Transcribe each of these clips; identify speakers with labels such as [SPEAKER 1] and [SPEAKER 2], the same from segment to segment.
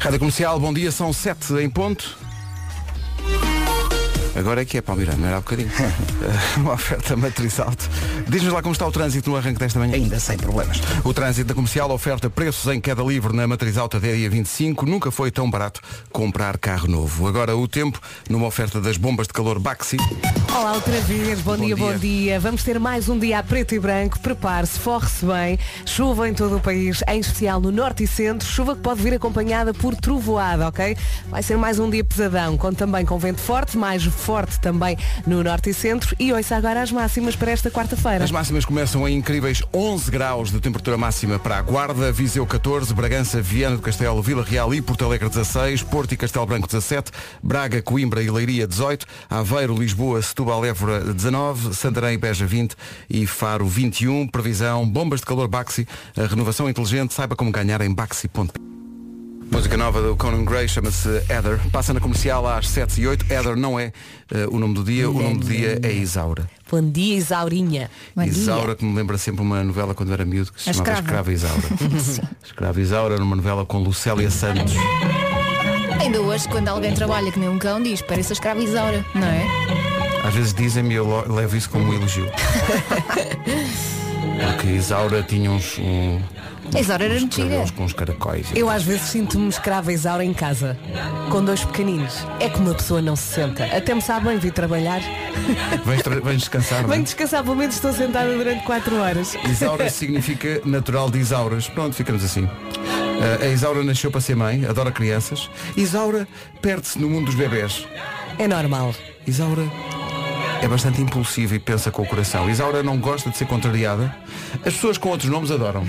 [SPEAKER 1] Rádio Comercial, bom dia, são 7 em ponto. Agora é que é para o Miranda, não era há bocadinho. Eh, Uma oferta matriz alto. Diz-nos lá como está o trânsito no arranque desta manhã.
[SPEAKER 2] Ainda sem problemas.
[SPEAKER 1] O trânsito da comercial oferta preços em queda livre na matriz alta até dia 25. Nunca foi tão barato comprar carro novo. Agora o tempo numa oferta das bombas de calor Baxi.
[SPEAKER 3] Olá outra vez, bom,
[SPEAKER 1] Bom
[SPEAKER 3] dia, bom
[SPEAKER 1] dia.
[SPEAKER 3] dia. Vamos ter mais um dia a preto e branco. Prepare-se, forre-se bem. Chuva em todo o país, em especial no norte e centro. Chuva que pode vir acompanhada por trovoada, ok? Vai ser mais um dia pesadão, com também com vento forte, mais forte também no norte e centro. E ouça agora as máximas para esta quarta-feira.
[SPEAKER 1] As máximas começam em incríveis 11 graus de temperatura máxima para a Guarda, Viseu 14, Bragança, Viana do Castelo, Vila Real e Porto Alegre 16, Porto e Castelo Branco 17, Braga, Coimbra e Leiria 18, Aveiro, Lisboa, Setúbal, Évora 19, Santarém e Beja 20 e Faro 21. Previsão, bombas de calor Baxi, a renovação inteligente, saiba como ganhar em baxi.com. Música nova do Conan Gray chama-se Heather. Passa na comercial às 7 e 8. Heather não é eh, o nome do dia, o nome do dia é Isaura.
[SPEAKER 3] Bom dia, Isaurinha.
[SPEAKER 4] Bom dia.
[SPEAKER 1] Isaura, que me lembra sempre uma novela quando era miúdo que se
[SPEAKER 4] A
[SPEAKER 1] chamava Escrava
[SPEAKER 4] Escrava.
[SPEAKER 1] Isaura. Escrava Isaura numa novela com Lucélia Santos.
[SPEAKER 4] Ainda hoje, quando alguém trabalha que nem um cão, diz, parece a escrava Isaura, não é?
[SPEAKER 1] Às vezes dizem-me e eu lo- levo isso como um elogio. Porque Isaura tinha uns. Um,
[SPEAKER 4] A Isaura era
[SPEAKER 1] uns
[SPEAKER 4] mentira.
[SPEAKER 1] cabelos com uns caracóis.
[SPEAKER 3] Eu às vezes sinto-me escrava Isaura em casa, com dois pequeninos. É que uma pessoa não se senta. Até me sabe bem vir trabalhar.
[SPEAKER 1] Vens, tra- vens descansar, não é?
[SPEAKER 3] Venho descansar, pelo menos estou sentada durante 4 horas.
[SPEAKER 1] Isaura significa natural de Isauras. Pronto, ficamos assim. Ah, a Isaura nasceu para ser mãe, adora crianças. Isaura perde-se no mundo dos bebés.
[SPEAKER 3] É normal.
[SPEAKER 1] Isaura é bastante impulsiva e pensa com o coração. Isaura não gosta de ser contrariada. As pessoas com outros nomes adoram.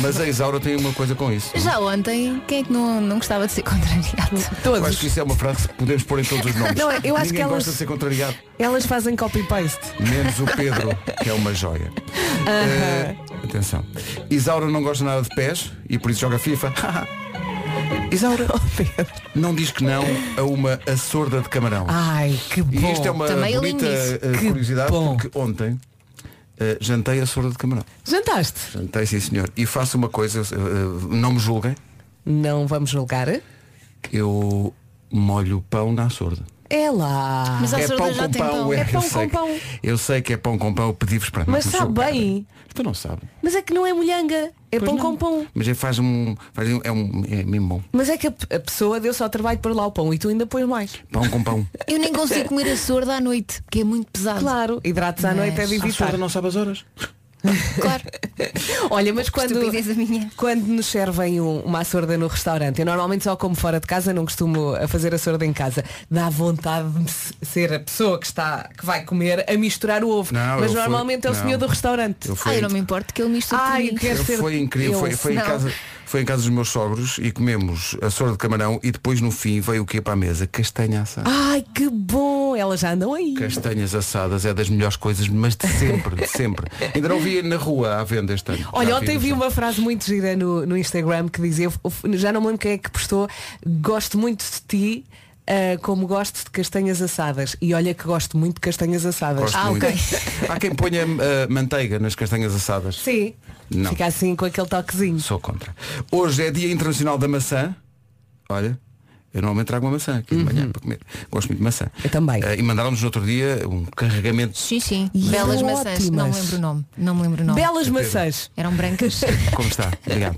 [SPEAKER 1] Mas a Isaura tem uma coisa com isso.
[SPEAKER 4] Já ontem, quem é que não, não gostava de ser contrariado?
[SPEAKER 1] Eu acho
[SPEAKER 3] Todos.
[SPEAKER 1] que isso é uma frase que podemos pôr em todos os nomes.
[SPEAKER 3] Não, eu acho que
[SPEAKER 1] Ninguém
[SPEAKER 3] elas-
[SPEAKER 1] gosta de ser contrariado.
[SPEAKER 3] Elas fazem copy-paste.
[SPEAKER 1] Menos o Pedro, que é uma joia. Eh, atenção. Isaura não gosta nada de pés e por isso joga FIFA. Isaura
[SPEAKER 3] Oh,
[SPEAKER 1] não diz que não a uma assorda de camarão.
[SPEAKER 3] Ai, que
[SPEAKER 1] e
[SPEAKER 3] bom.
[SPEAKER 1] isto é uma
[SPEAKER 4] também
[SPEAKER 1] bonita
[SPEAKER 4] alinho
[SPEAKER 1] eh,
[SPEAKER 3] Que
[SPEAKER 1] curiosidade
[SPEAKER 3] bom.
[SPEAKER 1] porque ontem eh, jantei a sorda de camarão.
[SPEAKER 3] Jantaste?
[SPEAKER 1] Jantei, sim senhor. E faço uma coisa, eh, eh, não me julguem,
[SPEAKER 3] Não vamos julgar?
[SPEAKER 1] eu molho o pão na sorda.
[SPEAKER 3] É lá.
[SPEAKER 4] Mas a
[SPEAKER 1] é
[SPEAKER 4] sorda
[SPEAKER 1] pão
[SPEAKER 4] já
[SPEAKER 1] com
[SPEAKER 4] tem
[SPEAKER 1] pão,
[SPEAKER 4] pão.
[SPEAKER 1] é,
[SPEAKER 3] É
[SPEAKER 1] eu
[SPEAKER 3] pão com
[SPEAKER 1] sei que-
[SPEAKER 3] pão.
[SPEAKER 1] Eu sei que é pão com pão, eu pedi-vos para
[SPEAKER 3] Mas
[SPEAKER 1] não
[SPEAKER 3] sabe
[SPEAKER 1] sou-
[SPEAKER 3] bem.
[SPEAKER 1] Tu não sabes.
[SPEAKER 3] Mas é que não é molhanga. É
[SPEAKER 1] Pois
[SPEAKER 3] pão
[SPEAKER 1] não.
[SPEAKER 3] com pão.
[SPEAKER 1] Mas é faz um. Faz um é um. É mesmo bom.
[SPEAKER 3] Mas é que a, a pessoa deu só trabalho para lá o pão e tu ainda pões mais.
[SPEAKER 1] Pão com pão.
[SPEAKER 4] Eu nem consigo comer a sorda à noite, que é muito pesado.
[SPEAKER 3] Claro, hidratos à
[SPEAKER 4] Mas-
[SPEAKER 3] noite é de
[SPEAKER 4] Ah,
[SPEAKER 3] evitar.
[SPEAKER 1] não sabe as horas.
[SPEAKER 4] Claro.
[SPEAKER 3] Olha, mas quando,
[SPEAKER 4] Estupidez a minha.
[SPEAKER 3] quando nos servem um- uma açorda no restaurante, eu normalmente só como fora de casa, não costumo a fazer açorda em casa, dá vontade de me se- ser a pessoa que está que vai comer a misturar o ovo.
[SPEAKER 1] Não, eu
[SPEAKER 3] Mas
[SPEAKER 1] fui-
[SPEAKER 3] normalmente é o
[SPEAKER 1] não.
[SPEAKER 3] senhor do restaurante.
[SPEAKER 1] Eu
[SPEAKER 4] Ah,
[SPEAKER 1] fui
[SPEAKER 4] eu não me importo que ele misture
[SPEAKER 3] Ai,
[SPEAKER 4] tudo.
[SPEAKER 3] eu quero
[SPEAKER 1] Eu-
[SPEAKER 3] ser
[SPEAKER 1] Foi incrível,
[SPEAKER 3] eu.
[SPEAKER 1] foi, foi em
[SPEAKER 4] Não.
[SPEAKER 1] casa, foi em casa dos meus sogros e comemos a sorda de camarão e depois no fim veio o que para a mesa? Castanha assada.
[SPEAKER 3] Ai, que bom! Elas já andam aí.
[SPEAKER 1] Castanhas assadas é das melhores coisas, mas de sempre, de sempre. Ainda não vi na rua à venda este ano.
[SPEAKER 3] Olha,
[SPEAKER 1] Já
[SPEAKER 3] ontem
[SPEAKER 1] no
[SPEAKER 3] vi
[SPEAKER 1] chão.
[SPEAKER 3] uma frase muito gira no, no Instagram que dizia, eu f- já não me lembro quem é que postou, gosto muito de ti. ah, como gosto de castanhas assadas E olha que gosto muito de castanhas assadas
[SPEAKER 1] Gosto
[SPEAKER 3] Ah,
[SPEAKER 1] muito.
[SPEAKER 3] ok.
[SPEAKER 1] Há quem ponha ah, manteiga nas castanhas assadas.
[SPEAKER 3] Sim.
[SPEAKER 1] Não.
[SPEAKER 3] Fica assim com aquele toquezinho.
[SPEAKER 1] Sou contra. Hoje é Dia Internacional da Maçã. Olha, eu normalmente trago uma maçã aqui de manhã para comer. Gosto muito de maçã.
[SPEAKER 3] Uhum. Eu também.
[SPEAKER 1] Ah, e mandaram-nos no outro dia um carregamento
[SPEAKER 4] Sim, sim.
[SPEAKER 3] E
[SPEAKER 4] Belas
[SPEAKER 3] eram
[SPEAKER 4] maçãs. Não
[SPEAKER 3] ótimas.
[SPEAKER 4] me lembro o nome. Não me lembro o nome.
[SPEAKER 1] É
[SPEAKER 3] Belas maçãs.
[SPEAKER 4] Eram brancas.
[SPEAKER 1] como está? Obrigado.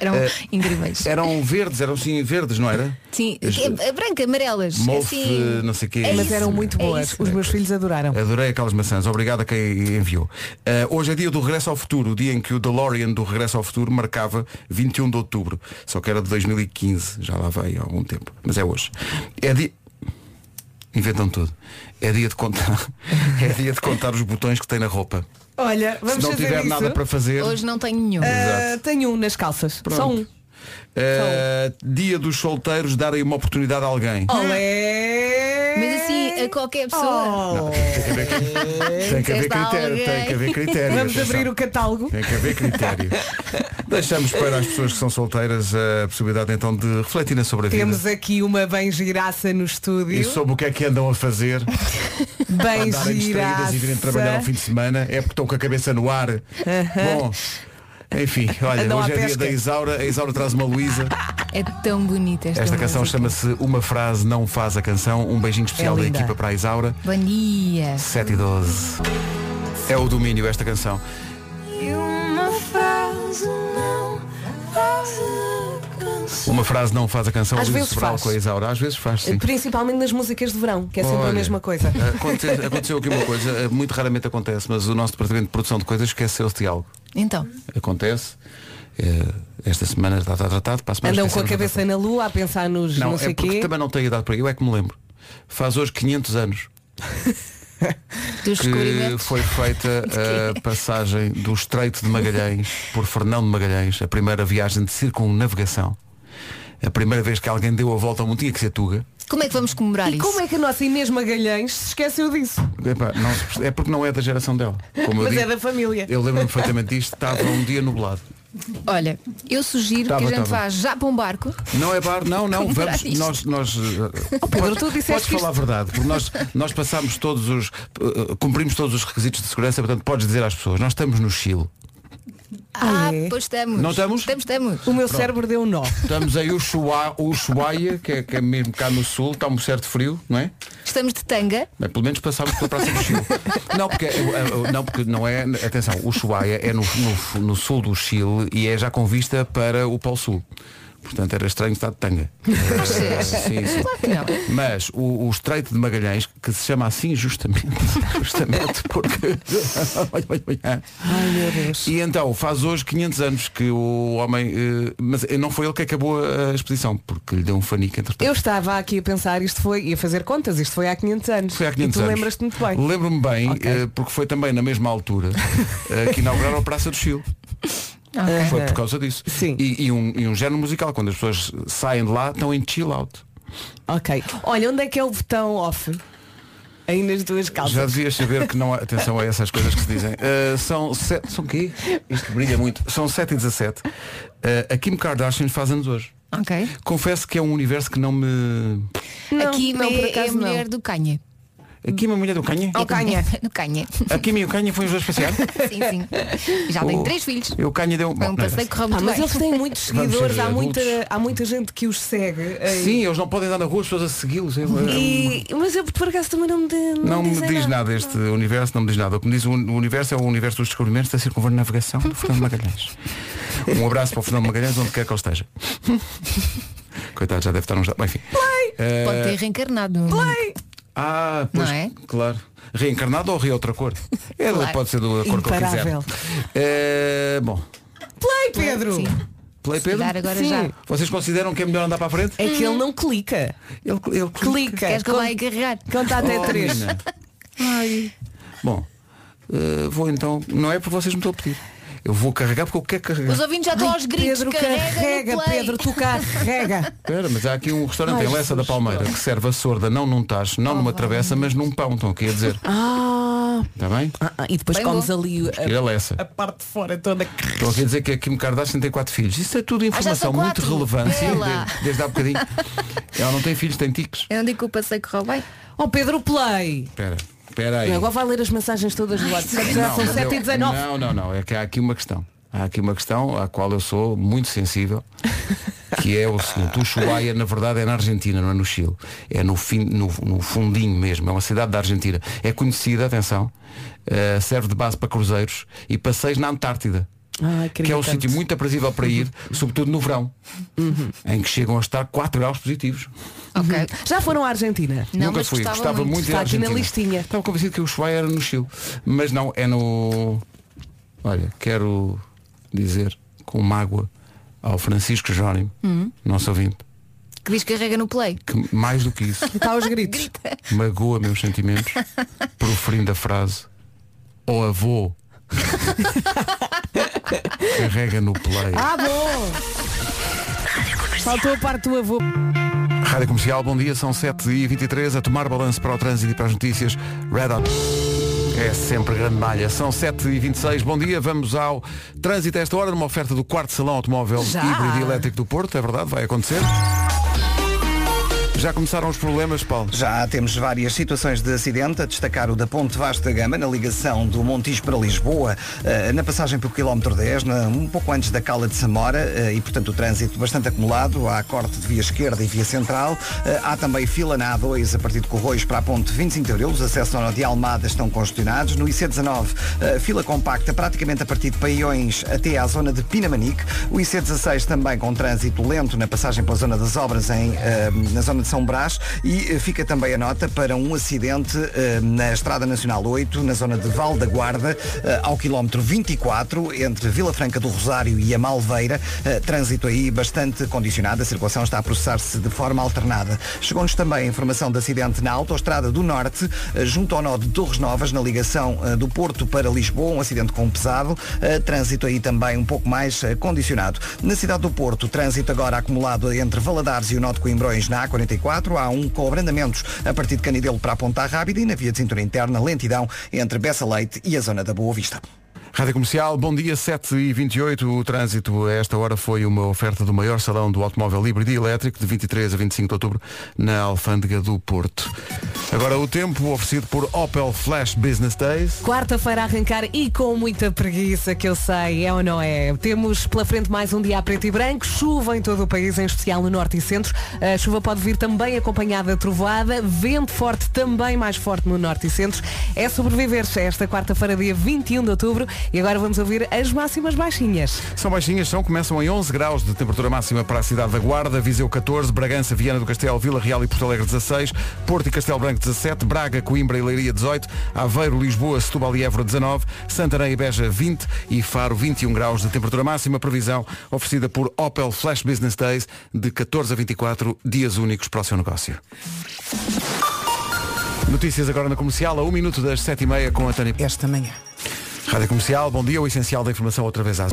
[SPEAKER 4] Eram
[SPEAKER 1] Eh,
[SPEAKER 4] incríveis.
[SPEAKER 1] Eram verdes, eram sim verdes, não era?
[SPEAKER 4] Sim,
[SPEAKER 1] As-
[SPEAKER 4] é- é branca, amarelas.
[SPEAKER 1] Mousse,
[SPEAKER 4] assim.
[SPEAKER 1] não sei o quê.
[SPEAKER 4] É
[SPEAKER 3] Mas
[SPEAKER 4] isso.
[SPEAKER 3] eram muito
[SPEAKER 4] É
[SPEAKER 3] boas.
[SPEAKER 4] isso.
[SPEAKER 3] Os meus filhos adoraram.
[SPEAKER 1] Adorei aquelas maçãs, obrigado a quem enviou. Ah, hoje é dia do Regresso ao Futuro, o dia em que o DeLorean do Regresso ao Futuro marcava 21 de outubro. Só que era de 2015, já lá vai há algum tempo. Mas é hoje. É dia. Inventam tudo. É dia de contar. É dia de contar os botões que tem na roupa.
[SPEAKER 3] Olha, vamos
[SPEAKER 1] Se não
[SPEAKER 3] fazer
[SPEAKER 1] tiver
[SPEAKER 3] isso.
[SPEAKER 1] nada para fazer.
[SPEAKER 4] Hoje não tenho nenhum.
[SPEAKER 3] Ah,
[SPEAKER 1] Exato.
[SPEAKER 3] tenho um nas calças.
[SPEAKER 1] Pronto.
[SPEAKER 3] Só um.
[SPEAKER 1] Ah, dia dos solteiros darem uma oportunidade a alguém.
[SPEAKER 3] Oh. Olé!
[SPEAKER 4] Mas assim, a qualquer pessoa.
[SPEAKER 3] Oh.
[SPEAKER 1] Tem que haver, tem que haver
[SPEAKER 4] Disseste a
[SPEAKER 1] critério. Tem que haver critério.
[SPEAKER 3] Vamos
[SPEAKER 1] atenção.
[SPEAKER 3] abrir o catálogo.
[SPEAKER 1] Tem que haver critério. Deixamos para as pessoas que são solteiras a possibilidade então de refletirem sobre a vida.
[SPEAKER 3] Temos aqui uma bem giraça no
[SPEAKER 1] E
[SPEAKER 3] estúdio.
[SPEAKER 1] sobre o que é que andam a fazer,
[SPEAKER 3] Bem
[SPEAKER 1] andarem distraídas e virem trabalhar ao
[SPEAKER 3] giraça.
[SPEAKER 1] fim de semana, é porque estão com a cabeça no ar. Bom, Enfim, olha,
[SPEAKER 3] Andam à
[SPEAKER 1] hoje é dia
[SPEAKER 3] pesca.
[SPEAKER 1] da Isaura. A Isaura traz uma Luísa.
[SPEAKER 4] É tão bonita esta,
[SPEAKER 1] Esta canção
[SPEAKER 4] música.
[SPEAKER 1] chama-se Uma Frase Não Faz a Canção. Um beijinho especial da
[SPEAKER 3] É linda.
[SPEAKER 1] equipa para a Isaura.
[SPEAKER 4] Bom dia.
[SPEAKER 1] 7 e 12. É o domínio esta canção. Uma frase não faz a canção.
[SPEAKER 3] Às
[SPEAKER 1] Luísa
[SPEAKER 3] vezes
[SPEAKER 1] Sobral
[SPEAKER 3] faz.
[SPEAKER 1] com a Isaura. Às vezes faz, sim.
[SPEAKER 3] Principalmente nas músicas de verão, que é sempre
[SPEAKER 1] Olha, eh,
[SPEAKER 3] a mesma coisa.
[SPEAKER 1] Aconteceu, aconteceu aqui uma coisa, eh, muito raramente acontece, mas o nosso departamento de produção de coisas esqueceu-se de algo.
[SPEAKER 4] Então,
[SPEAKER 1] Acontece. eh, Esta semana está tratado, para a semana
[SPEAKER 3] Andam com a
[SPEAKER 1] esquecemos
[SPEAKER 3] cabeça na lua a pensar nos não,
[SPEAKER 1] Não,
[SPEAKER 3] sei
[SPEAKER 1] é porque
[SPEAKER 3] quê.
[SPEAKER 1] também não tenho idade para eu é que me lembro. Faz hoje 500 anos
[SPEAKER 4] dos
[SPEAKER 1] que
[SPEAKER 4] descobrimentos.
[SPEAKER 1] foi feita a passagem do Estreito de Magalhães por Fernão de Magalhães, a primeira viagem de circunnavegação. A primeira vez que alguém deu a volta ao mundo tinha que ser Tuga.
[SPEAKER 4] Como é que vamos
[SPEAKER 3] E
[SPEAKER 4] comemorar isso?
[SPEAKER 3] como é que a nossa Inês Magalhães se esqueceu disso?
[SPEAKER 1] Epá, não se perce- é porque não é da geração dela. Como eu
[SPEAKER 3] Mas
[SPEAKER 1] digo,
[SPEAKER 3] é da família.
[SPEAKER 1] Eu lembro-me perfeitamente disto, estava um dia nublado.
[SPEAKER 4] Olha, eu sugiro
[SPEAKER 1] Tava,
[SPEAKER 4] que a gente
[SPEAKER 1] tava.
[SPEAKER 4] vá já para um barco.
[SPEAKER 1] Não é bar, não, não,
[SPEAKER 4] Comprar
[SPEAKER 1] vamos,
[SPEAKER 4] isto.
[SPEAKER 1] nós, nós eh,
[SPEAKER 3] Pedro,
[SPEAKER 1] podes-
[SPEAKER 3] tu disseste
[SPEAKER 1] podes
[SPEAKER 3] que isto-
[SPEAKER 1] falar a verdade, porque nós, nós passámos todos os, eh, cumprimos todos os requisitos de segurança, portanto podes dizer às pessoas, nós estamos no Chile,
[SPEAKER 3] Ah,
[SPEAKER 4] Ah,
[SPEAKER 3] é?
[SPEAKER 4] pois estamos.
[SPEAKER 1] Não estamos?
[SPEAKER 4] Estamos, estamos.
[SPEAKER 3] O meu cérebro deu um nó.
[SPEAKER 1] estamos aí o Ushuaia, Ushuaia que, é, que é mesmo cá no sul, está um certo frio, não é?
[SPEAKER 4] Estamos de tanga.
[SPEAKER 1] Mas pelo menos passámos pela Praça do Chile. não, porque, eh, eh, não, porque não é, atenção, o Ushuaia é no, no, no sul do Chile e é já com vista para o Polo Sul. Portanto, era estranho estar de tanga. Eh,
[SPEAKER 3] é.
[SPEAKER 1] sim, sim.
[SPEAKER 4] Claro que não.
[SPEAKER 1] Mas o, o Estreito de Magalhães, que se chama assim justamente, justamente porque.
[SPEAKER 3] Ai meu Deus.
[SPEAKER 1] e então, faz hoje 500 anos que o homem. eh, mas não foi ele que acabou a, a expedição, porque lhe deu um fanico entretanto.
[SPEAKER 3] Eu estava aqui a pensar, isto foi, e a fazer contas, isto foi há 500 anos.
[SPEAKER 1] Foi há 500
[SPEAKER 3] e tu
[SPEAKER 1] anos.
[SPEAKER 3] lembras-te muito bem.
[SPEAKER 1] Lembro-me bem,
[SPEAKER 3] Ok.
[SPEAKER 1] eh, porque foi também na mesma altura eh, que inauguraram a Praça do Chile.
[SPEAKER 4] Ok.
[SPEAKER 1] Foi por causa disso.
[SPEAKER 3] Sim.
[SPEAKER 1] E, e um, e um género musical, quando as pessoas saem de lá, estão em chill out.
[SPEAKER 3] Ok. Olha, onde é que é o botão off? Aí nas duas
[SPEAKER 1] Já
[SPEAKER 3] calças.
[SPEAKER 1] devias saber que não há atenção a essas coisas que se dizem. Uh, são sete. São quê? Isto brilha muito. São 7 e 17. Uh, a Kim Kardashian faz anos hoje.
[SPEAKER 4] Ok.
[SPEAKER 1] Confesso que é um universo que não me.
[SPEAKER 3] Não,
[SPEAKER 4] Aqui
[SPEAKER 3] não, por
[SPEAKER 4] é, é a
[SPEAKER 3] acaso não.
[SPEAKER 4] mulher do canha.
[SPEAKER 1] A Kim é a mulher do Canha?
[SPEAKER 3] Ao Canha.
[SPEAKER 4] No canha.
[SPEAKER 1] A Kim e o Canha foi um os dois passear?
[SPEAKER 4] Sim, sim. Já tem
[SPEAKER 1] O-
[SPEAKER 4] três filhos.
[SPEAKER 1] E o Canha deu.
[SPEAKER 4] Foi
[SPEAKER 1] Bom,
[SPEAKER 4] um
[SPEAKER 1] não
[SPEAKER 4] passeio que
[SPEAKER 1] interessa.
[SPEAKER 4] correu
[SPEAKER 3] Ah,
[SPEAKER 4] muito
[SPEAKER 3] mas
[SPEAKER 4] bem.
[SPEAKER 3] eles têm muitos
[SPEAKER 1] Vamos ser
[SPEAKER 3] seguidores, há muita,
[SPEAKER 1] adultos.
[SPEAKER 3] há muita gente que os segue. eh,
[SPEAKER 1] Sim, eles não podem andar na rua, as pessoas a segui-los. É-
[SPEAKER 3] E, mas eu por acaso também não me, de-
[SPEAKER 1] Não me
[SPEAKER 3] dizem
[SPEAKER 1] diz nada este universo, não me diz nada. O que me diz o un- o universo é o universo dos descobrimentos da circunnavegação do Fernando Magalhães. Um abraço para o Fernando Magalhães, onde quer que ele esteja. Coitado, já deve estar num estado. Enfim. Eh,
[SPEAKER 4] Pode ter reencarnado.
[SPEAKER 3] Ai,
[SPEAKER 1] Ah, pois,
[SPEAKER 4] Não é?
[SPEAKER 1] claro. Reencarnado ou ri outra cor? É,
[SPEAKER 4] Claro.
[SPEAKER 1] Pode ser da cor que eu
[SPEAKER 3] Imparável.
[SPEAKER 1] quiser. Eh, bom,
[SPEAKER 3] Play, Pedro!
[SPEAKER 4] Sim.
[SPEAKER 1] play Pedro.
[SPEAKER 4] Dar agora
[SPEAKER 3] Sim.
[SPEAKER 4] já.
[SPEAKER 1] Vocês consideram que é melhor andar para a frente?
[SPEAKER 3] É que ele não clica.
[SPEAKER 1] Ele, ele
[SPEAKER 3] Clica.
[SPEAKER 4] Queres que eu vá agarrar?
[SPEAKER 3] Conta até
[SPEAKER 1] Oh,
[SPEAKER 3] três.
[SPEAKER 1] menina. Bom, eh, vou então. Não é porque vocês me estão a pedir. Eu vou carregar porque eu quero carregar.
[SPEAKER 4] Os ouvintes já estão aos gritos.
[SPEAKER 3] Pedro,
[SPEAKER 4] carrega,
[SPEAKER 3] carrega,
[SPEAKER 4] no play.
[SPEAKER 3] Pedro, tu carrega.
[SPEAKER 1] Espera, mas há aqui um restaurante
[SPEAKER 3] Ai,
[SPEAKER 1] em Lessa da Palmeira que serve a sorda não num tacho, não
[SPEAKER 4] Oh,
[SPEAKER 1] numa travessa, mas num pão, estão aqui a dizer.
[SPEAKER 3] Ah,
[SPEAKER 1] Está bem?
[SPEAKER 3] e depois
[SPEAKER 4] Bem
[SPEAKER 3] comes
[SPEAKER 4] bom.
[SPEAKER 3] ali a,
[SPEAKER 1] Ir a Lessa.
[SPEAKER 3] a parte de fora toda.
[SPEAKER 1] Estão aqui a dizer que a Kim Kardashian tem quatro filhos. Isso é tudo
[SPEAKER 3] Ah,
[SPEAKER 1] informação
[SPEAKER 4] são
[SPEAKER 1] muito
[SPEAKER 4] quatro.
[SPEAKER 1] relevante. Sim,
[SPEAKER 4] Ela.
[SPEAKER 1] de- desde há bocadinho. Ela não tem filhos, tem tiques.
[SPEAKER 4] Eu não digo que o passeio correu bem.
[SPEAKER 3] Oh Pedro, play!
[SPEAKER 1] Espera, espera aí.
[SPEAKER 3] Agora vai ler as mensagens todas do WhatsApp. Já são
[SPEAKER 1] mas
[SPEAKER 3] 7 e
[SPEAKER 1] eu-
[SPEAKER 3] 19
[SPEAKER 1] Não, não, não. É que há aqui uma questão. Há aqui uma questão à qual eu sou muito sensível, que é o seguinte. O Ushuaia, na verdade, é na Argentina, não é no Chile. É no, fim, no, no fundinho mesmo. É uma cidade da Argentina. É conhecida, atenção, eh, serve de base para cruzeiros e passeios na Antártida.
[SPEAKER 3] Ai,
[SPEAKER 1] que
[SPEAKER 3] queria
[SPEAKER 1] é um
[SPEAKER 3] tanto.
[SPEAKER 1] sítio muito aprazível para ir, sobretudo no verão, em que chegam a estar 4 graus positivos.
[SPEAKER 4] Ok.
[SPEAKER 3] Já foram à Argentina?
[SPEAKER 4] Não,
[SPEAKER 1] Nunca
[SPEAKER 4] mas
[SPEAKER 1] fui,
[SPEAKER 4] gostava
[SPEAKER 1] gostava
[SPEAKER 4] muito.
[SPEAKER 1] muito de ir à
[SPEAKER 3] Está aqui na
[SPEAKER 1] Argentina.
[SPEAKER 3] listinha.
[SPEAKER 1] Estava convencido que o Ushuaia era no Chile, mas não, é no... Olha, quero dizer com mágoa ao Francisco Jónimo, nosso ouvinte,
[SPEAKER 4] Que diz que carrega no play.
[SPEAKER 1] que mais do que isso,
[SPEAKER 3] Está tá aos gritos.
[SPEAKER 1] magoa meus sentimentos, proferindo a frase, ó avô, carrega no play.
[SPEAKER 3] Ah, bom! Faltou a parte do avô.
[SPEAKER 1] Rádio Comercial, bom dia, são 7h23, a tomar balanço para o trânsito e para as notícias. Red Hot. É sempre grande malha. São 7h26, bom dia, vamos ao trânsito a esta hora, numa oferta do quarto salão automóvel
[SPEAKER 3] Já?
[SPEAKER 1] híbrido e elétrico do Porto, é verdade, vai acontecer. Já começaram os problemas, Paulo?
[SPEAKER 5] Já temos várias situações de acidente, a destacar o da Ponte Vasta Gama, na ligação do Montijo para Lisboa, eh, na passagem pelo quilómetro 10, na- um pouco antes da Cala de Samora, eh, e portanto o trânsito bastante acumulado, há corte de via esquerda e via central, Eh, há também fila na A2 a partir de Corroios para a Ponte 25 de Abril, os acessos ao Nó de Almada estão congestionados, no IC19 eh, fila compacta praticamente a partir de Paiões até à zona de Pinamanique, o IC16 também com trânsito lento na passagem pela zona das obras em, eh, na zona de São Brás e eh, fica também a nota para um acidente eh, na Estrada Nacional 8, na zona de Val da Guarda, eh, ao quilómetro 24, entre Vila Franca do Rosário e a Malveira. Eh, trânsito aí bastante condicionado, a circulação está a processar-se de forma alternada. Chegou-nos também a informação de acidente na Autoestrada do Norte, eh, junto ao nó de Torres Novas, na ligação eh, do Porto para Lisboa, um acidente com um pesado, eh, trânsito aí também um pouco mais eh, condicionado. Na cidade do Porto, trânsito agora acumulado entre Valadares e o Nó de Coimbrões na A44, há um com abrandamentos a partir de Canidelo para a Ponta Rábida e na via de cintura interna, lentidão entre Bessa Leite e a zona da Boa Vista.
[SPEAKER 1] Rádio Comercial, bom dia, 7h28. O trânsito a esta hora foi uma oferta do maior salão do automóvel híbrido e elétrico de 23 a 25 de outubro na Alfândega do Porto. Agora o tempo oferecido por Opel Flash Business Days.
[SPEAKER 3] Quarta-feira a arrancar e com muita preguiça, que eu sei, é ou não é? Temos pela frente mais um dia a preto e branco, chuva em todo o país, em especial no norte e centro. A chuva pode vir também acompanhada de trovoada, vento forte também mais forte no norte e centro. É sobreviver se esta quarta-feira, dia 21 de outubro, e agora vamos ouvir as máximas baixinhas.
[SPEAKER 1] São baixinhas, são, começam em 11 graus de temperatura máxima para a cidade da Guarda, Viseu 14, Bragança, Viana do Castelo, Vila Real e Porto Alegre 16, Porto e Castelo Branco 17, Braga, Coimbra e Leiria 18, Aveiro, Lisboa, Setúbal e Évora 19, Santarém e Beja 20 e Faro 21 graus de temperatura máxima, previsão oferecida por Opel Flash Business Days de 14 a 24, dias únicos para o seu negócio. Notícias agora na comercial, a 1 minuto das 7h30 com a Tânia
[SPEAKER 6] Esta manhã.
[SPEAKER 1] Rádio Comercial, bom dia, o essencial da informação outra vez às...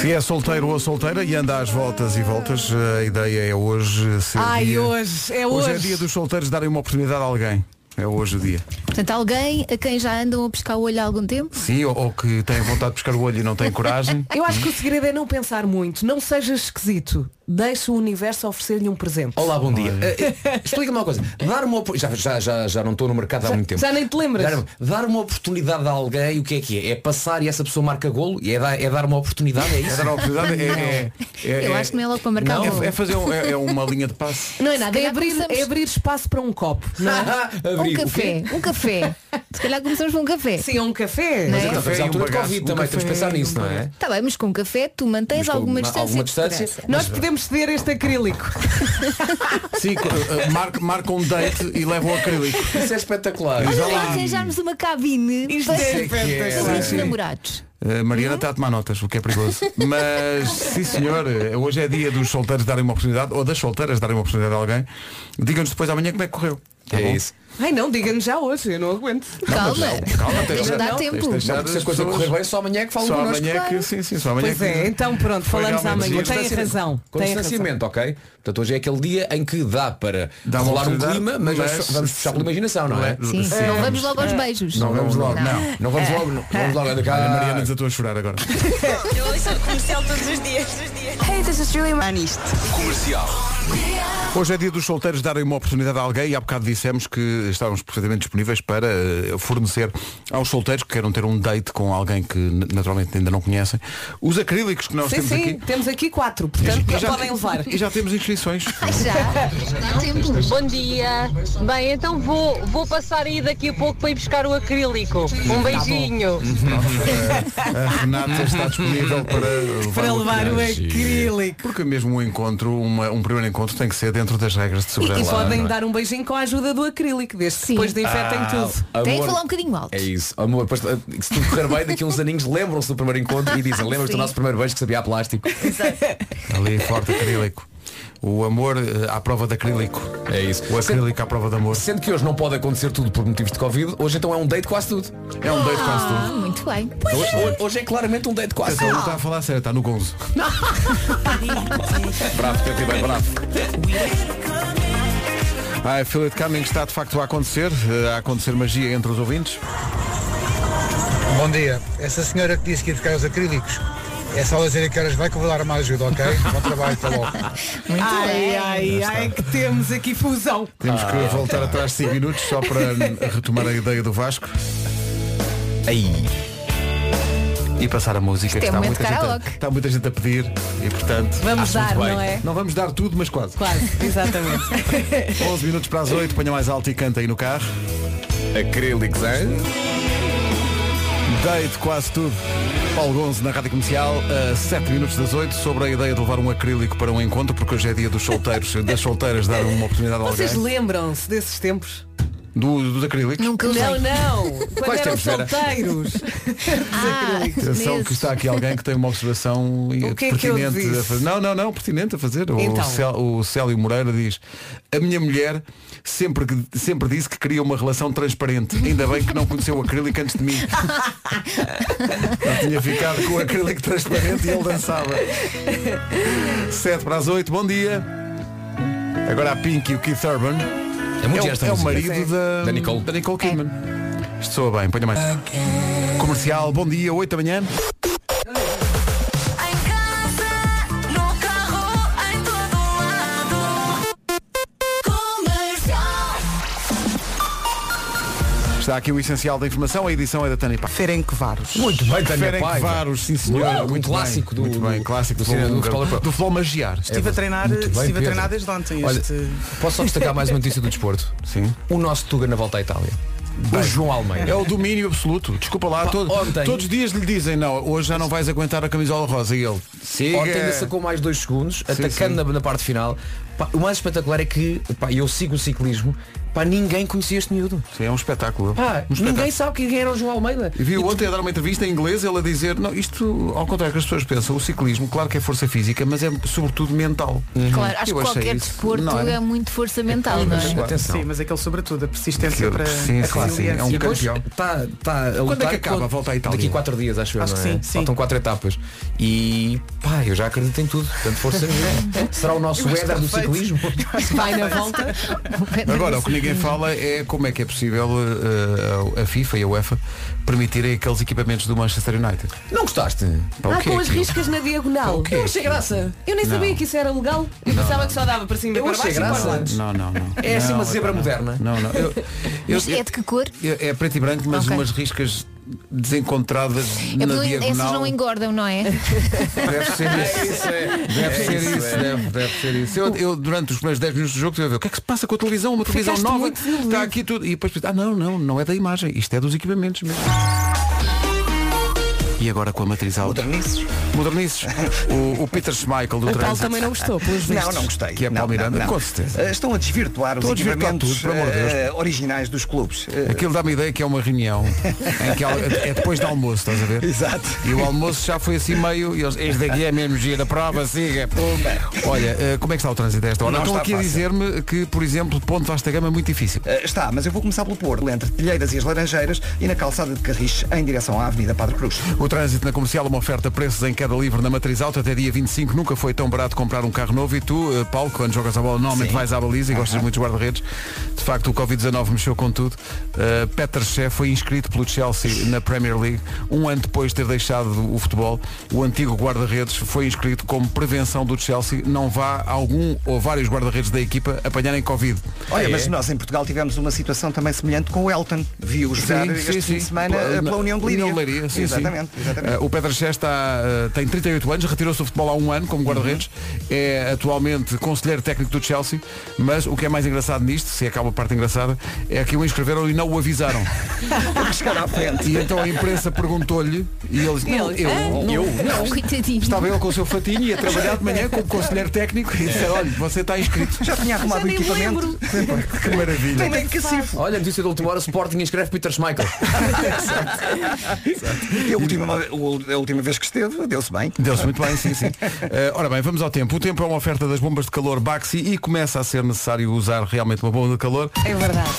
[SPEAKER 1] Se é solteiro ou solteira e anda às voltas e voltas, a ideia é hoje ser
[SPEAKER 3] Ai,
[SPEAKER 1] dia...
[SPEAKER 3] hoje, é
[SPEAKER 1] Hoje é
[SPEAKER 3] hoje.
[SPEAKER 1] dia dos solteiros darem uma oportunidade a alguém. É hoje o dia.
[SPEAKER 4] Portanto, alguém a quem já andam a pescar o olho há algum tempo?
[SPEAKER 1] Sim, ou, ou que tem vontade de pescar o olho e não tem coragem.
[SPEAKER 3] Eu acho que o segredo é não pensar muito, não seja esquisito. Deixa o universo oferecer-lhe um presente.
[SPEAKER 7] Olá, bom dia. Eh, eh, Explica-me uma coisa. Dar uma opor- já, já, já, já não estou no mercado há muito tempo.
[SPEAKER 3] já nem te lembras.
[SPEAKER 7] Dar, dar uma oportunidade a alguém, o que é que é? É passar e essa pessoa marca golo? E é dar, é dar uma oportunidade,
[SPEAKER 1] É
[SPEAKER 7] é isso?
[SPEAKER 1] dar a oportunidade, é, é, é-
[SPEAKER 4] eu
[SPEAKER 1] é-
[SPEAKER 4] acho que não é logo para marcar
[SPEAKER 7] Não,
[SPEAKER 4] o olho.
[SPEAKER 1] é fazer um- é- é uma linha de passe.
[SPEAKER 3] Não é nada, é
[SPEAKER 4] calhar
[SPEAKER 3] abrir,
[SPEAKER 4] começamos-
[SPEAKER 3] é abrir espaço para um copo. Não é?
[SPEAKER 4] Um
[SPEAKER 7] Abrir, o quê?
[SPEAKER 4] café, um café. Se calhar começamos com um café.
[SPEAKER 3] Sim, é um café.
[SPEAKER 4] Não é?
[SPEAKER 7] Mas então, estamos
[SPEAKER 1] Café e
[SPEAKER 7] à
[SPEAKER 1] um
[SPEAKER 7] altura de
[SPEAKER 1] bagaço,
[SPEAKER 7] Covid
[SPEAKER 1] um
[SPEAKER 7] também, temos que
[SPEAKER 1] café
[SPEAKER 7] pensar
[SPEAKER 1] e um
[SPEAKER 7] nisso, não é?
[SPEAKER 4] Está bem, mas com um café tu mantens
[SPEAKER 7] Mas com
[SPEAKER 4] alguma
[SPEAKER 7] uma-
[SPEAKER 4] distância.
[SPEAKER 7] alguma
[SPEAKER 4] de
[SPEAKER 7] distância.
[SPEAKER 4] segurança.
[SPEAKER 3] Nós podemos ceder este acrílico.
[SPEAKER 1] Sim, eh, eh, mar- marcam um date e levam o acrílico.
[SPEAKER 7] Isso é espetacular.
[SPEAKER 4] Olha,
[SPEAKER 1] Vá lá.
[SPEAKER 4] arranjarmos uma cabine
[SPEAKER 3] Isto
[SPEAKER 4] para
[SPEAKER 3] é
[SPEAKER 4] para os
[SPEAKER 1] sim.
[SPEAKER 4] namorados.
[SPEAKER 1] Uh,
[SPEAKER 4] Uhum.
[SPEAKER 1] Mariana está a tomar notas, o que é perigoso. Mas, sim senhor, uh, hoje é dia dos solteiros darem uma oportunidade, ou das solteiras darem uma oportunidade a alguém. Digam-nos depois amanhã como é que correu. Tá bom?
[SPEAKER 7] É isso.
[SPEAKER 3] Ai não, diga-nos já hoje, eu não aguento.
[SPEAKER 4] Calma.
[SPEAKER 1] Calma, tens
[SPEAKER 4] Ainda
[SPEAKER 1] de-
[SPEAKER 4] dá
[SPEAKER 1] não,
[SPEAKER 4] tempo.
[SPEAKER 1] tens de deixar
[SPEAKER 7] Não, porque se
[SPEAKER 1] as
[SPEAKER 7] a coisa
[SPEAKER 1] pessoas-
[SPEAKER 7] correr bem, só amanhã é que falam
[SPEAKER 1] Só
[SPEAKER 7] connosco.
[SPEAKER 1] amanhã é que, sim, sim, só amanhã
[SPEAKER 3] Pois
[SPEAKER 1] é que-
[SPEAKER 3] é, então pronto,
[SPEAKER 1] Foi
[SPEAKER 3] falamos
[SPEAKER 1] realmente
[SPEAKER 3] amanhã.
[SPEAKER 1] dia
[SPEAKER 3] Tem
[SPEAKER 7] Distanciamento.
[SPEAKER 3] razão.
[SPEAKER 7] Com
[SPEAKER 3] Tem razão.
[SPEAKER 7] distanciamento, ok? Portanto, hoje é aquele dia em que dá para
[SPEAKER 1] Dá uma
[SPEAKER 7] rolar um
[SPEAKER 1] oportunidade,
[SPEAKER 7] clima, mas,
[SPEAKER 1] mas-
[SPEAKER 7] vamos puxar pela imaginação, não é?
[SPEAKER 4] Sim,
[SPEAKER 1] Sim.
[SPEAKER 4] não vamos logo aos beijos.
[SPEAKER 1] Não vamos logo, não.
[SPEAKER 7] Não vamos logo, não vamos logo. Ah, Anda cá,
[SPEAKER 1] Olha, Mariana,
[SPEAKER 7] Mariana,
[SPEAKER 1] diz a tua a chorar agora.
[SPEAKER 8] Eu ouço a comercial todos os dias. Todos os dias.
[SPEAKER 1] Hoje é dia dos solteiros darem uma oportunidade a alguém e há bocado dissemos que estávamos perfeitamente disponíveis para eh, fornecer aos solteiros que queiram ter um date com alguém que n- naturalmente ainda não conhecem os acrílicos que nós
[SPEAKER 3] Sim,
[SPEAKER 1] temos
[SPEAKER 3] sim,
[SPEAKER 1] aqui.
[SPEAKER 3] temos aqui quatro, portanto
[SPEAKER 1] E já- Tá
[SPEAKER 3] podem levar.
[SPEAKER 1] E já temos inscrições.
[SPEAKER 4] Ai, já. Dá tempo.
[SPEAKER 9] Bom dia. Bem, então vou, vou passar aí daqui a pouco para ir buscar o acrílico. Um beijinho.
[SPEAKER 1] A Renata está disponível para levar,
[SPEAKER 3] Para levar o acrílico.
[SPEAKER 1] Porque mesmo um encontro, uma- um primeiro encontro tem que ser dentro das regras de
[SPEAKER 3] E,
[SPEAKER 1] segurança.
[SPEAKER 3] e podem
[SPEAKER 1] não é?
[SPEAKER 3] dar um beijinho com a ajuda do acrílico, desde que
[SPEAKER 4] Sim.
[SPEAKER 3] depois desinfetem tudo.
[SPEAKER 7] amor.
[SPEAKER 4] Tem que falar um bocadinho alto.
[SPEAKER 7] É isso, amor, pois, eh, se tudo correr bem, daqui a uns aninhos lembram-se do primeiro encontro e dizem, lembras-te do
[SPEAKER 4] Sim.
[SPEAKER 7] nosso primeiro beijo que sabia a plástico.
[SPEAKER 1] Ali forte acrílico. O amor eh, à prova de acrílico.
[SPEAKER 7] É isso.
[SPEAKER 1] O acrílico à prova de amor.
[SPEAKER 7] Sendo que hoje não pode acontecer tudo por motivos de Covid, hoje então é um date quase tudo.
[SPEAKER 1] É um date quase tudo. Então,
[SPEAKER 4] Ah, muito bem.
[SPEAKER 7] Hoje, hoje- hoje é claramente um date quase
[SPEAKER 3] Assim?
[SPEAKER 1] Atenção, não
[SPEAKER 7] tudo.
[SPEAKER 1] está a falar sério, está no gonzo.
[SPEAKER 7] Bravo, Pedro Ribeiro, bravo.
[SPEAKER 1] I feel it coming está de facto a acontecer, eh, a acontecer magia entre os ouvintes.
[SPEAKER 10] Bom dia. Essa senhora que disse que ia buscar os acrílicos
[SPEAKER 11] É só dizer a que horas vai que eu vou dar uma ajuda, ok? Bom trabalho, até logo.
[SPEAKER 4] Muito
[SPEAKER 3] Ai,
[SPEAKER 4] bem.
[SPEAKER 3] ai, ai, que temos aqui fusão.
[SPEAKER 1] Temos que voltar atrás 5 minutos só para hum, retomar a ideia do Vasco. Aí. E passar a música que
[SPEAKER 4] é
[SPEAKER 1] está,
[SPEAKER 4] um momento
[SPEAKER 1] muita gente a,
[SPEAKER 4] karaoke.
[SPEAKER 1] está muita gente a pedir e portanto.
[SPEAKER 3] Vamos
[SPEAKER 1] acho muito bem.
[SPEAKER 3] dar, não é?
[SPEAKER 1] Não vamos dar tudo, mas quase.
[SPEAKER 3] Quase, exatamente.
[SPEAKER 1] 11 minutos para as 8, ponha mais alto e canta aí no carro. Acrílicos, hein? Deite quase tudo. Paulo Gonzo na Rádio Comercial, a 7 minutos das 8, sobre a ideia de levar um acrílico para um encontro, porque hoje é dia dos solteiros, das solteiras dar uma oportunidade a
[SPEAKER 3] Vocês
[SPEAKER 1] alguém.
[SPEAKER 3] lembram-se desses tempos?
[SPEAKER 1] Do, dos acrílicos.
[SPEAKER 4] Nunca usei.
[SPEAKER 3] Não, não. Quando
[SPEAKER 1] Quais
[SPEAKER 3] eram
[SPEAKER 1] tempos, Vera?
[SPEAKER 3] solteiros.
[SPEAKER 4] Ah,
[SPEAKER 1] Atenção que está aqui alguém que tem uma observação
[SPEAKER 3] que é que eu
[SPEAKER 1] pertinente
[SPEAKER 3] disse?
[SPEAKER 1] a fazer. Não, não, não, pertinente a fazer. O,
[SPEAKER 3] Então.
[SPEAKER 1] Cél, o Célio Moreira diz, a minha mulher sempre, que- sempre disse que queria uma relação transparente. Ainda bem que não conheceu o acrílico antes de mim. Eu tinha ficado com o acrílico transparente e ele dançava. 7 para as 8, bom dia. Agora a Pink e o Keith Urban.
[SPEAKER 7] É muito
[SPEAKER 1] É o-
[SPEAKER 7] gesto
[SPEAKER 1] é, o
[SPEAKER 7] música.
[SPEAKER 1] marido da,
[SPEAKER 7] Da Nicole.
[SPEAKER 1] Kidman. Isto soa bem, ponha mais. Comercial, bom dia, 8 da manhã.
[SPEAKER 8] Em casa, no carro, em todo lado. Comercial.
[SPEAKER 1] Está aqui o essencial da informação, a edição é da Tânia Pá.
[SPEAKER 12] Ferencvaros.
[SPEAKER 7] Muito bem,
[SPEAKER 1] Ferenc Varos, sim senhor.
[SPEAKER 7] Um
[SPEAKER 1] muito
[SPEAKER 7] clássico
[SPEAKER 1] bem,
[SPEAKER 7] do-
[SPEAKER 1] Muito bem,
[SPEAKER 7] do-
[SPEAKER 1] clássico do,
[SPEAKER 7] do cinema, do
[SPEAKER 1] futebol, É
[SPEAKER 7] futebol.
[SPEAKER 1] do futebol magiar.
[SPEAKER 12] Estive a treinar,
[SPEAKER 7] Muito bem,
[SPEAKER 12] estive a
[SPEAKER 7] Pedro.
[SPEAKER 12] treinar desde ontem
[SPEAKER 7] Olha,
[SPEAKER 12] este.
[SPEAKER 7] Posso só destacar mais uma notícia do desporto?
[SPEAKER 1] Sim.
[SPEAKER 7] O nosso Tuga na volta à Itália. O João Almeida.
[SPEAKER 1] É o domínio absoluto. Desculpa lá, todo-
[SPEAKER 7] ontem-
[SPEAKER 1] todos os dias lhe dizem, não, hoje já não vais aguentar a camisola rosa. E ele, siga.
[SPEAKER 7] Ontem ainda sacou mais dois segundos, atacando Na, na parte final. Pá, o mais espetacular é que, pá, eu sigo o ciclismo, pá, ninguém conhecia este miúdo.
[SPEAKER 1] Sim, é um espetáculo.
[SPEAKER 7] Pá,
[SPEAKER 1] um espetáculo.
[SPEAKER 7] ninguém sabe quem era o João Almeida.
[SPEAKER 1] E viu ontem a dar uma entrevista em inglês ele a dizer, não, isto, ao contrário que as pessoas pensam, o ciclismo, claro que é força física, mas é sobretudo mental.
[SPEAKER 7] Uhum.
[SPEAKER 4] Claro, acho
[SPEAKER 1] Eu
[SPEAKER 4] que
[SPEAKER 1] achei
[SPEAKER 4] qualquer
[SPEAKER 1] isso,
[SPEAKER 4] desporto
[SPEAKER 1] não é?
[SPEAKER 4] é muito força mental, não é?
[SPEAKER 7] Atenção.
[SPEAKER 12] Sim, mas aquele sobretudo, a persistência
[SPEAKER 1] Que-
[SPEAKER 12] para
[SPEAKER 1] sim,
[SPEAKER 12] a
[SPEAKER 1] sim, sim, é um
[SPEAKER 12] resiliência.
[SPEAKER 7] E depois
[SPEAKER 1] campeão.
[SPEAKER 7] está tá a lutar
[SPEAKER 1] é que acaba
[SPEAKER 7] com-
[SPEAKER 1] a volta à Itália?
[SPEAKER 7] Daqui quatro dias, acho,
[SPEAKER 12] Acho
[SPEAKER 7] eu,
[SPEAKER 12] que
[SPEAKER 7] não é?
[SPEAKER 12] sim, sim.
[SPEAKER 7] Faltam quatro etapas. E pá, eu já acredito em tudo. Portanto, força minha. Será o nosso Éder do ciclismo?
[SPEAKER 3] Vai na volta.
[SPEAKER 1] Agora, o que ninguém fala é como é que é possível eh, a- a FIFA e a UEFA permitirem aqueles equipamentos do Manchester United.
[SPEAKER 7] Não gostaste?
[SPEAKER 1] Pá, o
[SPEAKER 3] Ah,
[SPEAKER 1] que é
[SPEAKER 3] com as
[SPEAKER 1] aquilo? é
[SPEAKER 3] riscas na diagonal.
[SPEAKER 1] quê?
[SPEAKER 3] Eu achei graça. Eu nem sabia que isso era legal. Eu pensava que só dava para cima e
[SPEAKER 7] Eu
[SPEAKER 3] para
[SPEAKER 7] achei
[SPEAKER 3] baixo e para os
[SPEAKER 7] graça.
[SPEAKER 3] lados.
[SPEAKER 1] Não, não, não.
[SPEAKER 7] É assim
[SPEAKER 1] Não,
[SPEAKER 7] uma zebra
[SPEAKER 1] não.
[SPEAKER 7] moderna.
[SPEAKER 1] Não, não. Eu- eu-
[SPEAKER 4] Mas é de que cor?
[SPEAKER 1] eu- é preto e branco, mas
[SPEAKER 4] Ok.
[SPEAKER 1] umas riscas desencontradas
[SPEAKER 4] É
[SPEAKER 1] na
[SPEAKER 4] porque essas
[SPEAKER 1] diagonal.
[SPEAKER 4] não É engordam, não é?
[SPEAKER 1] Deve ser
[SPEAKER 7] é,
[SPEAKER 1] isso. Deve
[SPEAKER 3] É
[SPEAKER 1] ser isso. é. Deve, deve ser isso. Eu, eu, durante os primeiros 10 minutos do jogo estive a ver o que é que se passa com a televisão, uma televisão
[SPEAKER 3] Ficaste
[SPEAKER 1] nova.
[SPEAKER 3] muito desiludido.
[SPEAKER 1] Está aqui tudo. E depois pensei, ah não, não, não é da imagem. Isto é dos equipamentos mesmo. E agora com a matriz alta.
[SPEAKER 2] Modernices?
[SPEAKER 1] Modernices. O, o Peter Schmeichel do
[SPEAKER 3] O Paulo
[SPEAKER 1] trânsito.
[SPEAKER 3] também não gostou, pelos
[SPEAKER 2] Não,
[SPEAKER 3] vistos.
[SPEAKER 2] não gostei.
[SPEAKER 1] Que é
[SPEAKER 2] não,
[SPEAKER 1] Paulo Miranda,
[SPEAKER 2] não, não.
[SPEAKER 1] com certeza.
[SPEAKER 2] Eh, Estão a desvirtuar os
[SPEAKER 1] Estão a desvirtuar
[SPEAKER 2] equipamentos
[SPEAKER 1] tudo, pelo amor de
[SPEAKER 2] eh, originais dos clubes. Eh,
[SPEAKER 1] Aquilo dá-me ideia que é uma reunião em que ela- é depois do almoço, estás a ver?
[SPEAKER 2] Exato.
[SPEAKER 1] E o almoço já foi assim meio. e eles, Este daqui é mesmo dia da prova, siga. Pumba. Olha, eh, como é que está o trânsito a esta hora?
[SPEAKER 2] Não
[SPEAKER 1] Estão
[SPEAKER 2] está
[SPEAKER 1] aqui a
[SPEAKER 2] fácil.
[SPEAKER 1] dizer-me que, por exemplo, ponto vasta gama é muito difícil.
[SPEAKER 2] Eh, Está, mas eu vou começar pelo Porto, entre Telheiras e as Laranjeiras e na calçada de Carris, em direção à Avenida Padre Cruz.
[SPEAKER 1] O trânsito na comercial, uma oferta preços em queda livre na matriz alta até dia 25. Nunca foi tão barato comprar um carro novo. E tu, eh, Paulo, quando jogas a bola, normalmente vais à baliza e gostas muito de guarda-redes. De facto, o Covid-19 mexeu com tudo. Eh, Petr Cech foi inscrito pelo Chelsea na Premier League. Um ano depois de ter deixado o futebol, o antigo guarda-redes foi inscrito como prevenção do Chelsea. Não vá algum ou vários guarda-redes da equipa apanharem Covid.
[SPEAKER 2] Olha,
[SPEAKER 7] É.
[SPEAKER 2] mas nós em Portugal tivemos uma situação também semelhante com o Elton. Viu jogar este fim de semana eh,
[SPEAKER 1] Pela-
[SPEAKER 2] pela, União de Leiria.
[SPEAKER 1] Leiria, sim,
[SPEAKER 2] exatamente,
[SPEAKER 1] sim.
[SPEAKER 2] exatamente.
[SPEAKER 1] Eh, o Pedro Xé está, eh, tem 38 anos, retirou-se do futebol há um ano como
[SPEAKER 2] Uhum.
[SPEAKER 1] guarda-redes, é atualmente conselheiro técnico do Chelsea, mas o que é mais engraçado nisto, se acaba a parte engraçada, é que o inscreveram e não o avisaram.
[SPEAKER 2] Porque chegar à frente.
[SPEAKER 1] E então a imprensa perguntou-lhe e ele disse, não,
[SPEAKER 3] Ele,
[SPEAKER 1] eu,
[SPEAKER 3] "Ah,
[SPEAKER 1] não, eu, não.
[SPEAKER 4] Coitadinho.
[SPEAKER 1] Estava ele com o seu fatinho e a trabalhar de manhã como conselheiro técnico e disseram, olha, você está inscrito.
[SPEAKER 2] Já tinha arrumado o
[SPEAKER 3] nem
[SPEAKER 2] equipamento.
[SPEAKER 1] Que maravilha.
[SPEAKER 2] Tem é que se
[SPEAKER 7] Olha, notícia da última hora, Sporting inscreve Peter Schmeichel.
[SPEAKER 2] A última, a última vez que esteve, deu-se bem.
[SPEAKER 1] Deu-se muito bem, sim, sim. Eh, ora bem, vamos ao tempo. O tempo é uma oferta das bombas de calor Baxi e começa a ser necessário usar realmente uma bomba de calor.
[SPEAKER 3] É verdade.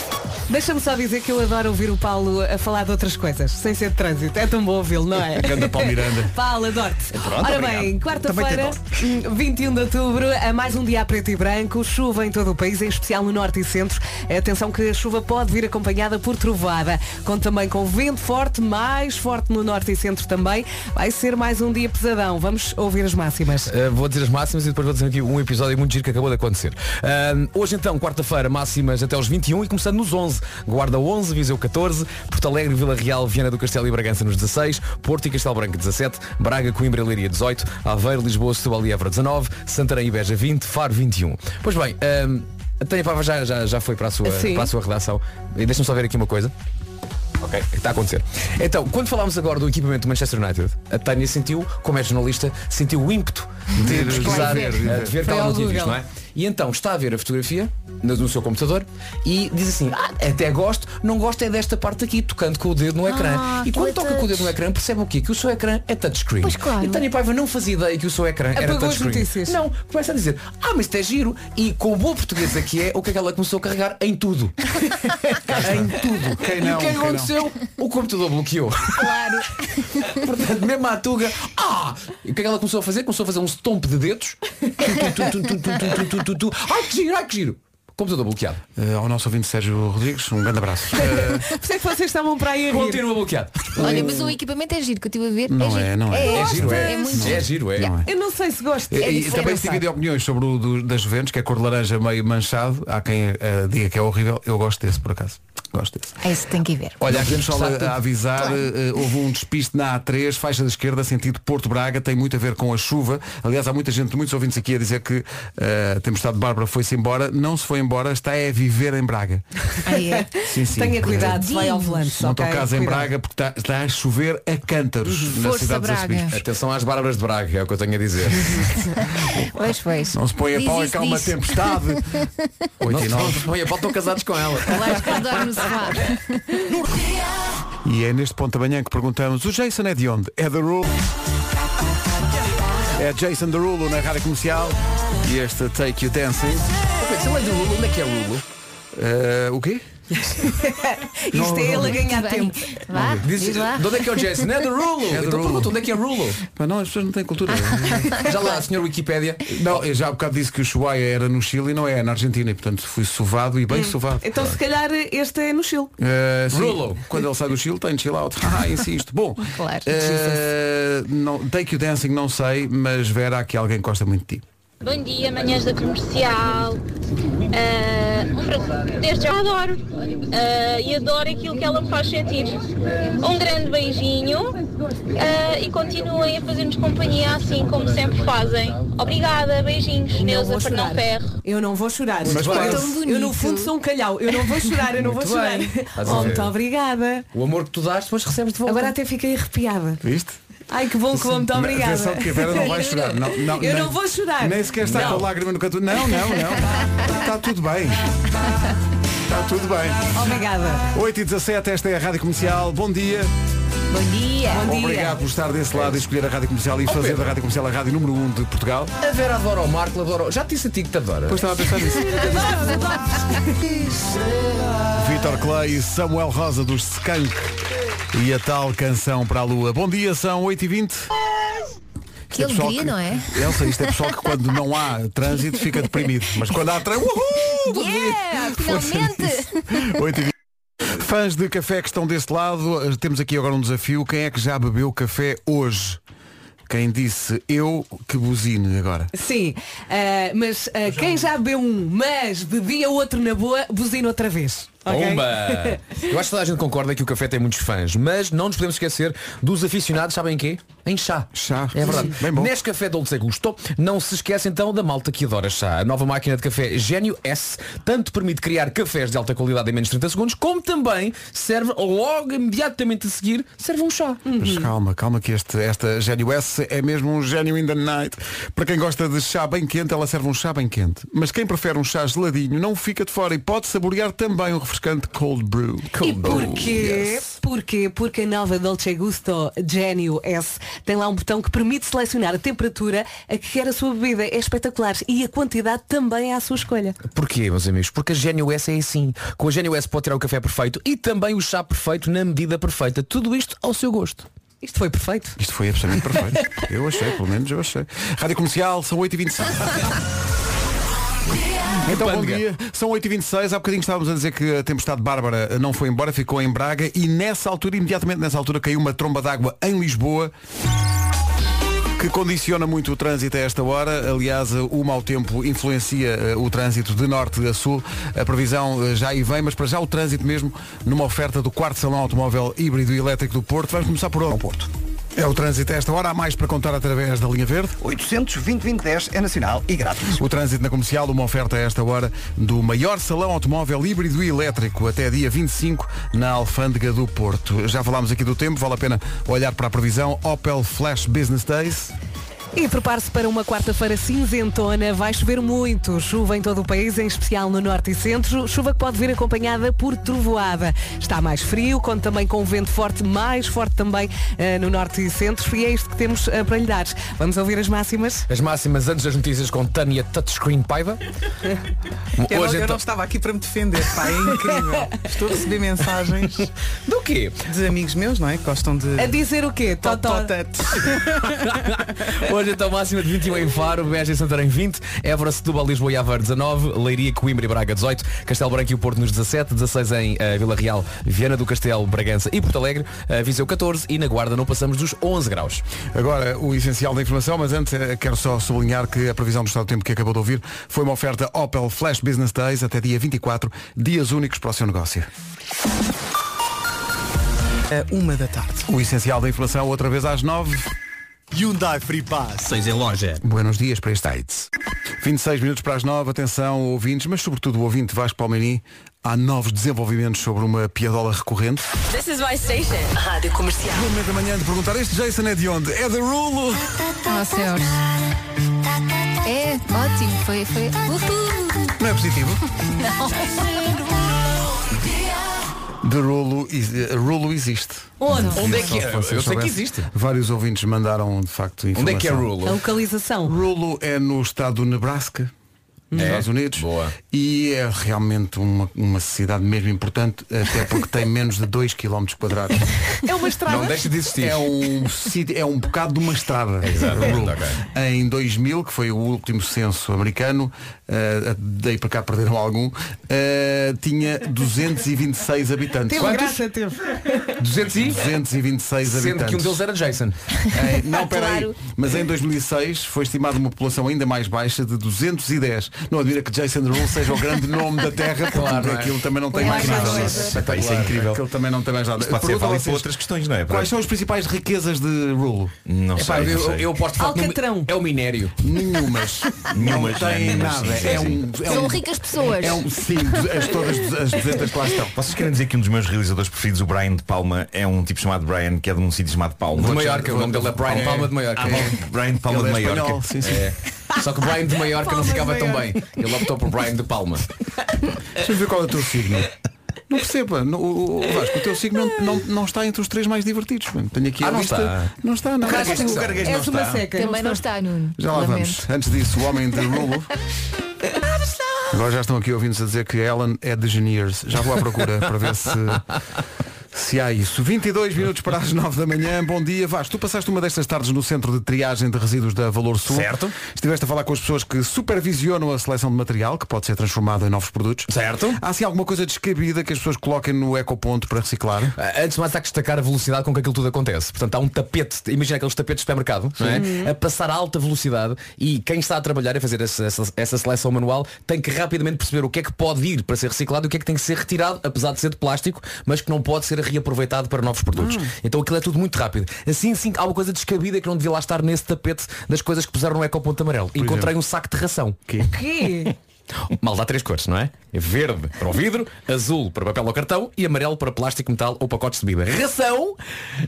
[SPEAKER 3] Deixa-me só dizer que eu adoro ouvir o Paulo a falar de outras coisas, sem ser de trânsito. É tão bom ouvi-lo, não é?
[SPEAKER 1] Ganda Paulo Miranda.
[SPEAKER 3] Paulo, adoro-te.
[SPEAKER 1] É
[SPEAKER 3] Ora bem,
[SPEAKER 2] obrigado.
[SPEAKER 3] quarta-feira, hum, 21 de outubro, a mais um dia a preto e branco, chuva em todo o país, em especial no norte e centro. É Atenção que a chuva pode vir acompanhada por trovoada. Conto também com vento forte, mais forte no norte e centro também. Vai ser mais um dia pesadão. Vamos ouvir as máximas.
[SPEAKER 7] Uh, vou dizer as máximas e depois vou dizer aqui um episódio muito giro que acabou de acontecer. Uh, hoje então, quarta-feira, máximas até aos 21 e começando nos 11. Guarda 11, Viseu 14, Porto Alegre, Vila Real, Viana do Castelo e Bragança nos 16, Porto e Castelo Branco 17, Braga, Coimbra e Leiria 18, Aveiro, Lisboa, Setúbal e Évora 19, Santarém e Beja 20, Faro 21. Pois bem, uh, a Tânia Pava já, já, já foi para a sua,
[SPEAKER 3] Sim.
[SPEAKER 7] para a sua redação. E Deixa-me só ver aqui uma coisa. Ok, que está a acontecer. Então, quando falámos agora do equipamento do Manchester United, a Tânia sentiu, como é jornalista, sentiu o ímpeto de
[SPEAKER 1] Ir
[SPEAKER 7] pesquisar,
[SPEAKER 1] ver,
[SPEAKER 7] eh, de
[SPEAKER 1] ver.
[SPEAKER 7] ver, que
[SPEAKER 3] Foi
[SPEAKER 7] ela
[SPEAKER 3] ao
[SPEAKER 7] não tinha visto,
[SPEAKER 3] Google.
[SPEAKER 7] não é? E então está a ver a fotografia no, no seu computador e diz assim, "Ah, até gosto, não gosto é desta parte aqui, tocando com o dedo no
[SPEAKER 3] Ah,
[SPEAKER 7] ecrã. E quando
[SPEAKER 4] que
[SPEAKER 7] toca com o dedo no
[SPEAKER 4] touch.
[SPEAKER 7] ecrã, percebe o quê? Que o seu ecrã é touchscreen.
[SPEAKER 4] Pois claro.
[SPEAKER 7] E Tânia Paiva não fazia ideia que o seu ecrã era
[SPEAKER 3] Apagou as
[SPEAKER 7] touchscreen.
[SPEAKER 3] notícias.
[SPEAKER 7] Não, começa a dizer, ah, mas isto é giro. E com o bom portuguesa que é, o que é que ela começou a carregar em tudo. em tudo.
[SPEAKER 1] Quem
[SPEAKER 7] e
[SPEAKER 1] não,
[SPEAKER 7] o que é
[SPEAKER 1] quem
[SPEAKER 7] que
[SPEAKER 1] não?
[SPEAKER 7] aconteceu? O computador bloqueou. Claro. Portanto, mesmo a Tuga, ah! E o que é que ela começou a fazer? Começou a fazer um stomp de dedos. Tu, tu, tu, tu, tu, tu, tu, tu, tu. Ai que giro, ai que giro. Computador bloqueado.
[SPEAKER 1] Eh, ao nosso ouvinte Sérgio Rodrigues, um grande abraço. Eh,
[SPEAKER 3] Por isso é que vocês estavam para aí a rir.
[SPEAKER 1] um
[SPEAKER 7] Continua bloqueado.
[SPEAKER 4] Olha, mas o equipamento é giro, que eu estive a ver.
[SPEAKER 1] Não
[SPEAKER 4] é,
[SPEAKER 1] é,
[SPEAKER 4] giro.
[SPEAKER 1] não é.
[SPEAKER 7] É giro, é.
[SPEAKER 4] É muito giro.
[SPEAKER 7] É giro, é.
[SPEAKER 1] não é?
[SPEAKER 3] Eu não sei se gosto.
[SPEAKER 1] E- e
[SPEAKER 4] diferente,
[SPEAKER 1] também se diga de opiniões sobre o do, das Juventus, que é cor de laranja meio manchado. Há quem eh, diga que é horrível. Eu gosto desse, por acaso. Gosto desse.
[SPEAKER 4] É isso que tem que ir ver.
[SPEAKER 1] Olha, aqui só
[SPEAKER 7] Está tudo.
[SPEAKER 1] a avisar, eh, houve um despiste na A3, faixa da esquerda, sentido Porto Braga, tem muito a ver com a chuva. Aliás, há muita gente, muitos ouvintes aqui a dizer que eh, a tempestade de Bárbara foi-se embora, não se foi embora, está é a viver em Braga.
[SPEAKER 4] Aí é.
[SPEAKER 1] Sim, sim.
[SPEAKER 3] Tenha cuidado,
[SPEAKER 1] Eh,
[SPEAKER 3] se vai ao volante.
[SPEAKER 1] Não
[SPEAKER 3] ok?
[SPEAKER 1] estou casa em
[SPEAKER 3] Cuidado.
[SPEAKER 1] Braga porque está, está a chover a cântaros na
[SPEAKER 4] Força,
[SPEAKER 1] cidade dos
[SPEAKER 4] Braga.
[SPEAKER 1] Arcebispos.
[SPEAKER 7] Atenção às Bárbaras de Braga, é o que eu tenho a dizer.
[SPEAKER 4] Pois, pois.
[SPEAKER 1] Não se põe a
[SPEAKER 4] Diz
[SPEAKER 1] pau e
[SPEAKER 4] isso,
[SPEAKER 1] cá uma
[SPEAKER 4] diz.
[SPEAKER 1] tempestade. 8 e 9.
[SPEAKER 7] Estão é, casados com ela.
[SPEAKER 4] Lá esconder no sofá.
[SPEAKER 1] E é neste ponto da manhã que perguntamos, o Jason é de onde? É da Rule? É Jason Derulo na Rádio Comercial e este Take You Dancing.
[SPEAKER 7] Se ele é de Lula, onde é que é Lula?
[SPEAKER 1] Eh, o quê?
[SPEAKER 3] Isto é ele a ganhar
[SPEAKER 4] Bem,
[SPEAKER 3] tempo.
[SPEAKER 4] Vá, diz lá.
[SPEAKER 7] de onde é que é o Jason? É de Rulo.
[SPEAKER 1] de
[SPEAKER 7] Então
[SPEAKER 1] Rulo.
[SPEAKER 7] pergunta onde é que é Rulo.
[SPEAKER 1] Mas não, as pessoas não têm cultura.
[SPEAKER 7] Já lá, senhor Wikipédia.
[SPEAKER 1] não, eu já há bocado disse que o Chuaia era no Chile e não é, é na Argentina. E portanto fui sovado
[SPEAKER 7] Hum.
[SPEAKER 1] e bem sovado.
[SPEAKER 3] Então se calhar este é no Chile.
[SPEAKER 1] Eh, sim,
[SPEAKER 7] Rulo.
[SPEAKER 1] Quando ele sai do Chile tem de chill out. Ah, insisto. Bom,
[SPEAKER 4] Claro.
[SPEAKER 1] eh, não, Take You Dancing não sei, mas Vera, há aqui é alguém que gosta muito de ti.
[SPEAKER 9] Bom dia, manhãs da comercial. Ah, um pra- desde já adoro. Ah, e adoro aquilo que ela me faz sentir. Um grande beijinho ah, e continuem a fazer-nos companhia assim como sempre fazem. Obrigada, beijinhos. Neuza Fernão Ferro.
[SPEAKER 3] Eu não vou chorar.
[SPEAKER 1] Mas
[SPEAKER 3] eu,
[SPEAKER 1] quase.
[SPEAKER 3] tô- eu no fundo sou um calhau. Eu não vou chorar, eu não vou
[SPEAKER 7] Muito
[SPEAKER 3] chorar.
[SPEAKER 7] bem. Estás a
[SPEAKER 3] Oh,
[SPEAKER 7] ver.
[SPEAKER 3] muito obrigada.
[SPEAKER 7] O amor que tu dás, depois recebes de volta.
[SPEAKER 3] Agora até fiquei arrepiada.
[SPEAKER 1] Viste?
[SPEAKER 3] Ai que bom que bom, muito
[SPEAKER 1] Atenção
[SPEAKER 3] obrigada.
[SPEAKER 1] que a Vera não vai chorar. Não, não,
[SPEAKER 3] Eu
[SPEAKER 1] nem-
[SPEAKER 3] não vou chorar.
[SPEAKER 1] Nem sequer está com a lágrima no canto. Não, não, não. Está tudo bem. Está tudo bem.
[SPEAKER 3] Obrigada.
[SPEAKER 1] 8 e 17 esta é a Rádio Comercial. Bom dia.
[SPEAKER 4] Bom dia.
[SPEAKER 3] Bom dia.
[SPEAKER 1] Obrigado por estar desse lado e escolher a Rádio Comercial e fazer
[SPEAKER 7] É Pedro.
[SPEAKER 1] da Rádio Comercial a Rádio número 1 de Portugal.
[SPEAKER 7] A Vera adora o Marco, adora o... Já te disse a ti que te adora.
[SPEAKER 1] Depois estava a pensar nisso. Vitor Clay e Samuel Rosa dos Skank. E a tal canção para a lua. Bom dia, são 8h20.
[SPEAKER 4] Que alegria, não é?
[SPEAKER 1] Elsa, isto é pessoal que quando não há trânsito fica deprimido. Mas quando há trânsito. Uhul!
[SPEAKER 4] Yeah, finalmente.
[SPEAKER 1] 8 e 20. Fãs de café que estão deste lado, eh, temos aqui agora um desafio. Quem é que já bebeu café hoje? Quem disse eu que buzine agora?
[SPEAKER 3] Sim, ah, mas ah, quem já bebeu um, mas bebia outro na boa, buzina outra vez. ok?
[SPEAKER 7] Bomba! Eu acho que toda a gente concorda que o café tem muitos fãs, mas não nos podemos esquecer dos aficionados, sabem em quê? Em chá.
[SPEAKER 1] Chá.
[SPEAKER 7] É verdade.
[SPEAKER 1] Sim. Bem bom.
[SPEAKER 7] Neste café Dolce Gusto, não se esquece então da malta que adora chá. A nova máquina de café Gênio S tanto permite criar cafés de alta qualidade em menos de 30 segundos, como também serve logo imediatamente a seguir, serve um chá.
[SPEAKER 3] Uhum.
[SPEAKER 1] Mas calma, calma que este, esta Gênio S é mesmo um gênio in the night. Para quem gosta de chá bem quente, ela serve um chá bem quente. Mas quem prefere um chá geladinho não fica de fora e pode saborear também o refrescante cold brew.
[SPEAKER 3] E porquê? Porquê? Porque a nova Dolce Gusto Genio S tem lá um botão que permite selecionar a temperatura a que quer a sua bebida. É espetacular. E a quantidade também é à sua escolha.
[SPEAKER 7] Porquê, meus amigos? Porque a Gênio S é assim. Com a Gênio S pode tirar o café perfeito e também o chá perfeito na medida perfeita. Tudo isto ao seu gosto.
[SPEAKER 3] Isto foi perfeito.
[SPEAKER 1] Isto foi absolutamente perfeito. Eu achei, pelo menos eu achei. Rádio Comercial, são 8h26. Então, bom
[SPEAKER 7] Pândega.
[SPEAKER 1] dia. São 8h26. Há bocadinho estávamos a dizer que a tempestade Bárbara eh, não foi embora, ficou em Braga e nessa altura, imediatamente nessa altura, caiu uma tromba d'água em Lisboa que condiciona muito o trânsito a esta hora. Aliás, eh, o mau tempo influencia eh, o trânsito de norte a sul. A previsão eh, já aí vem, mas para já o trânsito mesmo numa oferta do quarto salão automóvel híbrido e elétrico do Porto. Vamos começar por onde? Porto. É o trânsito a esta hora. Há mais para contar através da linha verde.
[SPEAKER 2] 800 2010 é nacional e grátis.
[SPEAKER 1] O trânsito na comercial, uma oferta a esta hora do maior salão automóvel híbrido e elétrico até dia 25 na Alfândega do Porto. Já falámos aqui do tempo, vale a pena olhar para a previsão Opel Flash Business Days.
[SPEAKER 3] E prepare-se para uma quarta-feira cinzentona. Vai chover muito. Chuva em todo o país, em especial no norte e centro. Chuva que pode vir acompanhada por trovoada. Está mais frio, conta também com um vento forte, mais forte também eh, no norte e centro. E é isto que temos eh, para lhe dar. Vamos ouvir as máximas?
[SPEAKER 7] As máximas antes das notícias com Tânia Touchscreen Paiva.
[SPEAKER 12] Eu, não- eu
[SPEAKER 1] é
[SPEAKER 7] então-
[SPEAKER 12] não estava aqui para me defender, pá, é incrível. Estou a receber mensagens
[SPEAKER 7] Do quê?
[SPEAKER 12] de amigos meus, não é? Que gostam de.
[SPEAKER 3] A dizer o quê? Totó.
[SPEAKER 12] Tototate.
[SPEAKER 7] Hoje então máxima de 21 em Faro, Beja e Santarém 20, Évora, Setúbal, Lisboa e Aveiro 19, Leiria, Coimbra e Braga 18, Castelo Branco e o Porto nos 17, 16 em eh, Vila Real, Viana do Castelo, Bragança e Porto Alegre, eh, Viseu 14 e na Guarda não passamos dos 11 graus.
[SPEAKER 1] Agora, o essencial da informação, mas antes eh, quero só sublinhar que a previsão do estado do tempo que acabou de ouvir foi uma oferta Opel Flash Business Days até dia 24, dias únicos para o seu negócio.
[SPEAKER 12] A É uma da tarde.
[SPEAKER 1] O essencial da informação outra vez às 9.
[SPEAKER 5] Hyundai Free Pass. Seis em loja.
[SPEAKER 1] Buenos dias para este AIDS. 26 minutos para as 9, atenção ouvintes, mas sobretudo o ouvinte Vasco Palmeirim, há novos desenvolvimentos sobre uma piadola recorrente.
[SPEAKER 8] This is my station. Rádio Comercial.
[SPEAKER 1] No momento da manhã de perguntar, este Jason é de onde? É de Rulo!
[SPEAKER 4] Oh, céus. É, ótimo. Foi, foi. Uhul.
[SPEAKER 1] Não é positivo? De Rulo, is- Rulo existe.
[SPEAKER 3] Onde?
[SPEAKER 7] Onde é que
[SPEAKER 1] Só
[SPEAKER 7] é?
[SPEAKER 1] se vocês
[SPEAKER 7] Eu sei que
[SPEAKER 1] soubessem.
[SPEAKER 7] existe.
[SPEAKER 1] Vários ouvintes mandaram, de facto, informação.
[SPEAKER 7] Onde é que é
[SPEAKER 3] A
[SPEAKER 7] Rulo?
[SPEAKER 3] localização.
[SPEAKER 1] Rulo é no estado do Nebraska, nos
[SPEAKER 7] É?
[SPEAKER 1] Estados Unidos.
[SPEAKER 7] Boa.
[SPEAKER 1] E é realmente uma, uma cidade mesmo importante, até porque tem menos de 2 km quadrados.
[SPEAKER 3] É uma estrada.
[SPEAKER 7] Não deixa de existir.
[SPEAKER 1] É um, sítio- é um bocado de uma estrada.
[SPEAKER 7] Exatamente,
[SPEAKER 1] Rulo.
[SPEAKER 7] É ok.
[SPEAKER 1] Em 2000, que foi o último censo americano, eh, daí para cá perderam algum, eh, tinha 226 habitantes.
[SPEAKER 3] Teve graça, teve.
[SPEAKER 7] 200 e?
[SPEAKER 1] 226
[SPEAKER 7] Sendo
[SPEAKER 1] habitantes.
[SPEAKER 7] que um deles era Jason.
[SPEAKER 1] Em- É, não, peraí.
[SPEAKER 4] Ah, Claro.
[SPEAKER 1] Mas em 2006 foi estimada uma população ainda mais baixa de 210. Não admira que Jason Derulo seja o grande nome da Terra, porque
[SPEAKER 7] Claro, não é?
[SPEAKER 1] aquilo também não tem
[SPEAKER 4] Pois
[SPEAKER 1] mais
[SPEAKER 4] é,
[SPEAKER 1] nada.
[SPEAKER 4] pois é.
[SPEAKER 5] Espetacular. Isso é incrível.
[SPEAKER 1] Aquilo também não tem mais nada.
[SPEAKER 5] Isto pode ser
[SPEAKER 1] Pergunto a
[SPEAKER 5] válido para
[SPEAKER 1] vocês,
[SPEAKER 5] outras questões, não é?
[SPEAKER 1] Quais são as principais riquezas de Rulo?
[SPEAKER 5] Não
[SPEAKER 7] Epá,
[SPEAKER 5] sei,
[SPEAKER 7] eu,
[SPEAKER 5] não
[SPEAKER 7] eu,
[SPEAKER 5] sei.
[SPEAKER 7] aposto forte no-
[SPEAKER 3] Alcatrão.
[SPEAKER 7] É o minério.
[SPEAKER 1] Nenhumas.
[SPEAKER 5] Nenhumas,
[SPEAKER 1] não tem
[SPEAKER 5] nenhumas,
[SPEAKER 1] nada.
[SPEAKER 5] sim, sim,
[SPEAKER 1] é
[SPEAKER 5] sim.
[SPEAKER 1] um, é
[SPEAKER 4] São
[SPEAKER 1] um-
[SPEAKER 4] ricas pessoas.
[SPEAKER 1] É um, sim, as todas as 200 que lá estão.
[SPEAKER 5] Vocês querem dizer que um dos meus realizadores preferidos, o Brian de Palma, é um tipo chamado Brian, que é de um sítio chamado Palma.
[SPEAKER 7] De Maiorca, o nome dele é Brian Palma de Maiorca.
[SPEAKER 5] Ah, bom, Brian de Palma
[SPEAKER 1] Ele
[SPEAKER 5] de
[SPEAKER 1] é
[SPEAKER 5] Maiorca.
[SPEAKER 1] espanhol, sim, sim.
[SPEAKER 7] É. Só que o Brian de Maiorca não ficava tão bem. Ele optou por Brian de Palma.
[SPEAKER 1] Deixa eu ver qual é o teu signo. Não perceba, no, o, o Vasco, o teu signo não, não, não está entre os três mais divertidos. mano. Tenho aqui
[SPEAKER 7] Ah,
[SPEAKER 1] a
[SPEAKER 7] não
[SPEAKER 1] lista.
[SPEAKER 7] está.
[SPEAKER 1] Não está, não.
[SPEAKER 7] Cargas-
[SPEAKER 1] O Cargas-
[SPEAKER 3] És uma seca.
[SPEAKER 4] Também não está, Nuno.
[SPEAKER 1] Já lá
[SPEAKER 4] Lamento.
[SPEAKER 1] vamos. Antes disso, o homem de Rulo. Agora já estão aqui ouvindo-nos a dizer que Ellen é de Engineers. Já vou à procura para ver se, se há isso. 22 minutos para as 9 da manhã. Bom dia, Vasco. Tu passaste uma destas tardes no centro de triagem de resíduos da Valor Sul.
[SPEAKER 5] Certo.
[SPEAKER 1] Estiveste a falar com as pessoas que supervisionam a seleção de material, que pode ser transformado em novos produtos.
[SPEAKER 7] Certo.
[SPEAKER 1] Há assim alguma coisa descabida que as pessoas coloquem no ecoponto para reciclar?
[SPEAKER 7] Ah, Antes de mais há que destacar a velocidade com que aquilo tudo acontece. Portanto, há um tapete, imagina aqueles tapetes de supermercado, não é? a passar a alta velocidade e quem está a trabalhar a fazer essa, essa- essa seleção manual tem que rapidamente perceber o que é que pode ir para ser reciclado e o que é que tem que ser retirado, apesar de ser de plástico, mas que não pode ser reaproveitado para novos produtos. Então aquilo é tudo muito rápido. Assim sim, há uma coisa descabida que não devia lá estar nesse tapete das coisas que puseram no ecoponto amarelo. Encontrei um saco de ração.
[SPEAKER 3] Quê?
[SPEAKER 7] Mal dá três cores, não é? É Verde para o vidro, azul para papel ou cartão e amarelo para plástico, metal ou pacotes de bebida. Ração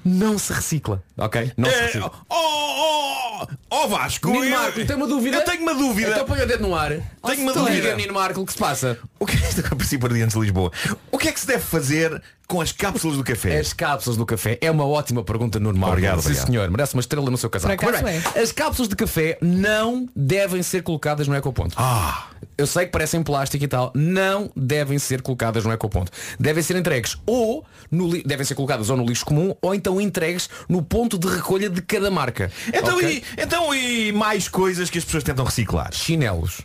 [SPEAKER 7] não se recicla, ok? Não se
[SPEAKER 5] É,
[SPEAKER 7] recicla.
[SPEAKER 5] oh, oh, oh Vasco!
[SPEAKER 7] Menino
[SPEAKER 5] eu-
[SPEAKER 7] Marco, tem uma dúvida?
[SPEAKER 5] Eu tenho uma dúvida.
[SPEAKER 7] Então põe o dedo no ar.
[SPEAKER 5] Tenho uma
[SPEAKER 7] Diga,
[SPEAKER 5] dúvida.
[SPEAKER 7] Menino Marco, o que se passa?
[SPEAKER 5] O que- isto apareci para diante de Lisboa. O que é que se deve fazer com as cápsulas do café?
[SPEAKER 7] É As cápsulas do café é uma ótima pergunta, Nuno Marco.
[SPEAKER 5] Obrigado,
[SPEAKER 7] Sim,
[SPEAKER 5] obrigado.
[SPEAKER 7] senhor. Merece uma estrela no seu casaco.
[SPEAKER 5] Por acaso é.
[SPEAKER 7] Mas bem, As cápsulas de café não devem ser colocadas no ecoponto. Ah. Eu sei que parecem plástico e tal. Não devem ser colocadas no ecoponto. Devem ser entregues ou no li- devem ser colocadas ou no lixo comum ou então entregues no ponto de recolha de cada marca.
[SPEAKER 5] Então,
[SPEAKER 7] Ok?
[SPEAKER 5] e, então e mais coisas que as pessoas tentam reciclar?
[SPEAKER 7] Chinelos.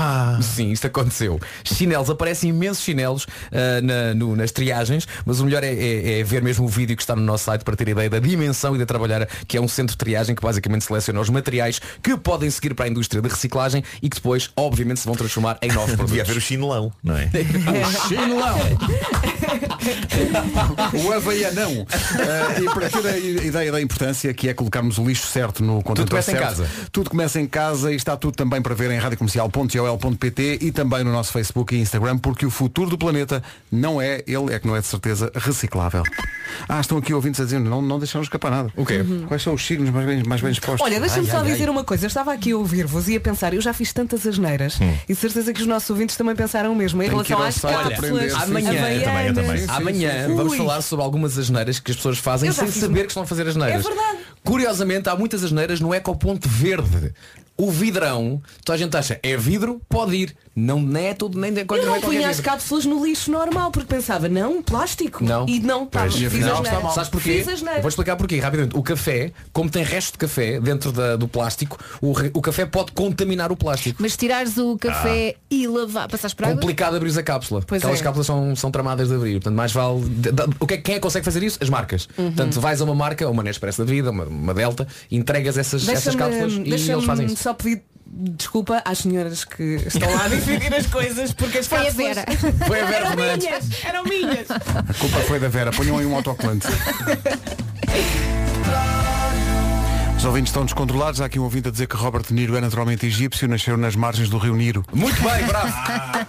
[SPEAKER 7] Ah. Sim, isto aconteceu. Chinelos, aparecem imensos chinelos ah, na- no- nas triagens, mas o melhor é, é- é ver mesmo o vídeo que está no nosso site para ter ideia da dimensão e da trabalhar, que é um centro de triagem que basicamente seleciona os materiais que podem seguir para a indústria de reciclagem e que depois, obviamente, se vão transformar em novos produtos. Ah,
[SPEAKER 5] Devia haver o chinelão, não é?
[SPEAKER 7] O chinelão.
[SPEAKER 1] O Havaianão. Eh, e para ter a i- ideia da importância que é colocarmos o lixo certo no contentor
[SPEAKER 7] começa em
[SPEAKER 1] certo.
[SPEAKER 7] casa.
[SPEAKER 1] Tudo começa em casa e está tudo também para ver em radiocomercial.ol.pt e também no nosso Facebook e Instagram, porque o futuro do planeta não é, ele é que não é de certeza, reciclável. Ah, estão aqui ouvintes a dizer, não, não deixaram escapar nada. O
[SPEAKER 7] quê?
[SPEAKER 1] Quais são os signos mais bem, mais bem expostos?
[SPEAKER 3] Olha, deixa-me
[SPEAKER 1] Ai,
[SPEAKER 3] só
[SPEAKER 1] ai,
[SPEAKER 3] dizer
[SPEAKER 1] ai.
[SPEAKER 3] uma coisa. Eu estava aqui a ouvir-vos e a pensar, eu já fiz tantas asneiras e de certeza que os nossos ouvintes também pensaram o mesmo. Em
[SPEAKER 7] Tem Hum. que ir
[SPEAKER 3] relação
[SPEAKER 7] ao
[SPEAKER 3] às
[SPEAKER 7] site aprender,
[SPEAKER 3] cápsulas,
[SPEAKER 7] sim, amanhã,
[SPEAKER 3] havaianas.
[SPEAKER 5] Eu também, eu também.
[SPEAKER 7] Amanhã
[SPEAKER 3] sim.
[SPEAKER 7] vamos
[SPEAKER 3] Ui.
[SPEAKER 7] falar sobre algumas asneiras que as pessoas fazem
[SPEAKER 3] Eu já
[SPEAKER 7] sem
[SPEAKER 3] fiz uma.
[SPEAKER 7] saber que estão a fazer asneiras.
[SPEAKER 3] É verdade.
[SPEAKER 7] Curiosamente, há muitas asneiras no ecoponto verde. O vidrão, toda a gente acha, é vidro, pode ir. Não não é tudo, nem de
[SPEAKER 3] Eu
[SPEAKER 7] não é
[SPEAKER 3] não
[SPEAKER 7] qualquer
[SPEAKER 3] punha as
[SPEAKER 7] vidro.
[SPEAKER 3] cápsulas no lixo normal porque pensava, não, plástico.
[SPEAKER 7] Não.
[SPEAKER 3] E não, tá,
[SPEAKER 7] Pois,
[SPEAKER 3] fiz
[SPEAKER 7] afinal,
[SPEAKER 3] asneira.
[SPEAKER 7] está mal. Sabes porquê?
[SPEAKER 3] Fiz asneira.
[SPEAKER 7] Vou explicar porquê, rapidamente. O café, como tem resto de café dentro da- do plástico, o, re- o café pode contaminar o plástico.
[SPEAKER 4] Mas tirares o café e lavar, passares por água?
[SPEAKER 7] Complicado abrir a cápsula.
[SPEAKER 4] Pois
[SPEAKER 7] Aquelas
[SPEAKER 4] é.
[SPEAKER 7] cápsulas são, são tramadas de abrir. Portanto, mais vale. de- de- o que é, quem é que consegue fazer isso? As marcas. Portanto, vais a uma marca, uma Nespresso da vida, uma, uma Delta, entregas essas, essas cápsulas
[SPEAKER 3] Deixa-me
[SPEAKER 7] e eles fazem
[SPEAKER 3] deixa
[SPEAKER 7] isso.
[SPEAKER 3] só pedir desculpa às senhoras que estão lá a dividir as coisas porque as
[SPEAKER 4] Foi a
[SPEAKER 3] cápsulas
[SPEAKER 4] Vera.
[SPEAKER 7] Foi a Vera
[SPEAKER 3] eram
[SPEAKER 7] Fernandes.
[SPEAKER 3] minhas, eram minhas.
[SPEAKER 1] A culpa foi da Vera, ponham aí um autocolante. Os ouvintes estão descontrolados, há aqui um ouvinte a dizer que Robert De Niro é naturalmente egípcio, nasceu nas margens do Rio Niro.
[SPEAKER 7] Muito bem, bravo.
[SPEAKER 3] Ah.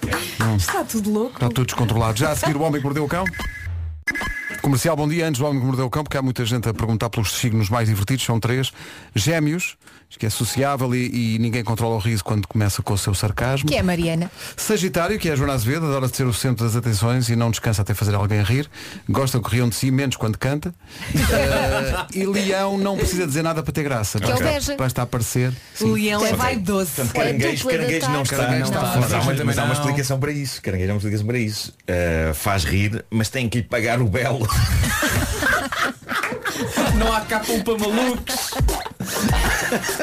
[SPEAKER 3] Está tudo louco.
[SPEAKER 1] Está tudo descontrolado. Já a seguir o homem que mordeu o cão? Comercial, bom dia. Antes do homem que mordeu o cão, porque há muita gente a perguntar pelos signos mais divertidos, são três. Gêmeos, que é sociável e, e ninguém controla o riso quando começa com o seu sarcasmo.
[SPEAKER 4] Que é a Mariana.
[SPEAKER 1] Sagitário, que é a Joana Azevedo, adora ser o centro das atenções e não descansa até fazer alguém rir. Gosta que riam de si, menos quando canta. Eh, e Leão não precisa dizer nada para ter graça.
[SPEAKER 4] Que é o
[SPEAKER 1] Basta-
[SPEAKER 4] Beja.
[SPEAKER 1] Basta aparecer.
[SPEAKER 3] O leão é
[SPEAKER 5] Ok.
[SPEAKER 3] vaidoso.
[SPEAKER 5] Portanto,
[SPEAKER 4] É a
[SPEAKER 5] caranguejo,
[SPEAKER 4] dupla da
[SPEAKER 5] caranguejo não está,
[SPEAKER 4] tarde.
[SPEAKER 5] não.
[SPEAKER 4] Não.
[SPEAKER 5] Mas, há uma,
[SPEAKER 7] Também
[SPEAKER 5] mas há uma
[SPEAKER 7] não.
[SPEAKER 5] explicação para isso. Caranguejo é uma explicação para isso. Uh, faz rir, mas tem que lhe pagar o belo.
[SPEAKER 7] Não há cá para malucos.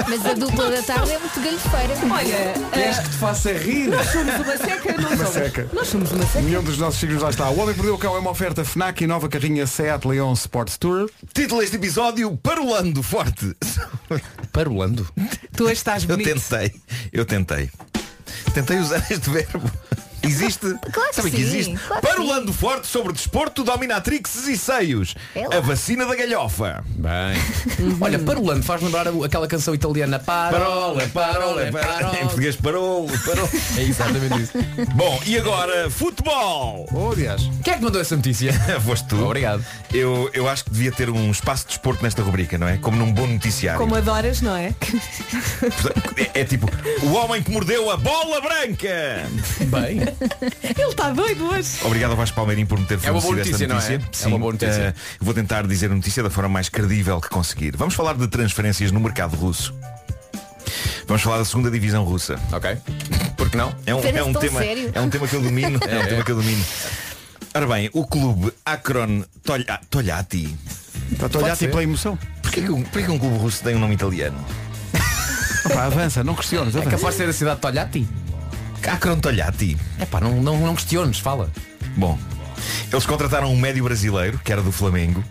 [SPEAKER 4] Mas a dupla da tarde é muito galhofeira.
[SPEAKER 3] Olha,
[SPEAKER 7] Queres que te faça rir?
[SPEAKER 3] nós somos uma seca, não somos.
[SPEAKER 1] seca.
[SPEAKER 3] Nós somos uma seca.
[SPEAKER 1] Nenhum dos nossos signos lá está. O Homem que Mordeu o Cão é uma oferta FNAC e nova carrinha Seat Leon Sport Tour.
[SPEAKER 5] Título deste episódio, Parolando Forte.
[SPEAKER 7] Parolando.
[SPEAKER 3] Tu hoje estás
[SPEAKER 5] Eu
[SPEAKER 3] bonito.
[SPEAKER 5] tentei, eu tentei. Tentei usar este verbo. Existe?
[SPEAKER 4] Claro que
[SPEAKER 5] Sabem que
[SPEAKER 4] sim,
[SPEAKER 5] existe?
[SPEAKER 4] claro que
[SPEAKER 5] Parolando forte sobre desporto, dominatrixes e seios.
[SPEAKER 4] É lá.
[SPEAKER 5] A vacina da galhofa.
[SPEAKER 7] Uhum. Olha, parolando faz lembrar a- aquela canção italiana Parola, parola,
[SPEAKER 5] Em
[SPEAKER 7] parola.
[SPEAKER 5] português, parou, parou.
[SPEAKER 7] É exatamente isso.
[SPEAKER 5] Bom, e agora, futebol.
[SPEAKER 1] Oh, aliás.
[SPEAKER 7] Quem é que mandou essa notícia?
[SPEAKER 5] Foste tu.
[SPEAKER 7] Obrigado.
[SPEAKER 5] Eu, eu acho que devia ter um espaço de desporto nesta rubrica, não é? Como num bom noticiário.
[SPEAKER 3] Como adoras, não é?
[SPEAKER 5] Portanto, É, é tipo, o homem que mordeu a bola branca.
[SPEAKER 7] É Bem.
[SPEAKER 3] Ele
[SPEAKER 4] tá
[SPEAKER 3] está doido hoje.
[SPEAKER 5] Obrigado ao Vasco Palmeirinho por me ter
[SPEAKER 7] É uma boa
[SPEAKER 5] fornecido esta
[SPEAKER 7] notícia, não é?
[SPEAKER 5] notícia.
[SPEAKER 7] É uma boa notícia.
[SPEAKER 5] eh, vou tentar dizer a notícia da forma mais credível que conseguir. Vamos falar de transferências no mercado russo. Vamos falar da segunda divisão russa.
[SPEAKER 7] Ok. Porque não?
[SPEAKER 5] É um,
[SPEAKER 4] Apenas
[SPEAKER 5] é um
[SPEAKER 4] tão
[SPEAKER 5] tema,
[SPEAKER 4] sério.
[SPEAKER 5] é um tema que eu domino. É, um tema que eu domino. Ora bem, o clube Akron ah, Tolha- Togliatti.
[SPEAKER 1] Está a olhar tipo pela emoção.
[SPEAKER 5] Porquê que, um- porquê que um clube russo tem um nome italiano?
[SPEAKER 1] Opa, avança, não questiones.
[SPEAKER 7] É
[SPEAKER 1] Avança.
[SPEAKER 7] capaz de ser a cidade de Togliatti?
[SPEAKER 5] Akron Togliatti.
[SPEAKER 7] É pá, não, não, não questiones, fala.
[SPEAKER 5] Bom, eles contrataram um médio brasileiro, que era do Flamengo,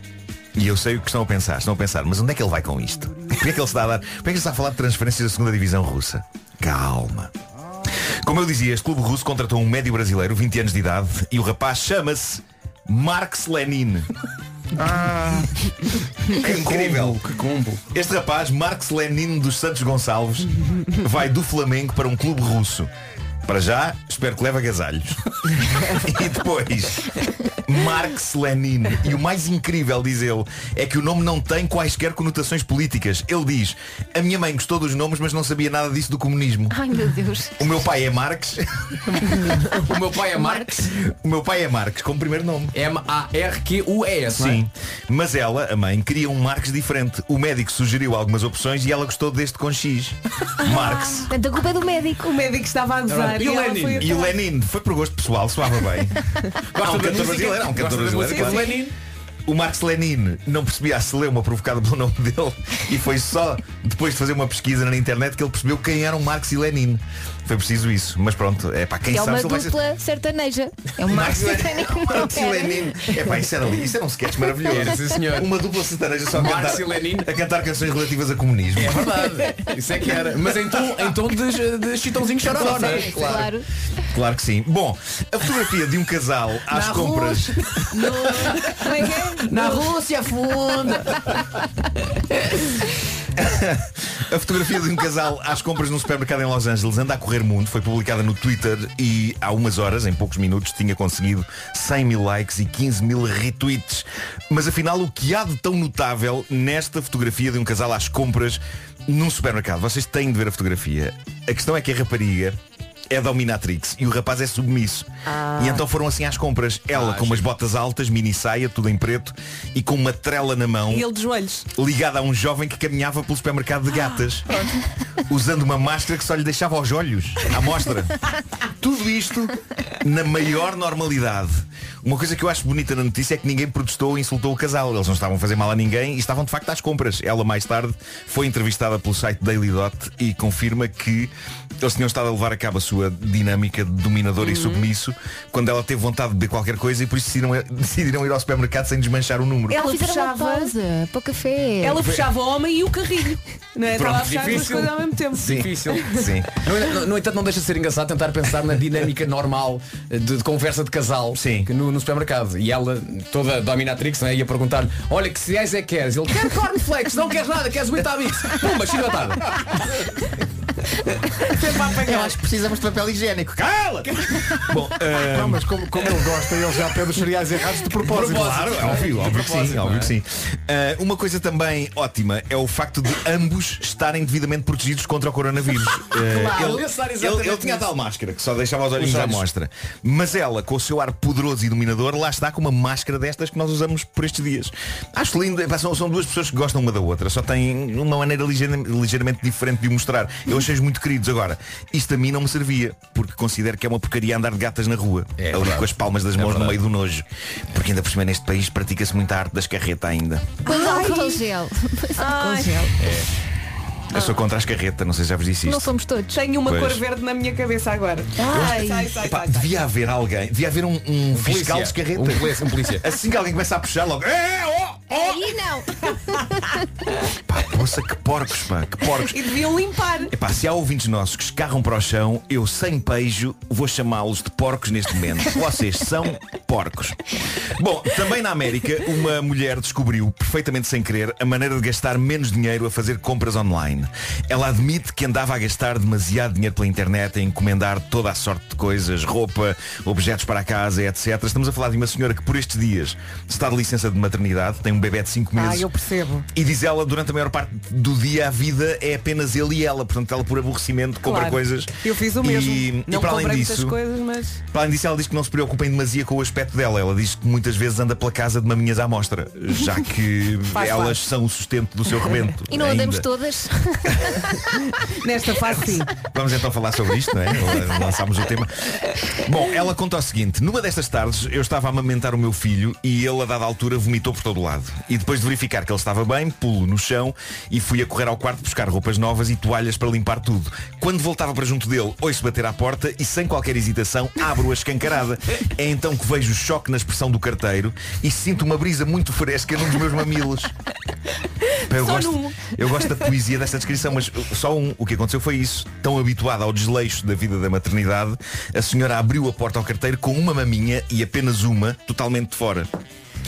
[SPEAKER 5] e eu sei o que estão a pensar. Estão a pensar, mas onde é que ele vai com isto? Porquê é que ele está a dar? Porquê é que ele está a falar de transferências da segunda divisão russa? Calma. Como eu dizia, este clube russo contratou um médio brasileiro, 20 anos de idade, e o rapaz chama-se Marx Lenin. que incrível.
[SPEAKER 1] Que combo.
[SPEAKER 5] Este rapaz, Marx Lenin dos Santos Gonçalves, vai do Flamengo para um clube russo. Para já, espero que leve agasalhos. e depois, Marx Lenin. E o mais incrível, diz ele, é que o nome não tem quaisquer conotações políticas. Ele diz, a minha mãe gostou dos nomes, mas não sabia nada disso do comunismo.
[SPEAKER 4] Ai meu Deus.
[SPEAKER 5] O meu pai é Marx. o meu pai é Marx. O meu pai é Marx, como primeiro nome. M-A-R-Q-U-E-S.
[SPEAKER 7] é?
[SPEAKER 5] Sim. Mas ela, a mãe, queria um Marx diferente. O médico sugeriu algumas opções e ela gostou deste com X. Marx.
[SPEAKER 4] Portanto, a culpa é do médico.
[SPEAKER 3] O médico estava a gozar.
[SPEAKER 5] E o
[SPEAKER 3] ela foi
[SPEAKER 5] Lenin?
[SPEAKER 3] a
[SPEAKER 5] E o
[SPEAKER 3] falar.
[SPEAKER 5] Lenin foi por gosto pessoal, soava bem. Há um
[SPEAKER 7] da música?
[SPEAKER 5] cantor brasileiro, há um cantor
[SPEAKER 7] Gosta da
[SPEAKER 5] brasileiro,
[SPEAKER 7] música?
[SPEAKER 5] claro. O Marx Lenin não percebia a celeuma provocada pelo nome dele e foi só depois de fazer uma pesquisa na internet que ele percebeu quem eram Marx e Lenin. Foi preciso isso. Mas pronto, é para quem
[SPEAKER 4] é
[SPEAKER 5] sabe
[SPEAKER 4] uma
[SPEAKER 5] se ele vai ser.
[SPEAKER 4] dupla sertaneja. É um Marx
[SPEAKER 5] Marx
[SPEAKER 4] e
[SPEAKER 5] e
[SPEAKER 4] Lenin.
[SPEAKER 5] Marx e Lenin. É pá, isso era, isso era um sketch maravilhoso.
[SPEAKER 7] Era, sim, senhor.
[SPEAKER 5] Uma dupla sertaneja só a
[SPEAKER 7] Marx
[SPEAKER 5] cantar,
[SPEAKER 7] e Lenin.
[SPEAKER 5] a cantar canções relativas a comunismo.
[SPEAKER 7] É verdade. Isso é que era. Mas então, então de, de chitãozinho chororó, não é?
[SPEAKER 4] Sim, Claro.
[SPEAKER 5] Claro que sim. Bom, a fotografia de um casal às
[SPEAKER 7] Na
[SPEAKER 5] compras.
[SPEAKER 3] Como é que é?
[SPEAKER 7] Na Rússia funda.
[SPEAKER 5] A fotografia de um casal às compras num supermercado em Los Angeles anda a correr mundo, foi publicada no Twitter e há umas horas, em poucos minutos, tinha conseguido 100 mil likes e 15 mil retweets. Mas afinal, o que há de tão notável nesta fotografia de um casal às compras num supermercado? Vocês têm de ver a fotografia. A questão é que a rapariga é dominatrix e o rapaz é submisso. E então foram assim às compras. Ela com umas botas altas, mini saia, tudo em preto e com uma trela na mão
[SPEAKER 12] E ele de joelhos.
[SPEAKER 5] ligada a um jovem que caminhava pelo supermercado de gatas, usando uma máscara que só lhe deixava aos olhos, à mostra. Tudo isto na maior normalidade. Uma coisa que eu acho bonita na notícia é que ninguém protestou ou insultou o casal. Eles não estavam a fazer mal a ninguém e estavam de facto às compras. Ela mais tarde foi entrevistada pelo site Daily Dot e confirma que eles tinham estado a levar a cabo a sua dinâmica de dominador e submisso quando ela teve vontade de beber qualquer coisa e por isso decidiram, decidiram ir ao supermercado sem desmanchar o número.
[SPEAKER 4] Ela
[SPEAKER 3] Ela
[SPEAKER 4] Ah, fizeram uma
[SPEAKER 3] puxava-
[SPEAKER 4] pausa para o café.
[SPEAKER 3] Ela puxava o homem e o carrinho. Não é? Estava a
[SPEAKER 5] Pronto,
[SPEAKER 3] puxar as duas
[SPEAKER 5] difícil.
[SPEAKER 3] coisas ao mesmo tempo.
[SPEAKER 5] Sim. Sim.
[SPEAKER 7] No, no- no entanto, não deixa de ser engraçado tentar pensar na dinâmica normal de, de conversa de casal
[SPEAKER 5] Sim.
[SPEAKER 7] que no, no supermercado. E ela, toda dominatrix, né, ia perguntar-lhe, olha que cereais é que queres? Ele quer cornflakes, não queres nada, queres Weetabix. Pumba, chibatada.
[SPEAKER 5] Eu acho que precisamos de papel higiênico. Cala! Bom, eh,
[SPEAKER 1] Não, mas como, como ele gosta, ele já pede os cereais errados de propósito.
[SPEAKER 5] claro, é óbvio, óbvio que sim, óbvio
[SPEAKER 1] é?
[SPEAKER 5] que sim. Eh, uma coisa também ótima é o facto de ambos estarem devidamente protegidos contra o coronavírus. Eh,
[SPEAKER 7] Claro,
[SPEAKER 5] ele,
[SPEAKER 7] eu ia pensar
[SPEAKER 5] ele-
[SPEAKER 7] exatamente
[SPEAKER 5] ele tinha a
[SPEAKER 7] nisso.
[SPEAKER 5] tal máscara que só deixava os olhinhos
[SPEAKER 7] Os
[SPEAKER 5] à
[SPEAKER 7] olhos.
[SPEAKER 5] mostra. Mas ela, com o seu ar poderoso e dominador, lá está com uma máscara destas que nós usamos por estes dias. Acho lindo, epá, são, são duas pessoas que gostam uma da outra, só têm uma maneira ligeira- ligeiramente diferente de o mostrar. Eu achei-os muito queridos agora. Isto a mim não me servia, porque considero que é uma porcaria andar de gatas na rua.
[SPEAKER 7] É
[SPEAKER 5] ali
[SPEAKER 7] verdade.
[SPEAKER 5] com as palmas das mãos no meio do nojo. Porque ainda por cima neste país pratica-se muita arte da escarreta ainda.
[SPEAKER 4] Mas álcool gel. Mas álcool gel.
[SPEAKER 5] Eu sou contra a escarreta, não sei se já vos disse
[SPEAKER 4] Não
[SPEAKER 5] isto.
[SPEAKER 4] somos todos. Ah.
[SPEAKER 3] Tenho uma
[SPEAKER 5] Pois.
[SPEAKER 3] cor verde na minha cabeça agora. Sai,
[SPEAKER 4] Ai.
[SPEAKER 3] sai,
[SPEAKER 5] Epá,
[SPEAKER 3] sai, sai.
[SPEAKER 5] devia haver alguém, devia haver um, um fiscal de escarreta.
[SPEAKER 7] Um polícia. Um polícia.
[SPEAKER 5] Assim que alguém começa a puxar logo. "É, ó,
[SPEAKER 4] Aí não.
[SPEAKER 5] Pá, poça, que porcos, pá, que porcos.
[SPEAKER 3] E deviam limpar.
[SPEAKER 5] Epá, se há ouvintes nossos que escarram para o chão, eu sem peijo vou chamá-los de porcos neste momento. Vocês são porcos. Bom, também na América, uma mulher descobriu, perfeitamente sem querer, a maneira de gastar menos dinheiro a fazer compras online. Ela admite que andava a gastar demasiado dinheiro pela internet, a encomendar toda a sorte de coisas, roupa, objetos para a casa, etc. Estamos a falar de uma senhora que por estes dias está de licença de maternidade, tem um bebê de 5 meses.
[SPEAKER 3] Ah, eu percebo.
[SPEAKER 5] E diz ela, durante a maior parte do dia a vida é apenas ele e ela. Portanto, ela por aborrecimento compra
[SPEAKER 3] Claro.
[SPEAKER 5] coisas.
[SPEAKER 3] Eu fiz o
[SPEAKER 5] E-
[SPEAKER 3] mesmo.
[SPEAKER 5] E,
[SPEAKER 3] não
[SPEAKER 5] para
[SPEAKER 3] comprei
[SPEAKER 5] além
[SPEAKER 3] muitas
[SPEAKER 5] disso,
[SPEAKER 3] coisas, mas.
[SPEAKER 5] para além disso, ela diz que não se preocupa em demasia com o aspecto dela. Ela diz que muitas vezes anda pela casa de maminhas à mostra, já que
[SPEAKER 3] Faz
[SPEAKER 5] elas
[SPEAKER 3] parte.
[SPEAKER 5] são o sustento do seu rebento.
[SPEAKER 4] E não andamos
[SPEAKER 5] ainda.
[SPEAKER 4] todas.
[SPEAKER 3] Nesta fase sim.
[SPEAKER 5] Vamos então falar sobre isto, não é? Lançámos o tema. Bom, ela conta o seguinte. Numa destas tardes, eu estava a amamentar o meu filho e ele, a dada altura, vomitou por todo lado. E depois de verificar que ele estava bem, pulo no chão e fui a correr ao quarto buscar roupas novas e toalhas para limpar tudo. Quando voltava para junto dele, ouço bater à porta e, sem qualquer hesitação, abro a escancarada. É então que vejo o choque na expressão do carteiro e sinto uma brisa muito fresca num dos meus mamilos. Pá, Eu
[SPEAKER 3] Só
[SPEAKER 5] gosto,
[SPEAKER 3] num.
[SPEAKER 5] eu gosto da poesia desta descrição, mas só um. O que aconteceu foi isso. Tão habituada ao desleixo da vida da maternidade, a senhora abriu a porta ao carteiro com uma maminha e apenas uma, totalmente de fora.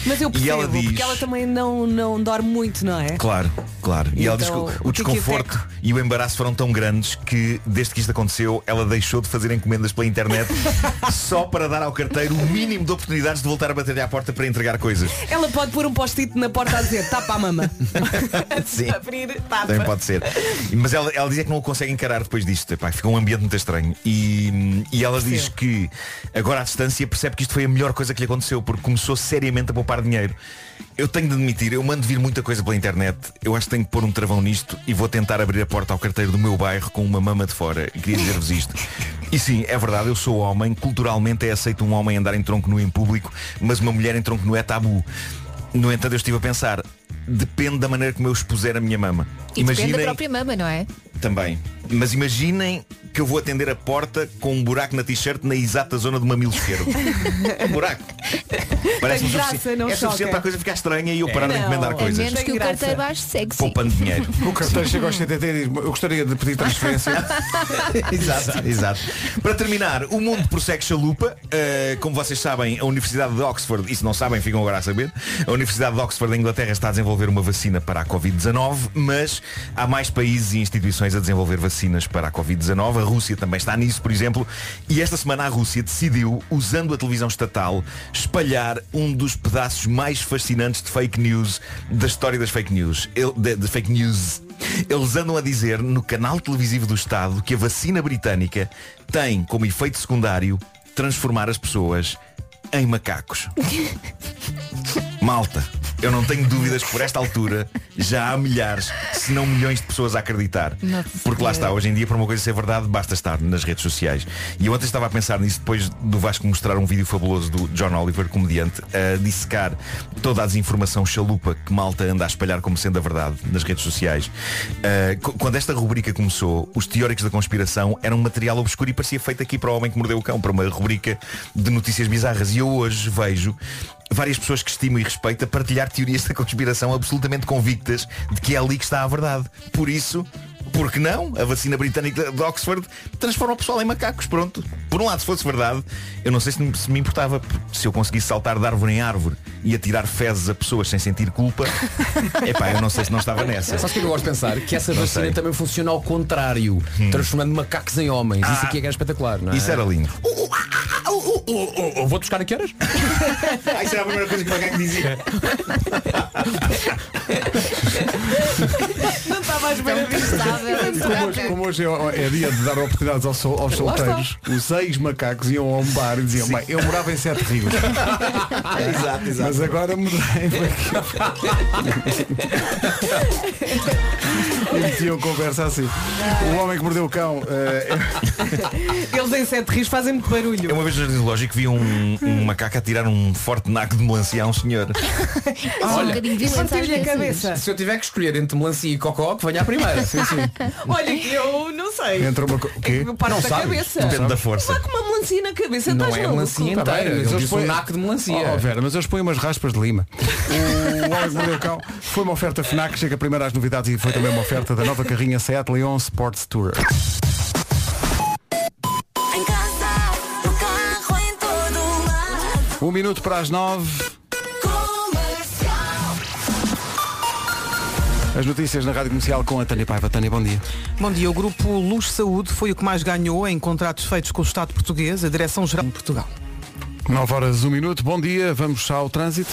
[SPEAKER 3] Mas eu
[SPEAKER 5] E
[SPEAKER 3] percebo,
[SPEAKER 5] ela diz...
[SPEAKER 3] porque ela também não, não dorme muito, não é?
[SPEAKER 5] Claro, claro. E
[SPEAKER 3] Então,
[SPEAKER 5] ela diz que o, o
[SPEAKER 3] o tico e o
[SPEAKER 5] desconforto e o embaraço foram tão grandes que, desde que isto aconteceu, ela deixou de fazer encomendas pela internet só para dar ao carteiro o mínimo de oportunidades de voltar a bater à porta para entregar coisas.
[SPEAKER 3] Ela pode pôr um post-it na porta a dizer tapa a mama.
[SPEAKER 5] Sim.
[SPEAKER 3] Abrir, tapa.
[SPEAKER 5] Também pode ser. Mas ela, ela dizia que não o consegue encarar depois disto. Epá, fica um ambiente muito estranho. E, e ela diz que agora à distância percebe que isto foi a melhor coisa que lhe aconteceu, porque começou seriamente a poupar dinheiro. Eu tenho de admitir, eu mando vir muita coisa pela internet. Eu acho que tenho que pôr um travão nisto e vou tentar abrir a porta ao carteiro do meu bairro com uma mama de fora. E Queria dizer-vos isto. E sim, é verdade, eu sou homem. Culturalmente é aceito um homem andar em tronco nu em público, mas uma mulher em tronco nu é tabu. No entanto, eu estive a pensar, depende da maneira como eu expuser a minha mama.
[SPEAKER 4] E depende da própria mama, não é?
[SPEAKER 5] Também. Mas imaginem que eu vou atender a porta com um buraco na t-shirt na exata zona do mamilo esquerdo. um buraco. Parece-me
[SPEAKER 3] Tem graça,
[SPEAKER 5] sufici-
[SPEAKER 3] não
[SPEAKER 5] é suficiente
[SPEAKER 3] choca.
[SPEAKER 5] para a coisa ficar estranha e eu parar de encomendar
[SPEAKER 4] A
[SPEAKER 5] coisas.
[SPEAKER 4] é menos que o
[SPEAKER 3] graça.
[SPEAKER 4] carteiro baixo sexy.
[SPEAKER 5] Poupando dinheiro.
[SPEAKER 1] O carteiro chega aos 70 e diz, eu gostaria de pedir transferência.
[SPEAKER 5] exato, exato. Para terminar, o mundo prossegue chalupa. Uh, como vocês sabem, a Universidade de Oxford, e se não sabem, ficam agora a saber, a Universidade de Oxford da Inglaterra está a desenvolver uma vacina para a Covid-19, mas há mais países e instituições a desenvolver vacinas para a Covid-19. A Rússia também está nisso, por exemplo. E esta semana a Rússia decidiu, usando a televisão estatal, espalhar um dos pedaços mais fascinantes de fake news da história das fake news. Ele- de- de fake news. Eles andam a dizer no canal televisivo do Estado que a vacina britânica tem como efeito secundário transformar as pessoas em macacos. Malta, eu não tenho dúvidas que por esta altura já há milhares, se não milhões de pessoas a acreditar.
[SPEAKER 4] Nossa
[SPEAKER 5] Porque lá
[SPEAKER 4] Senhora.
[SPEAKER 5] está, hoje em dia para uma coisa ser verdade basta estar nas redes sociais. E eu ontem estava a pensar nisso depois do Vasco mostrar um vídeo fabuloso do John Oliver, comediante, a dissecar toda a desinformação chalupa que malta anda a espalhar como sendo a verdade nas redes sociais. Ah, qu- quando esta rubrica começou, os teóricos da conspiração eram um material obscuro e parecia feito aqui para o homem que mordeu o cão, para uma rubrica de notícias bizarras. E eu hoje vejo várias pessoas que estimo e respeito a partilhar teorias da conspiração absolutamente convictas de que é ali que está a verdade. Por isso, por que não? A vacina britânica de Oxford transforma o pessoal em macacos, pronto. Por um lado, se fosse verdade, eu não sei se me, se me importava, porque se eu conseguisse saltar de árvore em árvore e atirar fezes a pessoas sem sentir culpa, epá, eu não sei se não estava nessa.
[SPEAKER 7] Sabes o que é que eu gosto de pensar? Que essa
[SPEAKER 5] Não
[SPEAKER 7] vacina
[SPEAKER 5] sei.
[SPEAKER 7] também funciona ao contrário, transformando macacos em homens. isso
[SPEAKER 5] Ah.
[SPEAKER 7] aqui é que Hum. era espetacular, não é?
[SPEAKER 5] Isso era lindo.
[SPEAKER 7] Eu vou buscar a que horas?
[SPEAKER 5] Ah, isso era a primeira coisa que alguém dizia.
[SPEAKER 3] Não está mais bem
[SPEAKER 5] Então,
[SPEAKER 1] Como hoje, como hoje é, é dia de dar oportunidades aos, sol- aos solteiros, os ex-macacos iam a um bar e diziam, bem, eu morava em Sete Rios,
[SPEAKER 5] exato, exato.
[SPEAKER 1] mas agora mudei para aqui." E metiam conversa assim. O homem que mordeu o cão eh,
[SPEAKER 3] Eles em sete rios fazem muito
[SPEAKER 5] Eu
[SPEAKER 3] barulho.
[SPEAKER 5] uma vez no jardim zoológico vi um, um macaco a tirar um forte naco de melancia a um senhor.
[SPEAKER 4] Olha, um bocadinho violento, às
[SPEAKER 3] Partiu-lhe a
[SPEAKER 4] vezes.
[SPEAKER 3] cabeça.
[SPEAKER 7] Se eu tiver que escolher entre melancia e cocó, que venha à primeira.
[SPEAKER 3] Olha que eu não sei.
[SPEAKER 1] entra uma co- Então, o
[SPEAKER 5] É
[SPEAKER 1] quê?
[SPEAKER 3] Eu paro da
[SPEAKER 7] sabes?
[SPEAKER 3] cabeça.
[SPEAKER 5] Depende da
[SPEAKER 3] Vá
[SPEAKER 5] força.
[SPEAKER 3] com uma melancia na cabeça,
[SPEAKER 7] Não
[SPEAKER 3] estás
[SPEAKER 7] é
[SPEAKER 3] maluco?
[SPEAKER 7] melancia
[SPEAKER 1] Tá bem, mas
[SPEAKER 7] inteira, ele
[SPEAKER 1] eles
[SPEAKER 7] disse
[SPEAKER 1] põem-
[SPEAKER 7] um naco de melancia.
[SPEAKER 1] Oh, Vera, mas eles põem umas raspas de lima. O homem que mordeu o cão foi uma oferta FNAC, chega primeiro às novidades e foi também uma oferta da nova carrinha Seat Leon Sports Tourer.
[SPEAKER 8] Em casa, no carro, em todo lado. é?
[SPEAKER 1] Um minuto para as nove.
[SPEAKER 8] Comercial.
[SPEAKER 1] As notícias na Rádio Comercial com a Tânia Paiva. Tânia, bom dia.
[SPEAKER 12] Bom dia, o grupo Luz Saúde foi o que mais ganhou em contratos feitos com o Estado português, a Direção-Geral de Portugal.
[SPEAKER 1] 9 horas, 1 minuto. Bom dia, vamos ao trânsito.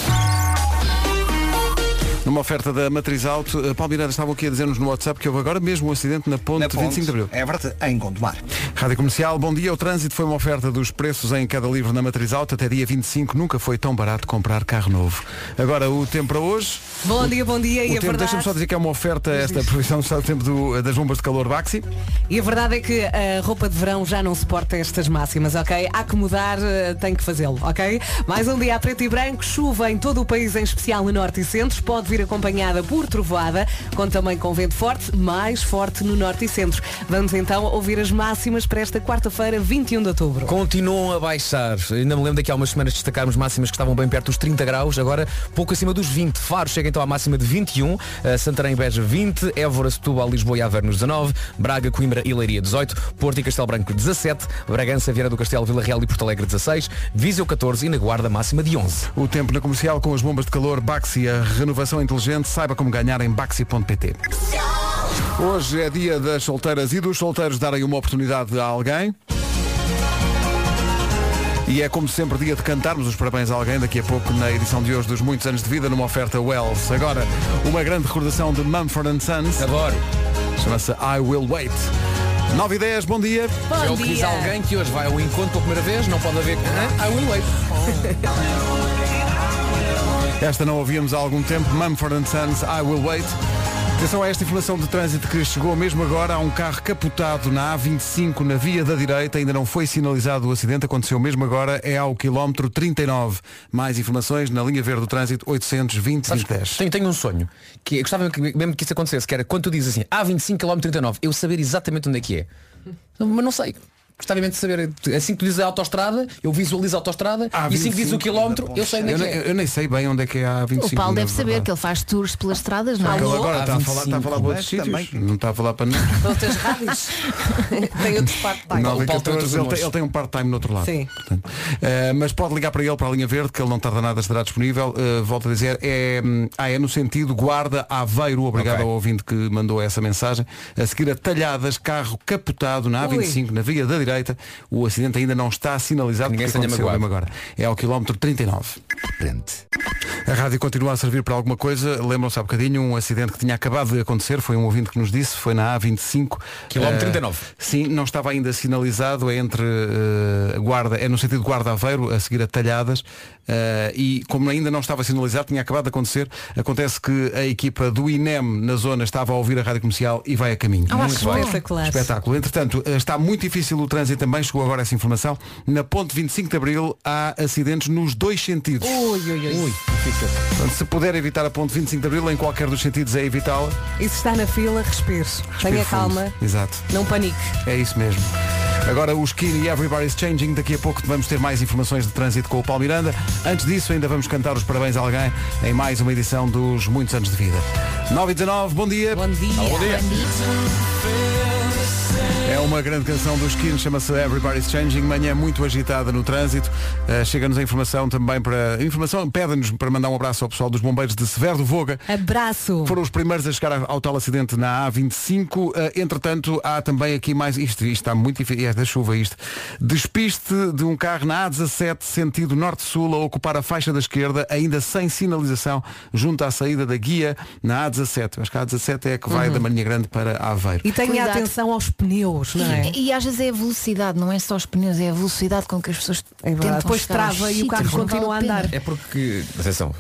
[SPEAKER 1] Numa oferta da Matriz Auto, a Palmeirada estava aqui a dizer-nos no WhatsApp que houve agora mesmo um acidente na ponte,
[SPEAKER 2] Na ponte,
[SPEAKER 1] 25 de Abril.
[SPEAKER 2] É verdade, em Gondomar.
[SPEAKER 1] Rádio Comercial, bom dia. O trânsito foi uma oferta dos preços em cada livro na Matriz Auto. Até dia 25 nunca foi tão barato comprar carro novo. Agora o tempo para hoje.
[SPEAKER 3] Bom dia, bom dia.
[SPEAKER 1] O
[SPEAKER 3] E a,
[SPEAKER 1] tempo, deixa-me
[SPEAKER 3] verdade,
[SPEAKER 1] só dizer que é uma oferta, esta previsão está o tempo do- eh, das bombas de calor Baxi.
[SPEAKER 3] e a verdade é que a roupa de verão já não suporta estas máximas, ok? Há que mudar, eh, tem que fazê-lo, ok? Mais um dia a preto e branco, chuva em todo o país, em especial no norte e centro. Pode vir acompanhada por trovoada, com também com vento forte, mais forte no norte e centro. Vamos então ouvir as máximas máximas para esta quarta-feira, 21 de outubro.
[SPEAKER 7] Continuam a baixar. Ainda me lembro daqui há umas semanas destacarmos máximas que estavam bem perto dos 30 graus, agora pouco acima dos 20. Faro chega então à máxima de 21, eh, Santarém e Beja 20, Évora, Setúbal, Lisboa e Aveiro nos 19, Braga, Coimbra e Leiria 18, Porto e Castelo Branco 17, Bragança, Vieira do Castelo, Vila Real e Porto Alegre 16, Viseu 14 e na Guarda máxima de 11.
[SPEAKER 1] O tempo na comercial com as bombas de calor Baxi, a renovação inteligente, saiba como ganhar em baxi.pt. Hoje é dia das solteiras e dos solteiros darem uma oportunidade a alguém. E é como sempre dia de cantarmos os parabéns a alguém daqui a pouco na edição de hoje dos Muitos Anos de Vida numa oferta Wells. Agora, uma grande recordação de Mumford and Sons.
[SPEAKER 7] Adoro.
[SPEAKER 1] Chama-se I Will Wait. 9 e 10, bom dia.
[SPEAKER 7] Já o que diz alguém que hoje vai ao encontro pela primeira vez, não pode haver. Ah, I will wait.
[SPEAKER 1] Esta não ouvíamos há algum tempo, Mumford and Sons, I Will Wait. Atenção a esta informação de trânsito que chegou mesmo agora. Há um carro capotado na A25, na via da direita. Ainda não foi sinalizado o acidente. Aconteceu mesmo agora. É ao quilómetro 39. Mais informações na linha verde do trânsito 820 2010.
[SPEAKER 7] Tenho, tenho um sonho. Que eu gostava que, mesmo que isso acontecesse, que era quando tu dizes assim, há 25 km 39, eu saber exatamente onde é que é. Não, Mas não sei. Gostava mesmo de saber, assim que tu dizes a autostrada, eu visualizo a autostrada
[SPEAKER 1] Há
[SPEAKER 7] e assim que dizes o
[SPEAKER 1] 25,
[SPEAKER 7] quilómetro, eu sei onde é
[SPEAKER 1] Eu,
[SPEAKER 7] que
[SPEAKER 1] nem-
[SPEAKER 7] é.
[SPEAKER 1] eu nem sei bem onde é que é a A25.
[SPEAKER 4] O Paulo
[SPEAKER 1] na
[SPEAKER 4] deve saber
[SPEAKER 1] verdade.
[SPEAKER 4] que ele faz tours pelas estradas, não é?
[SPEAKER 1] Porque ele agora está a falar, está a falar para outros
[SPEAKER 2] 25, mas
[SPEAKER 1] sítios. Não está a falar para nós.
[SPEAKER 3] Outras rádios. Tem outro part-time.
[SPEAKER 1] Nove e
[SPEAKER 7] Paulo tem
[SPEAKER 1] 14,
[SPEAKER 7] outros
[SPEAKER 1] ele,
[SPEAKER 7] humores.
[SPEAKER 1] tem, ele tem um part-time no outro lado.
[SPEAKER 3] Sim.
[SPEAKER 1] Portanto, eh, mas pode ligar para ele, para a linha verde, que ele não tarda nada, estará disponível. Eh, volto a dizer, é, hum, ah, é no sentido guarda Aveiro. Obrigado
[SPEAKER 7] Ok.
[SPEAKER 1] ao ouvinte que mandou essa mensagem. A seguir a talhadas, carro capotado na
[SPEAKER 3] Ui.
[SPEAKER 1] A25, na via da direita. O acidente ainda não está sinalizado.
[SPEAKER 7] Ninguém
[SPEAKER 1] porque
[SPEAKER 7] se tenha
[SPEAKER 1] aconteceu
[SPEAKER 7] magoado.
[SPEAKER 1] mesmo agora. É ao quilómetro 39. A rádio continua a servir para alguma coisa. Lembram-se há bocadinho um acidente que tinha acabado de acontecer. Foi um ouvinte que nos disse. Foi na A25.
[SPEAKER 7] Quilómetro
[SPEAKER 1] Eh,
[SPEAKER 7] 39.
[SPEAKER 1] Sim, não estava ainda sinalizado. É entre eh, guarda, é no sentido de guarda aveiro, a seguir a talhadas. Eh, e como ainda não estava sinalizado, tinha acabado de acontecer. Acontece que a equipa do INEM na zona estava a ouvir a rádio comercial e vai a caminho.
[SPEAKER 4] Ah, acho bom.
[SPEAKER 3] Espetacular.
[SPEAKER 1] Espetáculo. Entretanto, eh, está muito difícil o trânsito também, chegou agora essa informação. Na ponte 25 de Abril há acidentes nos dois sentidos.
[SPEAKER 3] Ui, ui, ui.
[SPEAKER 1] Portanto, se puder evitar a ponte 25 de Abril, em qualquer dos sentidos é evitá-la.
[SPEAKER 3] E se está na fila, respire. Tenha
[SPEAKER 1] Respire fundo.
[SPEAKER 3] calma.
[SPEAKER 1] Exato.
[SPEAKER 3] Não panique.
[SPEAKER 1] É isso mesmo. Agora o Skin e Everybody's Changing. Daqui a pouco vamos ter mais informações de trânsito com o Paulo Miranda. Antes disso, ainda vamos cantar os parabéns a alguém em mais uma edição dos Muitos Anos de Vida. 9 e 19, bom dia.
[SPEAKER 3] Bom dia.
[SPEAKER 1] É uma grande canção dos Skin, chama-se Everybody's Changing. Manhã muito agitada no trânsito. Eh, Chega-nos a informação também para... Informação, pedem-nos para mandar um abraço ao pessoal dos bombeiros de Severo do Voga.
[SPEAKER 3] Abraço.
[SPEAKER 1] Foram os primeiros a chegar ao tal acidente na A25. Eh, entretanto, há também aqui mais. Isto, isto está muito difícil. É da chuva isto. Despiste de um carro na A17, sentido norte-sul, a ocupar a faixa da esquerda, ainda sem sinalização, junto à saída da guia na A17. Acho que a A17 é a que vai da Marinha Grande para Aveiro.
[SPEAKER 3] E tenha
[SPEAKER 4] Cuidado.
[SPEAKER 3] atenção aos pneus, não é?
[SPEAKER 4] E, e às vezes é a velocidade, não é só os pneus, é a velocidade com que as pessoas
[SPEAKER 3] É verdade.
[SPEAKER 4] tentam
[SPEAKER 3] Depois
[SPEAKER 4] chegar aos
[SPEAKER 3] trava e o
[SPEAKER 4] sítios,
[SPEAKER 3] carro
[SPEAKER 4] não
[SPEAKER 3] continua
[SPEAKER 4] vale
[SPEAKER 3] a
[SPEAKER 4] pena.
[SPEAKER 3] andar.
[SPEAKER 7] É porque, atenção,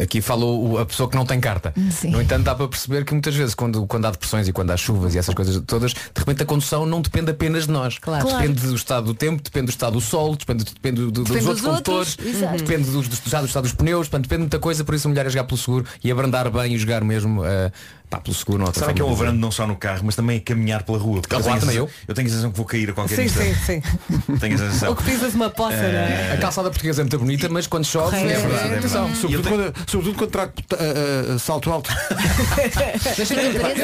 [SPEAKER 7] aqui falou o- a pessoa que não tem carta.
[SPEAKER 4] Sim.
[SPEAKER 7] No entanto, dá para perceber que muitas vezes, quando, quando há depressões e quando há chuvas e essas coisas todas, de repente a condução não depende apenas de nós.
[SPEAKER 3] Claro.
[SPEAKER 7] Depende do estado do tempo, depende do estado do sol, depende, depende, do- do-
[SPEAKER 4] Depende
[SPEAKER 7] dos outros
[SPEAKER 4] dos outros,
[SPEAKER 7] condutores,
[SPEAKER 4] exato.
[SPEAKER 7] depende dos- do, estado, do estado dos pneus, portanto, depende de muita coisa, por isso a mulher é jogar pelo seguro e abrandar bem e jogar mesmo eh, pá, pelo seguro. não há outra
[SPEAKER 5] Sabe que é um eu
[SPEAKER 7] forma de dizer.
[SPEAKER 5] abrando não só no carro, mas também a caminhar pela rua. Porque
[SPEAKER 7] Ah, claro,
[SPEAKER 5] tenho a
[SPEAKER 7] também
[SPEAKER 5] sensação- eu tenho a sensação que vou cair a qualquer
[SPEAKER 3] Sim, sim,
[SPEAKER 5] instante.
[SPEAKER 3] sim.
[SPEAKER 5] Tenho a sensação.
[SPEAKER 3] Ou Oh, que pisas uma poça, não é?
[SPEAKER 7] A calçada portuguesa é muito bonita, mas quando chove
[SPEAKER 3] Correto.
[SPEAKER 7] é,
[SPEAKER 3] É
[SPEAKER 5] verdade, é
[SPEAKER 7] atenção.
[SPEAKER 5] verdade.
[SPEAKER 1] Sobretudo, quando, sobretudo quando trago ah, ah, salto alto.
[SPEAKER 7] Deixa-me acabar.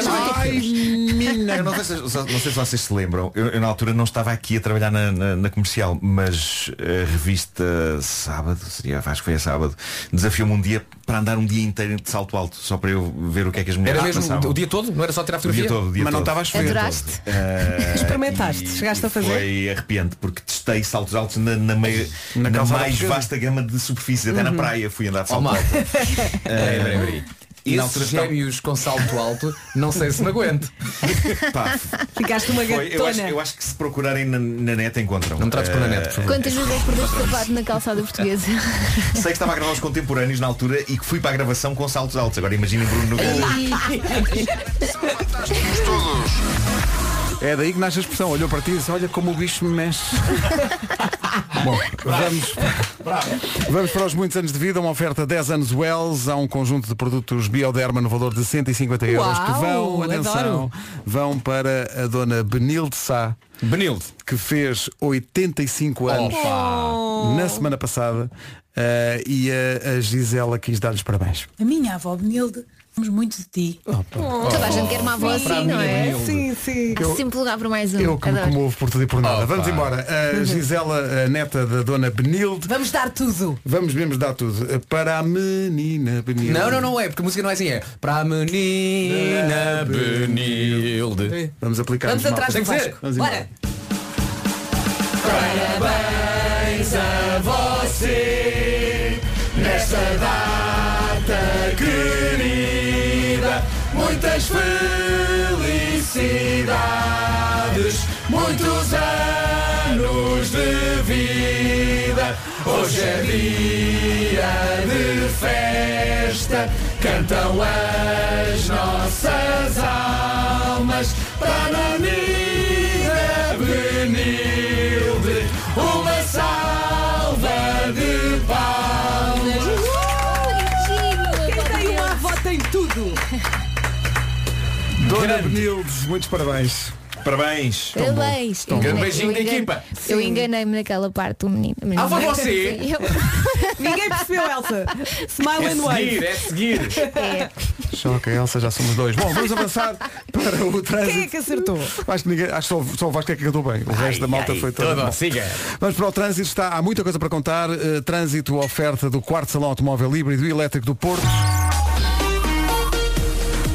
[SPEAKER 5] Eu não sei, se, não sei se vocês se lembram, eu, eu na altura não estava aqui a trabalhar na, na- na comercial, mas eh, a revista sábado, seria, acho que foi a sábado, desafiou-me um dia para andar um dia inteiro de salto alto, só para eu ver o que é que as mulheres
[SPEAKER 7] Era mesmo
[SPEAKER 5] pensavam.
[SPEAKER 7] o dia todo? Não era só tirar
[SPEAKER 5] O
[SPEAKER 7] fotografia?
[SPEAKER 5] dia todo, o dia
[SPEAKER 1] Mas não
[SPEAKER 5] todo.
[SPEAKER 1] estava a chover.
[SPEAKER 4] Adoraste?
[SPEAKER 5] Eh,
[SPEAKER 3] Experimentaste,
[SPEAKER 5] e-
[SPEAKER 3] chegaste a
[SPEAKER 5] e
[SPEAKER 3] fazer?
[SPEAKER 5] Foi arrepiante, porque testei saltos altos na, na, meio-
[SPEAKER 1] Na
[SPEAKER 5] na
[SPEAKER 1] calçada
[SPEAKER 5] mais
[SPEAKER 1] portuguesa.
[SPEAKER 5] vasta gama de superfícies, até na praia fui andar de salto
[SPEAKER 7] Ó,
[SPEAKER 5] alto.
[SPEAKER 7] Marco.
[SPEAKER 5] Eh, e na altura
[SPEAKER 7] Esses
[SPEAKER 5] estava-
[SPEAKER 7] gêmeos com salto alto, não sei se me aguento.
[SPEAKER 5] pá,
[SPEAKER 3] Ficaste uma
[SPEAKER 5] foi- eu, acho, eu
[SPEAKER 3] gatona.
[SPEAKER 5] acho que se procurarem na, na net encontram.
[SPEAKER 7] Não me trates por na
[SPEAKER 5] Eh,
[SPEAKER 7] net, por favor.
[SPEAKER 4] Quantas vezes é que perdeste o sapato na calçada portuguesa?
[SPEAKER 5] Sei que estava a gravar os contemporâneos na altura e que fui para a gravação com saltos altos. Agora imaginem Bruno Nogueira.
[SPEAKER 1] É daí que nasce a expressão. Olhou para ti e disse, olha como o bicho me mexe. Bom, vamos, vamos para os muitos anos de vida. Uma oferta 10 anos Wells. Há um conjunto de produtos Bioderma no valor de 150 euros que
[SPEAKER 3] Uau,
[SPEAKER 1] vão, atenção,
[SPEAKER 3] adoro.
[SPEAKER 1] vão para a dona Benilde Sá. Benilde. Que fez 85 anos na semana passada eh, e a, a Gisela quis dar-lhes parabéns.
[SPEAKER 13] A minha avó Benilde, somos muito de ti.
[SPEAKER 4] Toda a gente quer uma avó assim, não é?
[SPEAKER 3] Sim, sim.
[SPEAKER 4] Há sempre lugar para mais um.
[SPEAKER 1] Eu que me
[SPEAKER 4] Adoro.
[SPEAKER 1] comovo por tudo e por nada. Vamos embora. A Gisela, a neta da dona Benilde.
[SPEAKER 3] Uhum. Vamos dar tudo.
[SPEAKER 1] Vamos mesmo dar tudo. Eh, Para a menina Benilde.
[SPEAKER 7] Não, não, não é, porque a música não é assim, é para a menina Benilde.
[SPEAKER 1] Vamos aplicar.
[SPEAKER 3] Vamos atrás do
[SPEAKER 7] Tem que ser.
[SPEAKER 3] Vasco.
[SPEAKER 1] Vamos
[SPEAKER 3] Bora.
[SPEAKER 8] Parabéns a você nesta data querida. Muitas felicidades, muitos anos de vida. Hoje é dia de festa. Cantam as nossas almas para a minha Benilde. Uma salva de palmas.
[SPEAKER 3] Quem tem uma avó tem tudo.
[SPEAKER 1] Dona Benilde, muitos parabéns.
[SPEAKER 5] Parabéns.
[SPEAKER 4] Parabéns.
[SPEAKER 1] Tão bom.
[SPEAKER 4] Eu-
[SPEAKER 7] Um beijinho
[SPEAKER 4] eu
[SPEAKER 7] da
[SPEAKER 4] engan-
[SPEAKER 7] equipa.
[SPEAKER 4] Eu enganei-me naquela parte do menino. Mas
[SPEAKER 7] Ah, foi
[SPEAKER 4] não-
[SPEAKER 7] você?
[SPEAKER 4] Eu-
[SPEAKER 3] Ninguém percebeu, Elsa. Smile
[SPEAKER 7] É
[SPEAKER 3] and wave.
[SPEAKER 7] seguir, é seguir.
[SPEAKER 4] é.
[SPEAKER 1] Choca, Elsa, já somos dois. Bom, vamos avançar para o
[SPEAKER 3] Quem é
[SPEAKER 1] trânsito.
[SPEAKER 3] que acertou?
[SPEAKER 1] Acho que, ninguém, acho que só, só o Vasco é que cantou bem. O resto da malta foi toda.
[SPEAKER 7] Tudo,
[SPEAKER 1] mal.
[SPEAKER 7] siga.
[SPEAKER 1] Vamos para o trânsito, está, há muita coisa para contar. Eh, trânsito, oferta do quarto Salão Automóvel Híbrido e Elétrico do Porto.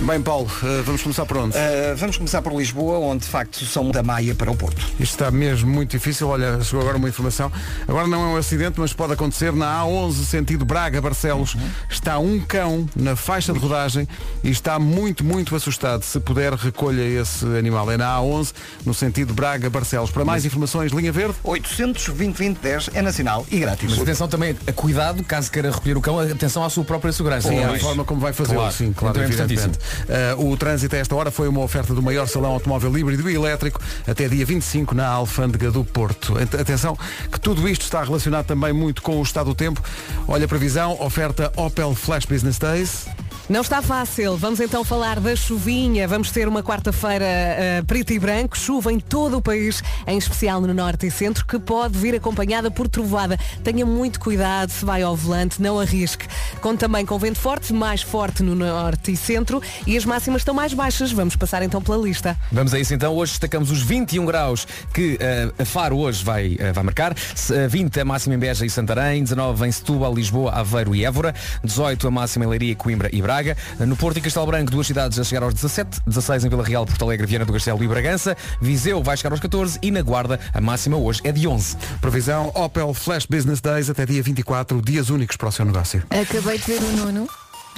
[SPEAKER 1] Bem, Paulo, eh, vamos começar por onde?
[SPEAKER 2] Uh, vamos começar por Lisboa, onde de facto são da Maia para o Porto.
[SPEAKER 1] Isto está mesmo muito difícil. Olha, chegou agora uma informação. Agora não é um acidente, mas pode acontecer na A11, sentido Braga-Barcelos. Está um cão na faixa de rodagem e está muito, muito assustado. Se puder, recolha esse animal. É na A11, no sentido Braga-Barcelos. Para mais informações, linha verde.
[SPEAKER 2] 820-2010 é nacional e grátis.
[SPEAKER 7] Mas atenção também, a cuidado, caso queira recolher o cão, atenção à sua própria segurança.
[SPEAKER 1] Sim, é a
[SPEAKER 7] Pois.
[SPEAKER 1] forma como vai fazer.
[SPEAKER 7] Claro.
[SPEAKER 1] Sim, claro,
[SPEAKER 7] Então é
[SPEAKER 1] evidentemente. Eh, o trânsito a esta hora foi uma oferta do maior salão automóvel híbrido e elétrico até dia 25 na Alfândega do Porto. Ent- Atenção que tudo isto está relacionado também muito com o estado do tempo. Olha a previsão, oferta Opel Flash Business Days.
[SPEAKER 3] Não está fácil. Vamos então falar da chuvinha. Vamos ter uma quarta-feira eh, preta e branco, chuva em todo o país, em especial no norte e centro, que pode vir acompanhada por trovoada. Tenha muito cuidado se vai ao volante, não arrisque. Conto também com vento forte, mais forte no norte e centro, e as máximas estão mais baixas. Vamos passar então pela lista.
[SPEAKER 7] Vamos a isso então, hoje destacamos os 21 graus que eh, a Faro hoje vai, eh, vai marcar, Se- eh, 20 a máxima em Beja e Santarém, 19 em Setúbal, Lisboa, Aveiro e Évora, 18 a máxima em Leiria, Coimbra e Braga, Eh, no Porto e Castelo Branco duas cidades a chegar aos 17, 16 em Vila Real, Porto Alegre, Viana do Castelo e Bragança, Viseu vai chegar aos 14 e na Guarda a máxima hoje é de 11.
[SPEAKER 1] Previsão Opel Flash Business Days até dia 24, dias únicos para o seu negócio.
[SPEAKER 4] Acabei de ver o Nuno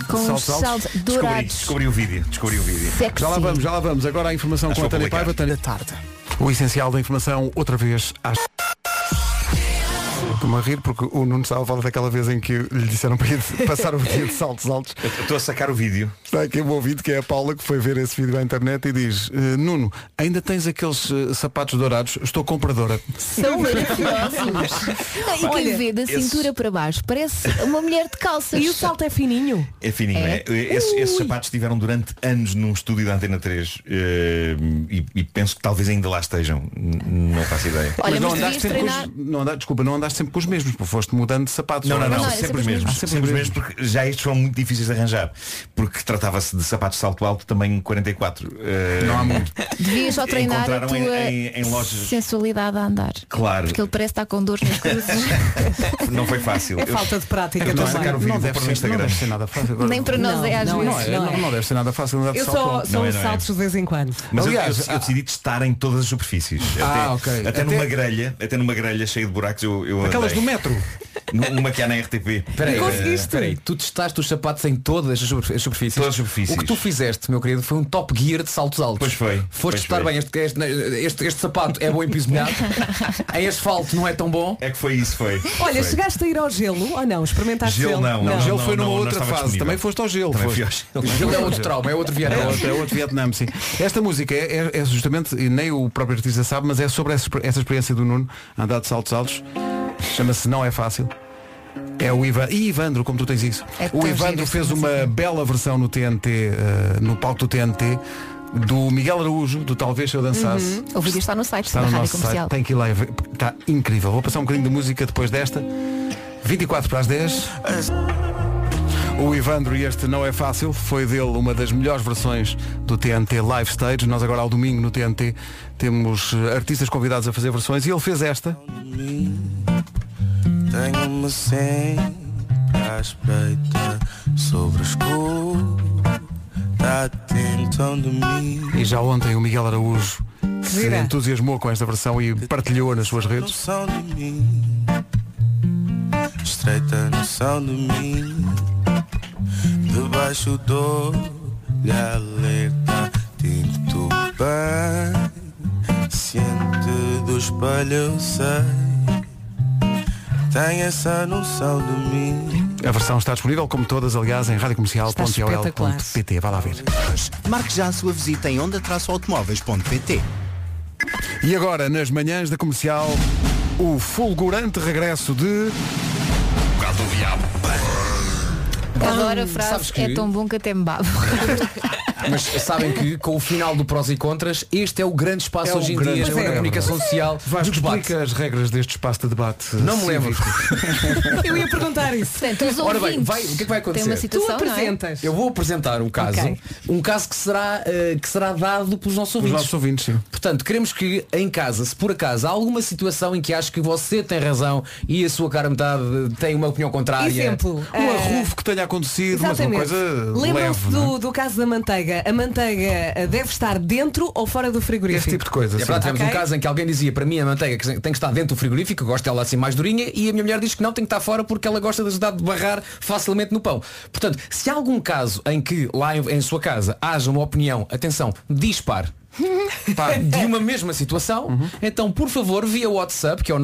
[SPEAKER 4] com
[SPEAKER 1] Saltos
[SPEAKER 4] os
[SPEAKER 1] altos.
[SPEAKER 4] saltos
[SPEAKER 5] Descobri,
[SPEAKER 4] dourados.
[SPEAKER 5] descobri o vídeo. Descobri o vídeo.
[SPEAKER 4] Sexy.
[SPEAKER 1] Já lá vamos, já lá vamos. Agora a informação
[SPEAKER 5] Acho
[SPEAKER 1] com a
[SPEAKER 5] que
[SPEAKER 1] Tânia
[SPEAKER 5] vou
[SPEAKER 1] Paiva.
[SPEAKER 5] publicar.
[SPEAKER 1] Tânia-
[SPEAKER 12] Da tarde.
[SPEAKER 1] O essencial da informação, outra vez às. Estou-me a rir porque o Nuno estava a falar daquela vez em que lhe disseram para ir passar o dia de saltos altos.
[SPEAKER 5] Eu Estou a sacar o vídeo.
[SPEAKER 1] Está aqui um ouvido que é a Paula que foi ver esse vídeo à internet e diz "Eh, Nuno, ainda tens aqueles eh, sapatos dourados? Estou compradora.
[SPEAKER 4] São maravilhosos. Não, E quem vê da
[SPEAKER 5] esse-
[SPEAKER 4] cintura para baixo parece uma mulher de calças.
[SPEAKER 3] E o salto é fininho.
[SPEAKER 5] É fininho, é?
[SPEAKER 4] É?
[SPEAKER 5] Esses, esses sapatos estiveram durante anos num estúdio da Antena 3 eh, e, e penso que talvez ainda lá estejam. N- Não faço ideia.
[SPEAKER 4] Olha,
[SPEAKER 1] não
[SPEAKER 4] mas devias
[SPEAKER 1] sempre com
[SPEAKER 4] treinar.
[SPEAKER 1] os, não andaste, Desculpa, não andaste sempre com os mesmos, porque foste mudando de sapatos.
[SPEAKER 5] Não, não, não,
[SPEAKER 4] Não, é
[SPEAKER 5] sempre
[SPEAKER 4] sempre
[SPEAKER 5] os
[SPEAKER 4] os
[SPEAKER 5] mesmos.
[SPEAKER 1] mesmos. Ah,
[SPEAKER 5] Sempre os mesmos, porque já estes foram muito difíceis de arranjar. Porque tratava-se de sapatos de salto alto também 44. eh,
[SPEAKER 1] Não há muito.
[SPEAKER 4] Devias só treinar a
[SPEAKER 5] Encontraram em-
[SPEAKER 4] tua
[SPEAKER 5] em- em lojas.
[SPEAKER 4] sensualidade a andar.
[SPEAKER 5] Claro.
[SPEAKER 4] Porque ele parece estar com dor nas cruzes.
[SPEAKER 5] Não foi fácil.
[SPEAKER 3] É
[SPEAKER 5] Eu-
[SPEAKER 3] falta de prática
[SPEAKER 5] estou a
[SPEAKER 3] também.
[SPEAKER 5] sacar o vídeo,
[SPEAKER 1] não,
[SPEAKER 5] vou
[SPEAKER 1] deve
[SPEAKER 5] pôr no
[SPEAKER 1] ser, não
[SPEAKER 5] Instagram.
[SPEAKER 1] deve ser nada fácil.
[SPEAKER 4] Nem para nós é às
[SPEAKER 3] Não,
[SPEAKER 1] Não,
[SPEAKER 4] vezes.
[SPEAKER 1] é, não, não deve ser nada fácil andar de
[SPEAKER 3] Eu
[SPEAKER 1] salto
[SPEAKER 3] só,
[SPEAKER 1] alto.
[SPEAKER 3] só
[SPEAKER 5] Não é,
[SPEAKER 3] os
[SPEAKER 5] não é.
[SPEAKER 3] saltos de vez em quando.
[SPEAKER 5] Mas eu-
[SPEAKER 1] Aliás,
[SPEAKER 5] eu, eu, decidi testar em todas as superfícies.
[SPEAKER 1] Ah,
[SPEAKER 5] até,
[SPEAKER 1] ok.
[SPEAKER 5] até
[SPEAKER 1] Até-
[SPEAKER 5] numa grelha, até numa grelha cheia de buracos, eu, eu
[SPEAKER 1] Aquelas do
[SPEAKER 5] andei.
[SPEAKER 1] metro.
[SPEAKER 5] Uma que há na RTP.
[SPEAKER 7] Peraí,
[SPEAKER 3] Conseguiste?
[SPEAKER 7] peraí, tu testaste os sapatos em todas as super- as superfícies.
[SPEAKER 5] Todas as superfícies.
[SPEAKER 7] O que tu fizeste, meu querido, foi um top gear de saltos altos.
[SPEAKER 5] Pois foi,
[SPEAKER 7] Foste
[SPEAKER 5] pois
[SPEAKER 7] testar
[SPEAKER 5] foi.
[SPEAKER 7] bem, este, este, este- este sapato é bom em piso molhado, em asfalto não é tão bom.
[SPEAKER 5] É que foi isso, foi.
[SPEAKER 3] Olha,
[SPEAKER 5] foi.
[SPEAKER 3] chegaste a ir ao gelo ou não? Experimentaste
[SPEAKER 5] Gelo não, não,
[SPEAKER 1] O gelo foi numa
[SPEAKER 5] não
[SPEAKER 1] outra
[SPEAKER 5] estava
[SPEAKER 1] fase.
[SPEAKER 5] disponível.
[SPEAKER 1] Também foste ao gelo.
[SPEAKER 5] Também
[SPEAKER 1] foste.
[SPEAKER 5] fui ao gelo.
[SPEAKER 7] O gelo é outro trauma, é outro viagem.
[SPEAKER 1] É outro, é outro Vietnã, sim. Esta música é, é- é justamente, e nem o próprio artista sabe, mas é sobre essa, exper- essa experiência do Nuno, andar de saltos altos. Chama-se Não É Fácil. É o Ivan. E Ivandro, como tu tens isso.
[SPEAKER 4] É
[SPEAKER 1] o
[SPEAKER 4] tão
[SPEAKER 1] Ivandro
[SPEAKER 4] giro
[SPEAKER 1] fez
[SPEAKER 4] essa
[SPEAKER 1] uma bela versão no TNT, eh, no palco do TNT, do Miguel Araújo, do Talvez Se Eu Dançasse.
[SPEAKER 4] Uhum. O vídeo está no site
[SPEAKER 1] Está
[SPEAKER 4] da
[SPEAKER 1] no
[SPEAKER 4] Rádio
[SPEAKER 1] nosso
[SPEAKER 4] Comercial.
[SPEAKER 1] site, tem que ir lá e ver, porque está incrível. Vou passar um bocadinho de música depois desta. 24 para as 10. O Ivandro e este Não É Fácil foi dele uma das melhores versões do TNT Live Stage. Nós agora ao domingo no TNT temos eh, artistas convidados a fazer versões e ele fez esta.
[SPEAKER 14] Tenho-me sempre à espreita sobre o escuro. Está atento um de mim.
[SPEAKER 1] E já ontem o Miguel Araújo se
[SPEAKER 14] Vira.
[SPEAKER 1] entusiasmou com esta versão e partilhou nas suas redes.
[SPEAKER 14] Noção de mim. Estreita noção de mim. Debaixo do olhar alerta. Tinto bem. Ciente do espelho, eu sei. Tenho essa noção de mim.
[SPEAKER 1] A versão está disponível, como todas, aliás, em radiocomercial.ol.pt. Vai lá ver.
[SPEAKER 15] Marque já a sua visita em onda-automóveis.pt.
[SPEAKER 1] E agora, nas manhãs da comercial, o fulgurante regresso de.
[SPEAKER 4] Adoro a frase,
[SPEAKER 7] Sabes que-
[SPEAKER 4] é tão bom que até me babo.
[SPEAKER 7] Mas sabem que com o final do Prós e Contras, este é o grande espaço
[SPEAKER 1] É um
[SPEAKER 7] hoje em
[SPEAKER 1] grande
[SPEAKER 7] dia
[SPEAKER 1] programa.
[SPEAKER 7] na comunicação social.
[SPEAKER 1] Vasco,
[SPEAKER 7] dos debates.
[SPEAKER 1] explica as regras deste espaço de debate.
[SPEAKER 7] Não me lembro.
[SPEAKER 1] cívico.
[SPEAKER 3] Eu ia perguntar isso.
[SPEAKER 4] Portanto, os
[SPEAKER 7] Ora bem,
[SPEAKER 4] ouvintes
[SPEAKER 7] vai- o que é que vai
[SPEAKER 4] têm
[SPEAKER 7] acontecer?
[SPEAKER 4] uma situação,
[SPEAKER 3] Tu
[SPEAKER 4] não é?
[SPEAKER 3] apresentas.
[SPEAKER 7] Eu vou apresentar um caso,
[SPEAKER 3] Ok.
[SPEAKER 7] um caso que será, eh, que será dado pelos nossos ouvintes.
[SPEAKER 1] nossos ouvintes, sim.
[SPEAKER 7] Portanto, queremos que em casa, se por acaso há alguma situação em que acho que você tem razão e a sua cara metade tem uma
[SPEAKER 5] Ah,
[SPEAKER 7] opinião
[SPEAKER 5] é.
[SPEAKER 7] contrária.
[SPEAKER 3] Exemplo,
[SPEAKER 7] Um
[SPEAKER 15] É.
[SPEAKER 3] eh,
[SPEAKER 1] arrufo que tenha acontecido,
[SPEAKER 3] Lembram-se
[SPEAKER 1] é?
[SPEAKER 3] do, do caso da manteiga. A manteiga eh, deve estar dentro ou fora do frigorífico?
[SPEAKER 1] tipo
[SPEAKER 7] É verdade, tivemos um caso em que alguém dizia para mim a manteiga que tem que estar dentro do frigorífico, eu gosto dela assim mais durinha, e a minha mulher diz que não, tem que estar fora porque ela gosta de ajudar de barrar facilmente no pão. Portanto, se há algum caso em que lá em, em sua casa haja uma opinião, atenção, dispar. pá, de uma mesma situação
[SPEAKER 16] Uhum.
[SPEAKER 7] então por favor via WhatsApp que é o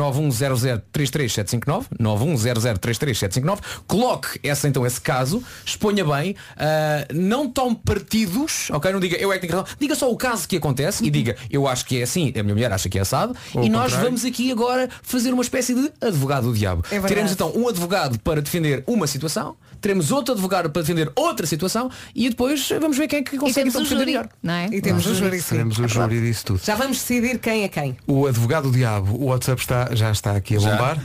[SPEAKER 7] 910033759 910033759 coloque essa então esse caso exponha bem ah, não tome partidos ok não diga eu é que tenho razão diga só o caso que acontece e diga eu acho que é assim a minha mulher acha que é assado
[SPEAKER 16] Ou
[SPEAKER 7] e
[SPEAKER 16] ao
[SPEAKER 7] nós
[SPEAKER 16] contrário.
[SPEAKER 7] vamos aqui agora fazer uma espécie de advogado do diabo
[SPEAKER 16] É verdade.
[SPEAKER 7] teremos então um advogado para defender uma situação teremos outro advogado para defender outra situação e depois eh, vamos ver quem é que
[SPEAKER 3] E
[SPEAKER 7] consegue
[SPEAKER 3] temos
[SPEAKER 7] então,
[SPEAKER 3] o
[SPEAKER 7] defender
[SPEAKER 3] júri,
[SPEAKER 7] melhor
[SPEAKER 3] não é? E temos o júri, sim.
[SPEAKER 1] Seremos o júri disso tudo.
[SPEAKER 3] Já vamos decidir quem é quem.
[SPEAKER 1] O advogado diabo, o WhatsApp está, já está aqui a bombar.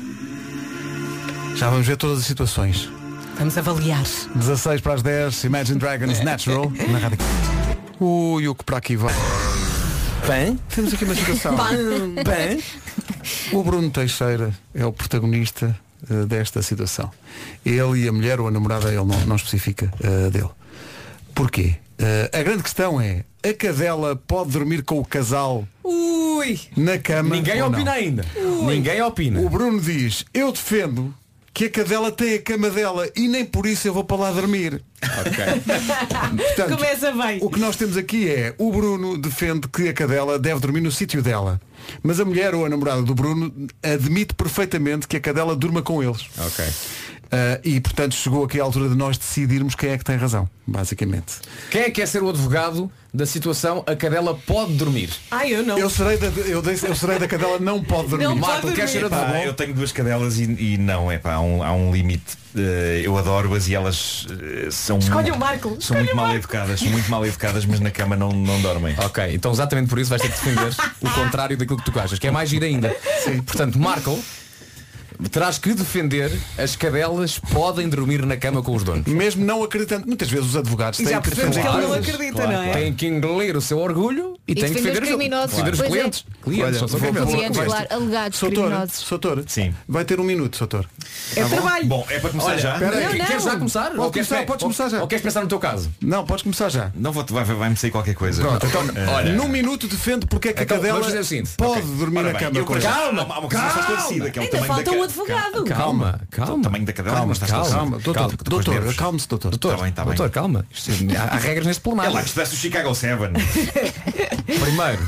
[SPEAKER 1] Já vamos ver todas as situações.
[SPEAKER 3] Vamos avaliar.
[SPEAKER 1] 16 para as 10, Imagine Dragons Natural, na rádio. Ui, o que para aqui vai. Bem, temos aqui uma situação.
[SPEAKER 3] Bem.
[SPEAKER 1] Bem. O Bruno Teixeira é o protagonista eh, desta situação. Ele e a mulher, ou a namorada, ele não, não especifica eh, dele. Porquê? Eh, a grande questão é, a cadela pode dormir com o casal
[SPEAKER 3] Ui!
[SPEAKER 1] na cama?
[SPEAKER 7] Ninguém
[SPEAKER 1] ou não?
[SPEAKER 7] opina ainda. Ninguém opina.
[SPEAKER 1] O Bruno diz, eu defendo que a cadela tem a cama dela e nem por isso eu vou para lá dormir. Portanto,
[SPEAKER 3] Começa bem.
[SPEAKER 1] O que nós temos aqui é o Bruno defende que a cadela deve dormir no sítio dela. Mas a mulher ou a namorada do Bruno admite perfeitamente que a cadela durma com eles.
[SPEAKER 7] Ok.
[SPEAKER 1] Ah, e portanto chegou aqui a altura de nós decidirmos quem é que tem razão, basicamente.
[SPEAKER 7] Quem é que quer ser o advogado da situação a cadela pode dormir?
[SPEAKER 3] Ah, eu não.
[SPEAKER 1] Eu serei da, eu, dei- eu serei da cadela não pode dormir.
[SPEAKER 7] Marco, quer ser
[SPEAKER 5] Epá,
[SPEAKER 7] advogado?
[SPEAKER 5] eu tenho duas cadelas e, e não, é pá, há um, há um limite. Eh, eu adoro-as e elas eh, são,
[SPEAKER 3] Escolhe
[SPEAKER 5] mu-
[SPEAKER 3] o Marco.
[SPEAKER 5] são muito mal educadas, são muito mal educadas, mas na cama não, não dormem.
[SPEAKER 7] Ok, então exatamente por isso vais ter que defender o contrário daquilo que tu achas, que é mais gira ainda. Portanto, Marco, terás que defender as cadelas podem dormir na cama com os donos.
[SPEAKER 1] Mesmo não acreditando, muitas vezes os advogados têm que defender coisas. é?
[SPEAKER 7] Tem que engolir o seu orgulho e,
[SPEAKER 4] E
[SPEAKER 7] tem que
[SPEAKER 4] defender
[SPEAKER 7] defender
[SPEAKER 4] os
[SPEAKER 7] os,
[SPEAKER 4] criminosos.
[SPEAKER 7] defender os
[SPEAKER 4] Pois é.
[SPEAKER 7] clientes. Clientes,
[SPEAKER 1] Olha,
[SPEAKER 7] só são
[SPEAKER 1] vou-
[SPEAKER 7] clientes.
[SPEAKER 1] vou-
[SPEAKER 4] Clientes,
[SPEAKER 1] vou-
[SPEAKER 4] claro, alegados,
[SPEAKER 1] Soutor,
[SPEAKER 4] criminosos.
[SPEAKER 1] Soutor,
[SPEAKER 5] Sim.
[SPEAKER 1] vai ter um minuto, Soutor.
[SPEAKER 3] É
[SPEAKER 1] Tá bom?
[SPEAKER 3] trabalho.
[SPEAKER 5] Bom, é para começar
[SPEAKER 7] Olha,
[SPEAKER 5] já.
[SPEAKER 7] espera aí,
[SPEAKER 5] Não,
[SPEAKER 7] queres
[SPEAKER 5] não.
[SPEAKER 7] já começar?
[SPEAKER 5] Podes
[SPEAKER 7] Ou queres-
[SPEAKER 5] começar, podes
[SPEAKER 7] ou-
[SPEAKER 5] começar já.
[SPEAKER 7] Ou queres pensar no teu caso?
[SPEAKER 1] Não, podes começar já.
[SPEAKER 5] Não vou, vai, vai- vai-me sair qualquer coisa.
[SPEAKER 1] Pronto, então,
[SPEAKER 5] Eh,
[SPEAKER 1] olha, num minuto defende porque é que
[SPEAKER 5] Então,
[SPEAKER 1] a cadela
[SPEAKER 5] vamos dizer o seguinte.
[SPEAKER 1] pode
[SPEAKER 5] Ok.
[SPEAKER 1] dormir
[SPEAKER 5] Ora
[SPEAKER 1] na
[SPEAKER 5] bem,
[SPEAKER 1] cama.
[SPEAKER 5] eu
[SPEAKER 1] com
[SPEAKER 5] para
[SPEAKER 1] ele.
[SPEAKER 5] já- Calma, há uma coisa só esclarecida, que é o
[SPEAKER 3] Ainda
[SPEAKER 5] tamanho da
[SPEAKER 3] falta um
[SPEAKER 5] ca-
[SPEAKER 3] advogado.
[SPEAKER 1] Calma, calma.
[SPEAKER 5] O tamanho da cadela
[SPEAKER 1] Calma,
[SPEAKER 5] não está
[SPEAKER 1] calma,
[SPEAKER 5] esclarecido.
[SPEAKER 1] doutor,
[SPEAKER 5] Calma, depois
[SPEAKER 1] doutor,
[SPEAKER 5] vemos.
[SPEAKER 1] acalme-se, doutor.
[SPEAKER 5] Tá bem, tá bem.
[SPEAKER 7] Doutor, calma. Isto é- há, há regras neste plenário.
[SPEAKER 5] É lá que estudaste o Chicago 7.
[SPEAKER 7] Primeiro,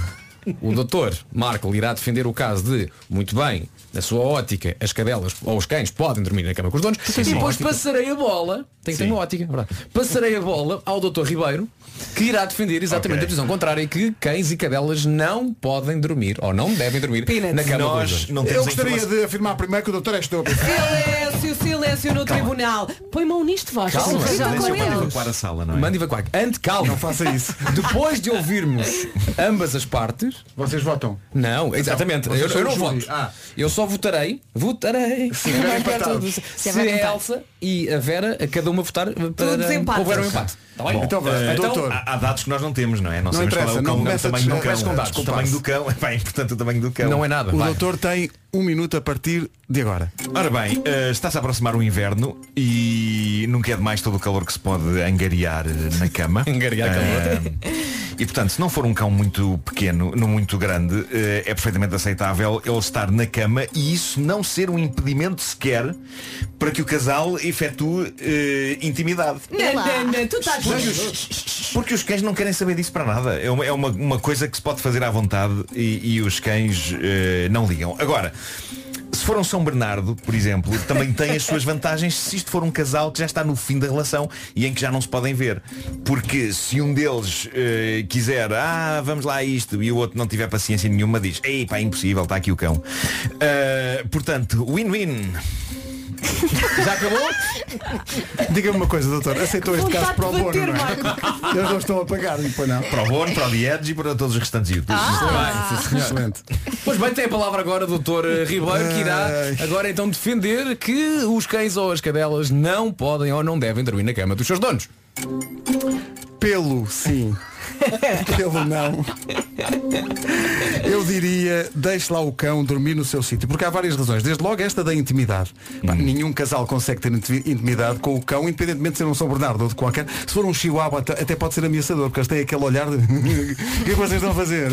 [SPEAKER 7] o doutor Marco irá defender o caso de muito bem. na sua ótica, as cadelas ou os cães podem dormir na cama com os donos.
[SPEAKER 16] Tu
[SPEAKER 7] E
[SPEAKER 16] tens uma
[SPEAKER 7] depois
[SPEAKER 16] ótica?
[SPEAKER 7] passarei a bola. Tem que ter uma ótica, é verdade. Passarei a bola ao Dr. Ribeiro, que irá defender exatamente
[SPEAKER 5] Ok.
[SPEAKER 7] a visão contrária, que cães e cadelas não podem dormir ou não devem dormir na cama com os donos.
[SPEAKER 1] Eu gostaria de afirmar primeiro que o doutor é estúpido.
[SPEAKER 3] Silêncio, silêncio no
[SPEAKER 7] Calma.
[SPEAKER 3] tribunal. Põe mão nisto, Vasco.
[SPEAKER 7] Calma,
[SPEAKER 3] Fica
[SPEAKER 7] silêncio,
[SPEAKER 3] um com
[SPEAKER 7] eu vou
[SPEAKER 3] eles.
[SPEAKER 5] Para a sala, não é?
[SPEAKER 7] Manda evacuar. Ante, calma. Não faça isso. Depois de ouvirmos ambas as partes.
[SPEAKER 1] Vocês votam?
[SPEAKER 5] Então,
[SPEAKER 7] Não, exatamente.
[SPEAKER 1] vocês
[SPEAKER 7] eu,
[SPEAKER 1] são
[SPEAKER 7] eu não
[SPEAKER 1] os júris.
[SPEAKER 7] voto.
[SPEAKER 5] Ah.
[SPEAKER 7] Eu só votarei. Votarei.
[SPEAKER 1] Se
[SPEAKER 7] Vai
[SPEAKER 1] houver
[SPEAKER 7] ganhar
[SPEAKER 1] empatados.
[SPEAKER 7] todos.
[SPEAKER 1] Se
[SPEAKER 7] Se,
[SPEAKER 1] houver
[SPEAKER 7] a
[SPEAKER 1] empate.
[SPEAKER 7] Elsa e a Vera, a cada uma votar para
[SPEAKER 1] Todos empates.
[SPEAKER 7] houver um empate. Tá bem?
[SPEAKER 5] Bom, eh,
[SPEAKER 7] eh,
[SPEAKER 5] então, há, há dados que nós não temos, não é? Não,
[SPEAKER 1] Não
[SPEAKER 5] sabemos qual é
[SPEAKER 1] interessa,
[SPEAKER 5] o,
[SPEAKER 1] não
[SPEAKER 5] cão,
[SPEAKER 1] metas-
[SPEAKER 5] o tamanho
[SPEAKER 1] não
[SPEAKER 5] do cão.
[SPEAKER 1] metes com dados, é
[SPEAKER 5] o tamanho do cão é bem importante o tamanho do cão.
[SPEAKER 7] é
[SPEAKER 1] O doutor tem um minuto a partir de agora.
[SPEAKER 5] Ora bem, eh, está-se a aproximar o inverno e nunca é demais todo o calor que se pode angariar eh, na cama. angariar
[SPEAKER 7] calor.
[SPEAKER 5] e portanto, se não for um cão muito pequeno, não muito grande, eh, é perfeitamente aceitável ele estar na cama e isso não ser um impedimento sequer para que o casal efetue eh, intimidade.
[SPEAKER 3] Não, não, não, tu estás
[SPEAKER 5] Porque os, porque os cães não querem saber disso para nada. É uma, é uma, uma coisa que se pode fazer à vontade e, e os cães eh, não ligam. Agora, se for um São Bernardo, por exemplo, também tem as suas vantagens se isto for um casal que já está no fim da relação e em que já não se podem ver. Porque se um deles eh, quiser, ah, vamos lá a isto, e o outro não tiver paciência nenhuma, diz, ei pá, é impossível, está aqui o cão. Eh, portanto, win-win.
[SPEAKER 7] Já acabou?
[SPEAKER 1] Diga-me uma coisa, doutor. Aceitou
[SPEAKER 5] Que
[SPEAKER 1] este caso para o
[SPEAKER 5] vontade
[SPEAKER 1] bono,
[SPEAKER 5] de
[SPEAKER 1] não
[SPEAKER 5] bater,
[SPEAKER 1] é? Eles não estão a pagar, e depois não.
[SPEAKER 5] Para o Bono, para o Diedes e para todos os restantes youtubers.
[SPEAKER 7] Ah.
[SPEAKER 5] Sim, senhor.
[SPEAKER 1] Excelente.
[SPEAKER 7] Pois bem, tem a palavra agora o doutor eh, Ribeiro, que irá agora então defender que os cães ou as cadelas não podem ou não devem dormir na cama dos seus donos.
[SPEAKER 1] Pelo sim. Pelo não. Eu diria, deixe lá o cão dormir no seu sítio. Porque há várias razões. Desde logo esta da intimidade. Pá,
[SPEAKER 7] Hum.
[SPEAKER 1] Nenhum casal consegue ter inti- intimidade com o cão, independentemente de ser um São Bernardo ou de qualquer. Se for um Chihuahua, até até pode ser ameaçador, porque eles têm aquele olhar de. O que é que vocês estão a fazer?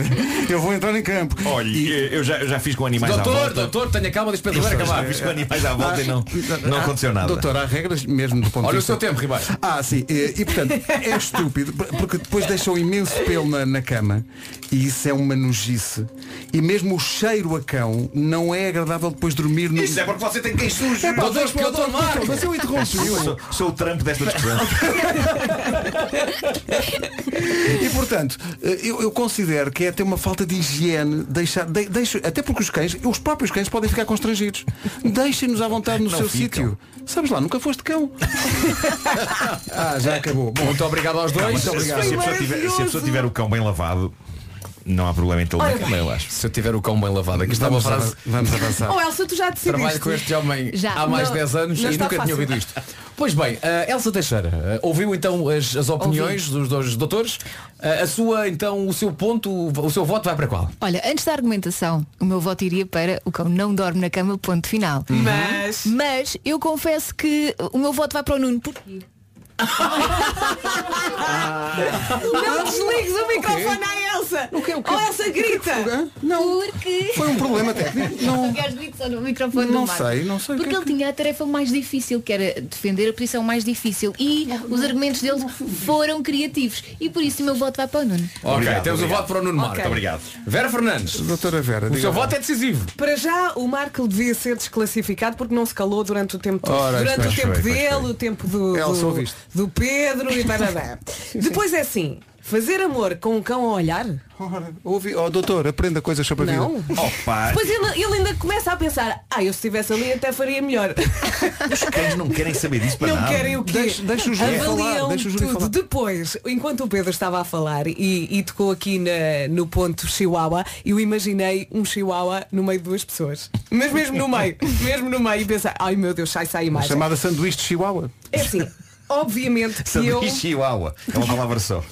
[SPEAKER 1] Eu vou entrar em campo.
[SPEAKER 5] Olha, eu, já, eu já fiz com animais à
[SPEAKER 7] doutor,
[SPEAKER 5] volta. é
[SPEAKER 7] doutor, tenha calma, deixa Pedro
[SPEAKER 5] Eu
[SPEAKER 7] Ribeiro
[SPEAKER 5] já
[SPEAKER 7] acabar.
[SPEAKER 5] fiz com animais à volta e não- não
[SPEAKER 1] Há-
[SPEAKER 5] aconteceu nada.
[SPEAKER 1] Doutor, há regras mesmo do ponto
[SPEAKER 7] Olha
[SPEAKER 1] de
[SPEAKER 7] o
[SPEAKER 1] vista.
[SPEAKER 7] seu tempo, Ribeiro.
[SPEAKER 1] Ah, sim. E, e, portanto, é estúpido, porque depois deixam imenso pelo na, na cama e isso é uma nojice. E mesmo o cheiro a cão não é agradável depois dormir no.
[SPEAKER 5] Isso é porque você tem quem sujo.
[SPEAKER 1] É pá,
[SPEAKER 5] Doutor,
[SPEAKER 1] mas-
[SPEAKER 5] porque eu estou
[SPEAKER 1] doutor,
[SPEAKER 5] mal.
[SPEAKER 1] Mas eu interrompo.
[SPEAKER 5] Sou,
[SPEAKER 1] eu-
[SPEAKER 5] sou o trampo desta discussão.
[SPEAKER 1] E portanto, eh, eu, eu considero que é ter uma falta de higiene, deixar, de- deixo- até porque os cães, os próprios cães podem ficar constrangidos. Deixem-nos à vontade no
[SPEAKER 7] Não
[SPEAKER 1] seu
[SPEAKER 7] ficam.
[SPEAKER 1] sítio. Sabes lá, nunca foste cão. ah, já acabou. Bom,
[SPEAKER 7] Muito obrigado aos dois.
[SPEAKER 5] Não, mas é se- Se, a pessoa tiver, se a pessoa tiver o cão bem lavado, não há problema em tê-lo na
[SPEAKER 3] Olha,
[SPEAKER 5] cama, eu acho.
[SPEAKER 7] Se eu tiver o cão bem lavado, aqui está uma
[SPEAKER 1] Vamos
[SPEAKER 7] Tá frase.
[SPEAKER 1] avan- Vamos avançar.
[SPEAKER 3] Oh, Elsa, tu já decidiste.
[SPEAKER 7] Trabalho com este homem
[SPEAKER 3] Já.
[SPEAKER 7] há mais
[SPEAKER 3] Não-
[SPEAKER 7] de 10 anos
[SPEAKER 3] não
[SPEAKER 7] e
[SPEAKER 3] está
[SPEAKER 7] nunca tinha
[SPEAKER 3] fácil.
[SPEAKER 7] ouvido isto. Pois bem, eh, Elsa Teixeira, eh, ouviu então as, as opiniões dos dois doutores. Eh, a sua, então, o seu ponto, o seu voto vai para qual?
[SPEAKER 4] Olha, antes da argumentação, o meu voto iria para o cão não dorme na cama, ponto final. Mas. Mas eu confesso que o meu voto vai para o Nuno. Porquê?
[SPEAKER 1] Ah.
[SPEAKER 3] Não desligues o microfone à Elsa. O quê, Ou Oh, Elsa grita.
[SPEAKER 1] Não.
[SPEAKER 4] Porque.
[SPEAKER 1] Foi um problema técnico. Não.
[SPEAKER 4] Porque às vezes só no microfone
[SPEAKER 1] Não
[SPEAKER 4] do Marco.
[SPEAKER 1] sei, não sei o
[SPEAKER 4] Porque
[SPEAKER 1] que é
[SPEAKER 4] ele tinha a tarefa mais difícil, que era defender a posição mais difícil. E os argumentos dele foram criativos. E por isso o meu voto vai para o Nuno.
[SPEAKER 7] Ok,
[SPEAKER 5] Obrigado,
[SPEAKER 7] temos o
[SPEAKER 5] obrigado.
[SPEAKER 7] voto para o Nuno Marco.
[SPEAKER 5] Ok. Obrigado.
[SPEAKER 7] Vera Fernandes.
[SPEAKER 1] Doutora Vera,
[SPEAKER 7] o seu voto é decisivo.
[SPEAKER 3] Para já, o Marco devia ser desclassificado porque não se calou durante o tempo todo.
[SPEAKER 7] Ora,
[SPEAKER 3] durante
[SPEAKER 7] pois
[SPEAKER 3] o tempo
[SPEAKER 7] foi, pois
[SPEAKER 3] dele, o tempo do,
[SPEAKER 1] Elsa,
[SPEAKER 3] do,
[SPEAKER 1] ouviste.
[SPEAKER 3] do Pedro e tarará. Depois é assim, fazer amor com um cão a olhar?
[SPEAKER 1] Ouvi, oh, doutor, aprenda coisas sobre a
[SPEAKER 3] Não.
[SPEAKER 1] vida.
[SPEAKER 5] Opa,
[SPEAKER 3] Depois ele, ele ainda começa a pensar, ah, eu se estivesse ali até faria melhor.
[SPEAKER 5] os cães não querem saber disso para
[SPEAKER 3] não
[SPEAKER 5] nada.
[SPEAKER 3] querem o quê?
[SPEAKER 1] Deixa- deixa o júri
[SPEAKER 3] Avaliam
[SPEAKER 1] falar, deixa o júri
[SPEAKER 3] tudo.
[SPEAKER 1] falar.
[SPEAKER 3] Depois, enquanto o Pedro estava a falar e, e tocou aqui na- no ponto Chihuahua, eu imaginei um Chihuahua no meio de duas pessoas. Mas mesmo no meio, mesmo no meio, e pensei, ai meu Deus, sai, sai a imagem.
[SPEAKER 1] Chamada sanduíche de chihuahua.
[SPEAKER 3] É assim, obviamente que eu...
[SPEAKER 5] Sanduíche chihuahua. É uma palavra só.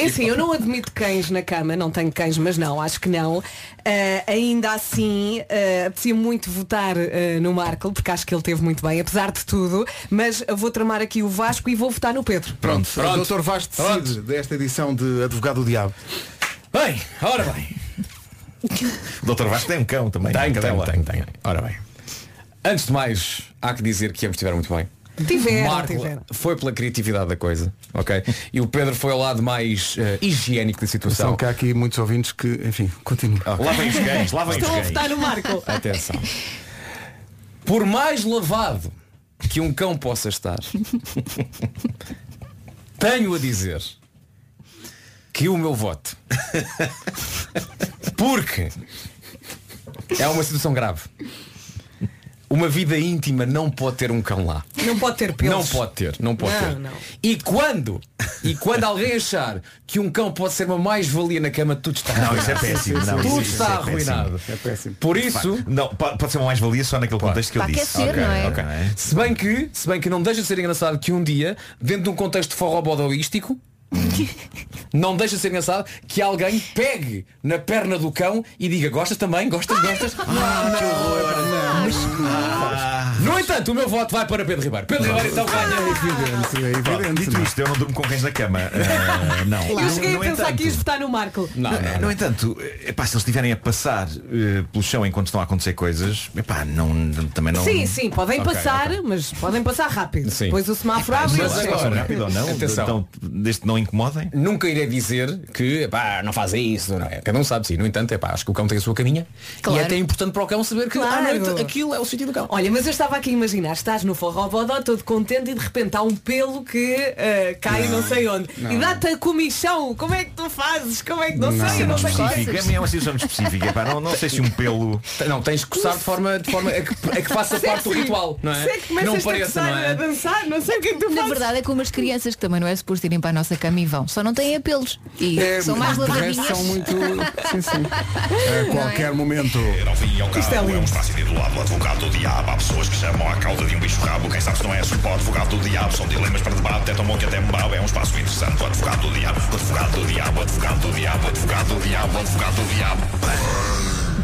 [SPEAKER 3] É assim, eu não admito cães na cama, não tenho cães, mas não, acho que não. Ah, ainda assim, ah, apetecia muito votar ah, no Marco, porque acho que ele teve muito bem, apesar de tudo, mas vou tramar aqui o Vasco e vou votar no Pedro.
[SPEAKER 1] Pronto,
[SPEAKER 7] Pronto.
[SPEAKER 1] o doutor Vaz decide desta edição de Advogado do Diabo.
[SPEAKER 7] Bem, ora bem.
[SPEAKER 5] O doutor Vasco tem um cão também.
[SPEAKER 7] Tem,
[SPEAKER 5] Cadê
[SPEAKER 7] tem,
[SPEAKER 5] lá?
[SPEAKER 7] tem, tem. Ora bem. Antes de mais, há que dizer que ambos estiveram muito bem.
[SPEAKER 3] Tiveram,
[SPEAKER 7] Marco
[SPEAKER 3] tiveram.
[SPEAKER 7] foi pela criatividade da coisa, ok? E o Pedro foi ao lado mais eh, higiênico da situação.
[SPEAKER 1] São que há aqui muitos ouvintes que, enfim, continuam.
[SPEAKER 5] Ah.
[SPEAKER 7] Lá vem os gays, lá vem os gays. Atenção. Por mais lavado que um cão possa estar, tenho a dizer que o meu voto. Porque é uma situação grave. Uma vida íntima não pode ter um cão lá.
[SPEAKER 3] Não pode ter pelos.
[SPEAKER 7] Não pode ter, não pode
[SPEAKER 3] Não,
[SPEAKER 7] ter.
[SPEAKER 3] não.
[SPEAKER 7] E quando? E quando alguém achar que um cão pode ser uma mais-valia na cama, tudo está
[SPEAKER 5] Não,
[SPEAKER 7] arruinado.
[SPEAKER 5] isso é péssimo. Não,
[SPEAKER 7] tudo
[SPEAKER 5] isso- isso
[SPEAKER 7] está
[SPEAKER 5] é
[SPEAKER 7] arruinado.
[SPEAKER 5] péssimo.
[SPEAKER 7] Por isso.
[SPEAKER 5] Não, po- pode ser uma mais-valia só naquele contexto que eu
[SPEAKER 7] Para
[SPEAKER 5] disse.
[SPEAKER 7] aquecer,
[SPEAKER 5] Ok,
[SPEAKER 7] não é?
[SPEAKER 5] ok.
[SPEAKER 7] Se bem que, se bem que não deixa de ser engraçado que um dia, dentro de um contexto forrobodoístico, não deixa de ser engraçado que alguém pegue na perna do cão e diga gostas também, gostas, gostas. Ah, que horror.
[SPEAKER 5] Ah,
[SPEAKER 7] No entanto, o meu voto vai para Pedro Ribeiro. Pedro Ribeiro então ganha.
[SPEAKER 1] é
[SPEAKER 5] Bom, Dito isto, eu não durmo com cães na cama. Ah, não.
[SPEAKER 3] Eu cheguei a
[SPEAKER 5] No
[SPEAKER 3] pensar
[SPEAKER 5] entanto-
[SPEAKER 3] que ias votar no Marco.
[SPEAKER 5] Não, não, No entanto, eh, epá, se eles estiverem a passar eh, pelo chão enquanto estão a acontecer coisas, epá, não, não- também não.
[SPEAKER 3] Sim, sim, podem
[SPEAKER 5] Ok,
[SPEAKER 3] passar, mas podem passar rápido.
[SPEAKER 5] Sim.
[SPEAKER 3] Depois o semáforo
[SPEAKER 5] Mas
[SPEAKER 3] abre e
[SPEAKER 5] eles
[SPEAKER 3] eles
[SPEAKER 5] passam
[SPEAKER 3] chegam.
[SPEAKER 5] rápido ou não?
[SPEAKER 7] Atenção.
[SPEAKER 5] Então, desde que não incomodem.
[SPEAKER 7] Nunca irei dizer que pá, não faz isso, não é? Cada um sabe sim. No entanto, é pá, acho que o cão tem a sua caminha. E é até importante para o cão saber que à noite aquilo é o sítio do cão.
[SPEAKER 3] Olha, mas eu estava aqui a imaginar, estás no forrobodó todo contente e de repente há um pelo que ah, cai não,
[SPEAKER 5] Não,
[SPEAKER 3] sei onde.
[SPEAKER 5] não.
[SPEAKER 3] E dá-te a comichão. Como é que tu fazes? Como é que não, sei? Eu não sei
[SPEAKER 5] específica.
[SPEAKER 3] coisas.
[SPEAKER 5] É uma situação muito específica. epá, não, não sei se um pelo.
[SPEAKER 7] Não, tens de coçar de forma, de forma a, que, a que faça
[SPEAKER 3] Sexy.
[SPEAKER 7] parte do ritual, não é?
[SPEAKER 3] Sei assim. que começas
[SPEAKER 7] não
[SPEAKER 3] a coçar, a dançar, não sei o que é que tu
[SPEAKER 4] Na verdade é como as crianças que também não é suposto irem para a nossa cama e vão. Só não têm apelos. E
[SPEAKER 1] É,
[SPEAKER 4] são mais
[SPEAKER 1] de resto
[SPEAKER 4] lavadinhas.
[SPEAKER 1] são muito- sim, sim. A qualquer momento.
[SPEAKER 16] Isto é, é um espécie de lado advogado do diabo. Há pessoas que chamam a cauda de um bicho rabo. Quem sabe se não é só o advogado do diabo. São dilemas para debate, é tão bom que até me babo. É um espaço interessante. O advogado do diabo, o advogado do diabo, o advogado do diabo, o advogado do diabo, o advogado do diabo.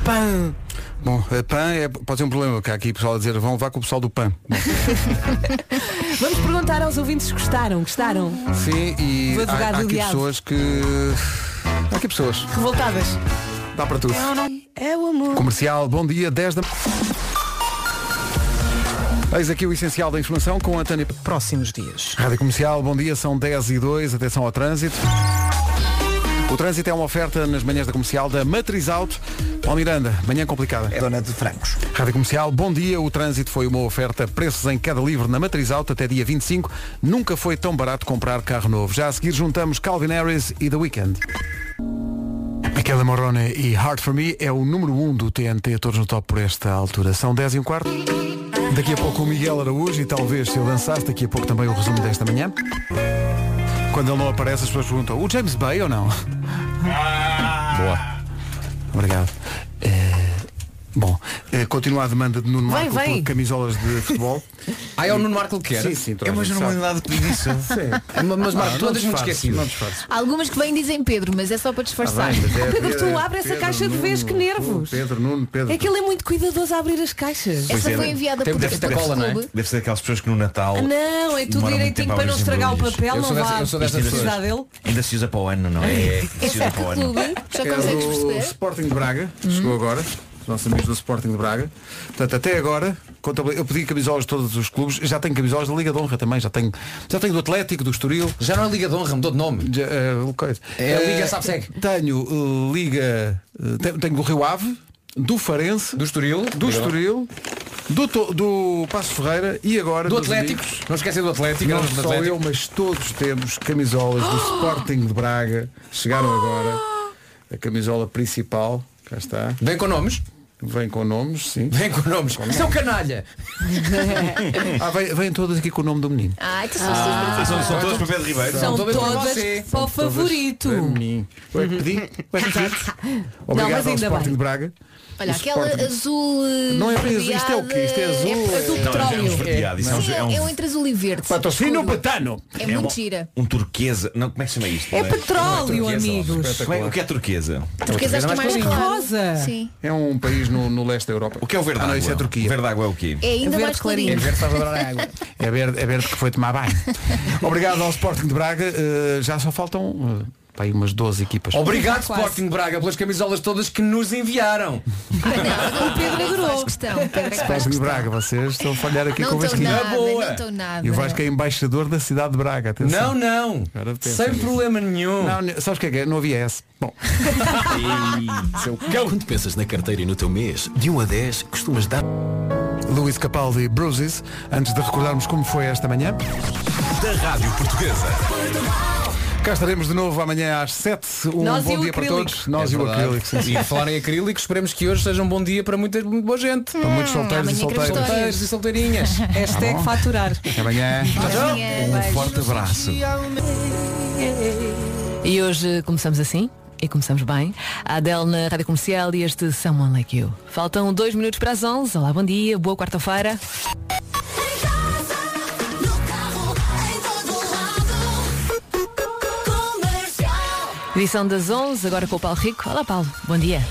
[SPEAKER 1] PAN. Bom, eh, PAN é, pode ser um problema, que há aqui pessoal a dizer, vão levar com o pessoal do PAN.
[SPEAKER 3] Vamos perguntar aos ouvintes se gostaram, gostaram?
[SPEAKER 1] Sim, e
[SPEAKER 3] Do
[SPEAKER 1] há, há
[SPEAKER 3] advogado do
[SPEAKER 1] aqui
[SPEAKER 3] diabo.
[SPEAKER 1] pessoas que. Há aqui pessoas.
[SPEAKER 3] Revoltadas.
[SPEAKER 1] Dá para tudo.
[SPEAKER 3] É o amor.
[SPEAKER 1] Comercial, bom dia, 10 da. Eis aqui o essencial da informação com a Tânia.
[SPEAKER 12] Próximos dias.
[SPEAKER 1] Rádio Comercial, bom dia, são 10 e 2, atenção ao trânsito. O trânsito é uma oferta nas manhãs da comercial da Matriz Auto. Paulo Miranda, manhã complicada. É
[SPEAKER 2] dona de Francos.
[SPEAKER 1] Rádio Comercial, bom dia. O trânsito foi uma oferta preços em cada livre na Matriz Auto até dia 25. Nunca foi tão barato comprar carro novo. Já a seguir juntamos Calvin Harris e The Weeknd. Aquela Morrone e Hard For Me é o número 1 um do TNT, todos no top por esta altura. São 10 e um quarto. Daqui a pouco o Miguel Araújo e talvez se eu dançasse, daqui a pouco também o resumo desta manhã. Quando ele não aparece, as pessoas perguntam, o James Bay ou não? Ah! Boa. Obrigado. Eh, bom, eh, continua a demanda de Nuno
[SPEAKER 7] Vai,
[SPEAKER 1] Marco
[SPEAKER 7] vai.
[SPEAKER 1] por camisolas de futebol.
[SPEAKER 7] Ah, é o Nuno Marco que quer?
[SPEAKER 1] Sim, sim. toda
[SPEAKER 7] É uma
[SPEAKER 1] a gente
[SPEAKER 7] generalidade
[SPEAKER 1] sabe.
[SPEAKER 7] pedir isso.
[SPEAKER 1] Sim.
[SPEAKER 7] Mas, mas, Marco,
[SPEAKER 1] Ah,
[SPEAKER 7] tu
[SPEAKER 1] não
[SPEAKER 7] andas muito
[SPEAKER 1] disfarces,
[SPEAKER 7] esquecido.
[SPEAKER 1] Não disfarces.
[SPEAKER 4] Algumas que vêm dizem Pedro, mas é só para disfarçar.
[SPEAKER 1] Tá bem, mas é
[SPEAKER 3] Pedro, tu
[SPEAKER 1] Pedro,
[SPEAKER 3] abre essa
[SPEAKER 1] Pedro,
[SPEAKER 3] caixa de vez, que nervos.
[SPEAKER 1] Pedro, Nuno, Pedro.
[SPEAKER 3] É que ele é muito cuidadoso a abrir as caixas.
[SPEAKER 5] Pois é, tem- deve-
[SPEAKER 4] um
[SPEAKER 5] deve-
[SPEAKER 1] é?
[SPEAKER 5] Deve ser daquelas pessoas que no Natal.
[SPEAKER 3] Ah, não, é tudo
[SPEAKER 5] demoram
[SPEAKER 3] direitinho
[SPEAKER 5] muito tempo a
[SPEAKER 3] para não
[SPEAKER 5] abrir os
[SPEAKER 3] estragar o
[SPEAKER 5] embrulhos.
[SPEAKER 3] papel,
[SPEAKER 5] Eu
[SPEAKER 3] não
[SPEAKER 5] sou dessa-
[SPEAKER 3] vá
[SPEAKER 5] eu sou dessas
[SPEAKER 3] precisar
[SPEAKER 5] pessoas.
[SPEAKER 3] dele.
[SPEAKER 5] Ainda se usa para o ano, não é? É, se
[SPEAKER 3] Esse
[SPEAKER 5] usa
[SPEAKER 3] é
[SPEAKER 5] para o
[SPEAKER 3] que
[SPEAKER 5] ano.
[SPEAKER 3] clube,
[SPEAKER 4] já
[SPEAKER 1] É
[SPEAKER 4] consegues
[SPEAKER 1] do
[SPEAKER 4] perceber.
[SPEAKER 1] Sporting de Braga, chegou agora. Os nossos amigos do Sporting de Braga. Portanto, até agora, contabil- eu pedi camisolas de todos os clubes, já tenho camisolas da Liga de Honra também, já tenho, já tenho do Atlético, do Estoril.
[SPEAKER 7] Já não é Liga de Honra, mudou de nome.
[SPEAKER 1] Já, eh, coisa.
[SPEAKER 7] É a Liga
[SPEAKER 1] Eh,
[SPEAKER 7] Sapseg.
[SPEAKER 1] Tenho eh, Liga, eh, tenho, tenho do Rio Ave, do Farense, do
[SPEAKER 7] Estoril,
[SPEAKER 1] do, Estoril, do, to- do Passo Ferreira e agora
[SPEAKER 7] Do
[SPEAKER 1] dos
[SPEAKER 7] Atlético.
[SPEAKER 1] amigos.
[SPEAKER 7] Não esquecem do Atlético. é um
[SPEAKER 1] Não
[SPEAKER 7] grandes do
[SPEAKER 1] só
[SPEAKER 7] Atlético.
[SPEAKER 1] eu, mas todos temos camisolas do Sporting de Braga. Chegaram agora. A camisola principal. Cá está.
[SPEAKER 7] Vem com nomes?
[SPEAKER 1] Vem com nomes, sim.
[SPEAKER 7] Vem com nomes. São canalha.
[SPEAKER 1] ah, vem, vêm todas aqui com o nome do menino.
[SPEAKER 4] Ai, que
[SPEAKER 5] Ah, são, são todas para Pedro Ribeiro.
[SPEAKER 3] São
[SPEAKER 1] todas para
[SPEAKER 3] todas
[SPEAKER 1] você.
[SPEAKER 3] para o favorito.
[SPEAKER 1] Para mim. Ué, pedi. Ué, pedi.
[SPEAKER 4] Uhum. Não, mas
[SPEAKER 1] Obrigado ao
[SPEAKER 4] ainda
[SPEAKER 1] Sporting
[SPEAKER 4] bem.
[SPEAKER 1] de Braga.
[SPEAKER 4] Olha,
[SPEAKER 1] O
[SPEAKER 4] aquela
[SPEAKER 1] Sporting-
[SPEAKER 4] azul. eh,
[SPEAKER 1] Não é bem azul, isto é o quê? Isto é azul,
[SPEAKER 4] verdeada,
[SPEAKER 1] é-
[SPEAKER 4] azul
[SPEAKER 1] Não, é
[SPEAKER 4] petróleo.
[SPEAKER 1] um
[SPEAKER 5] verdeado, isso é um-
[SPEAKER 4] Sim,
[SPEAKER 5] é um-
[SPEAKER 4] é entre azul e verde.
[SPEAKER 1] Patrocínio
[SPEAKER 4] Escuro.
[SPEAKER 1] Betano.
[SPEAKER 4] É
[SPEAKER 5] uma-
[SPEAKER 4] muito gira.
[SPEAKER 5] Um turquesa. Não, como é que se chama isto?
[SPEAKER 4] É
[SPEAKER 5] Não
[SPEAKER 4] petróleo,
[SPEAKER 5] Turquesa,
[SPEAKER 4] amigos.
[SPEAKER 5] ó, espetacular. Como é- O que é turquesa?
[SPEAKER 4] Turquesa acho que é mais rosa. Sim.
[SPEAKER 1] É um país no, no leste da Europa. O que é o verde? Ah, não, isso é Turquia.
[SPEAKER 5] Verde água é o quê?
[SPEAKER 4] É ainda mais clarinho.
[SPEAKER 1] É verde, é verde que foi tomar banho. Obrigado ao Sporting de Braga. Eh, já só faltam Pá, aí umas 12 equipas.
[SPEAKER 7] Obrigado Sporting Braga pelas camisolas todas que nos enviaram.
[SPEAKER 17] O Pedro adorou. Questão. o Pedro é que faz
[SPEAKER 1] Sporting Braga, vocês estão a falhar aqui
[SPEAKER 17] Não
[SPEAKER 1] com o
[SPEAKER 17] estou
[SPEAKER 1] Vasco.
[SPEAKER 17] nada, não estou nada.
[SPEAKER 1] E o Vasco é embaixador da cidade de Braga. Atenção.
[SPEAKER 7] Não, não.
[SPEAKER 1] Agora pensa
[SPEAKER 7] Sem
[SPEAKER 1] nisso.
[SPEAKER 7] problema nenhum.
[SPEAKER 1] Não, ne- sabes o que é que é? Não havia S. Bom,
[SPEAKER 5] Quando pensas na carteira e no teu mês, de 1 a 10, costumas dar.
[SPEAKER 1] Luís Capaldi Bruises, antes de recordarmos como foi esta manhã.
[SPEAKER 5] Da Rádio Portuguesa.
[SPEAKER 1] Cá estaremos de novo amanhã às 7. Um
[SPEAKER 3] Nós e
[SPEAKER 1] bom
[SPEAKER 3] o
[SPEAKER 1] dia para
[SPEAKER 3] acrílico.
[SPEAKER 1] todos. Nós
[SPEAKER 7] É
[SPEAKER 1] e o
[SPEAKER 7] verdade.
[SPEAKER 1] acrílico. sim, sim.
[SPEAKER 7] E falar em acrílico, esperemos que hoje seja um bom dia para muita, muito boa gente.
[SPEAKER 1] Para muitos solteiros e
[SPEAKER 7] amanhã queremos
[SPEAKER 1] solteiras.
[SPEAKER 7] Solteiros e solteirinhas.
[SPEAKER 1] Tá bom?
[SPEAKER 3] Hashtag é faturar.
[SPEAKER 1] Até amanhã. Um
[SPEAKER 3] Beijo.
[SPEAKER 1] forte abraço.
[SPEAKER 4] E hoje começamos assim. E começamos bem. A Adele na Rádio Comercial e este Someone Like You. Faltam dois minutos para as 11. Olá, bom dia, boa quarta-feira. Edição das 11, agora com o Paulo Rico. Olá, Paulo, bom dia.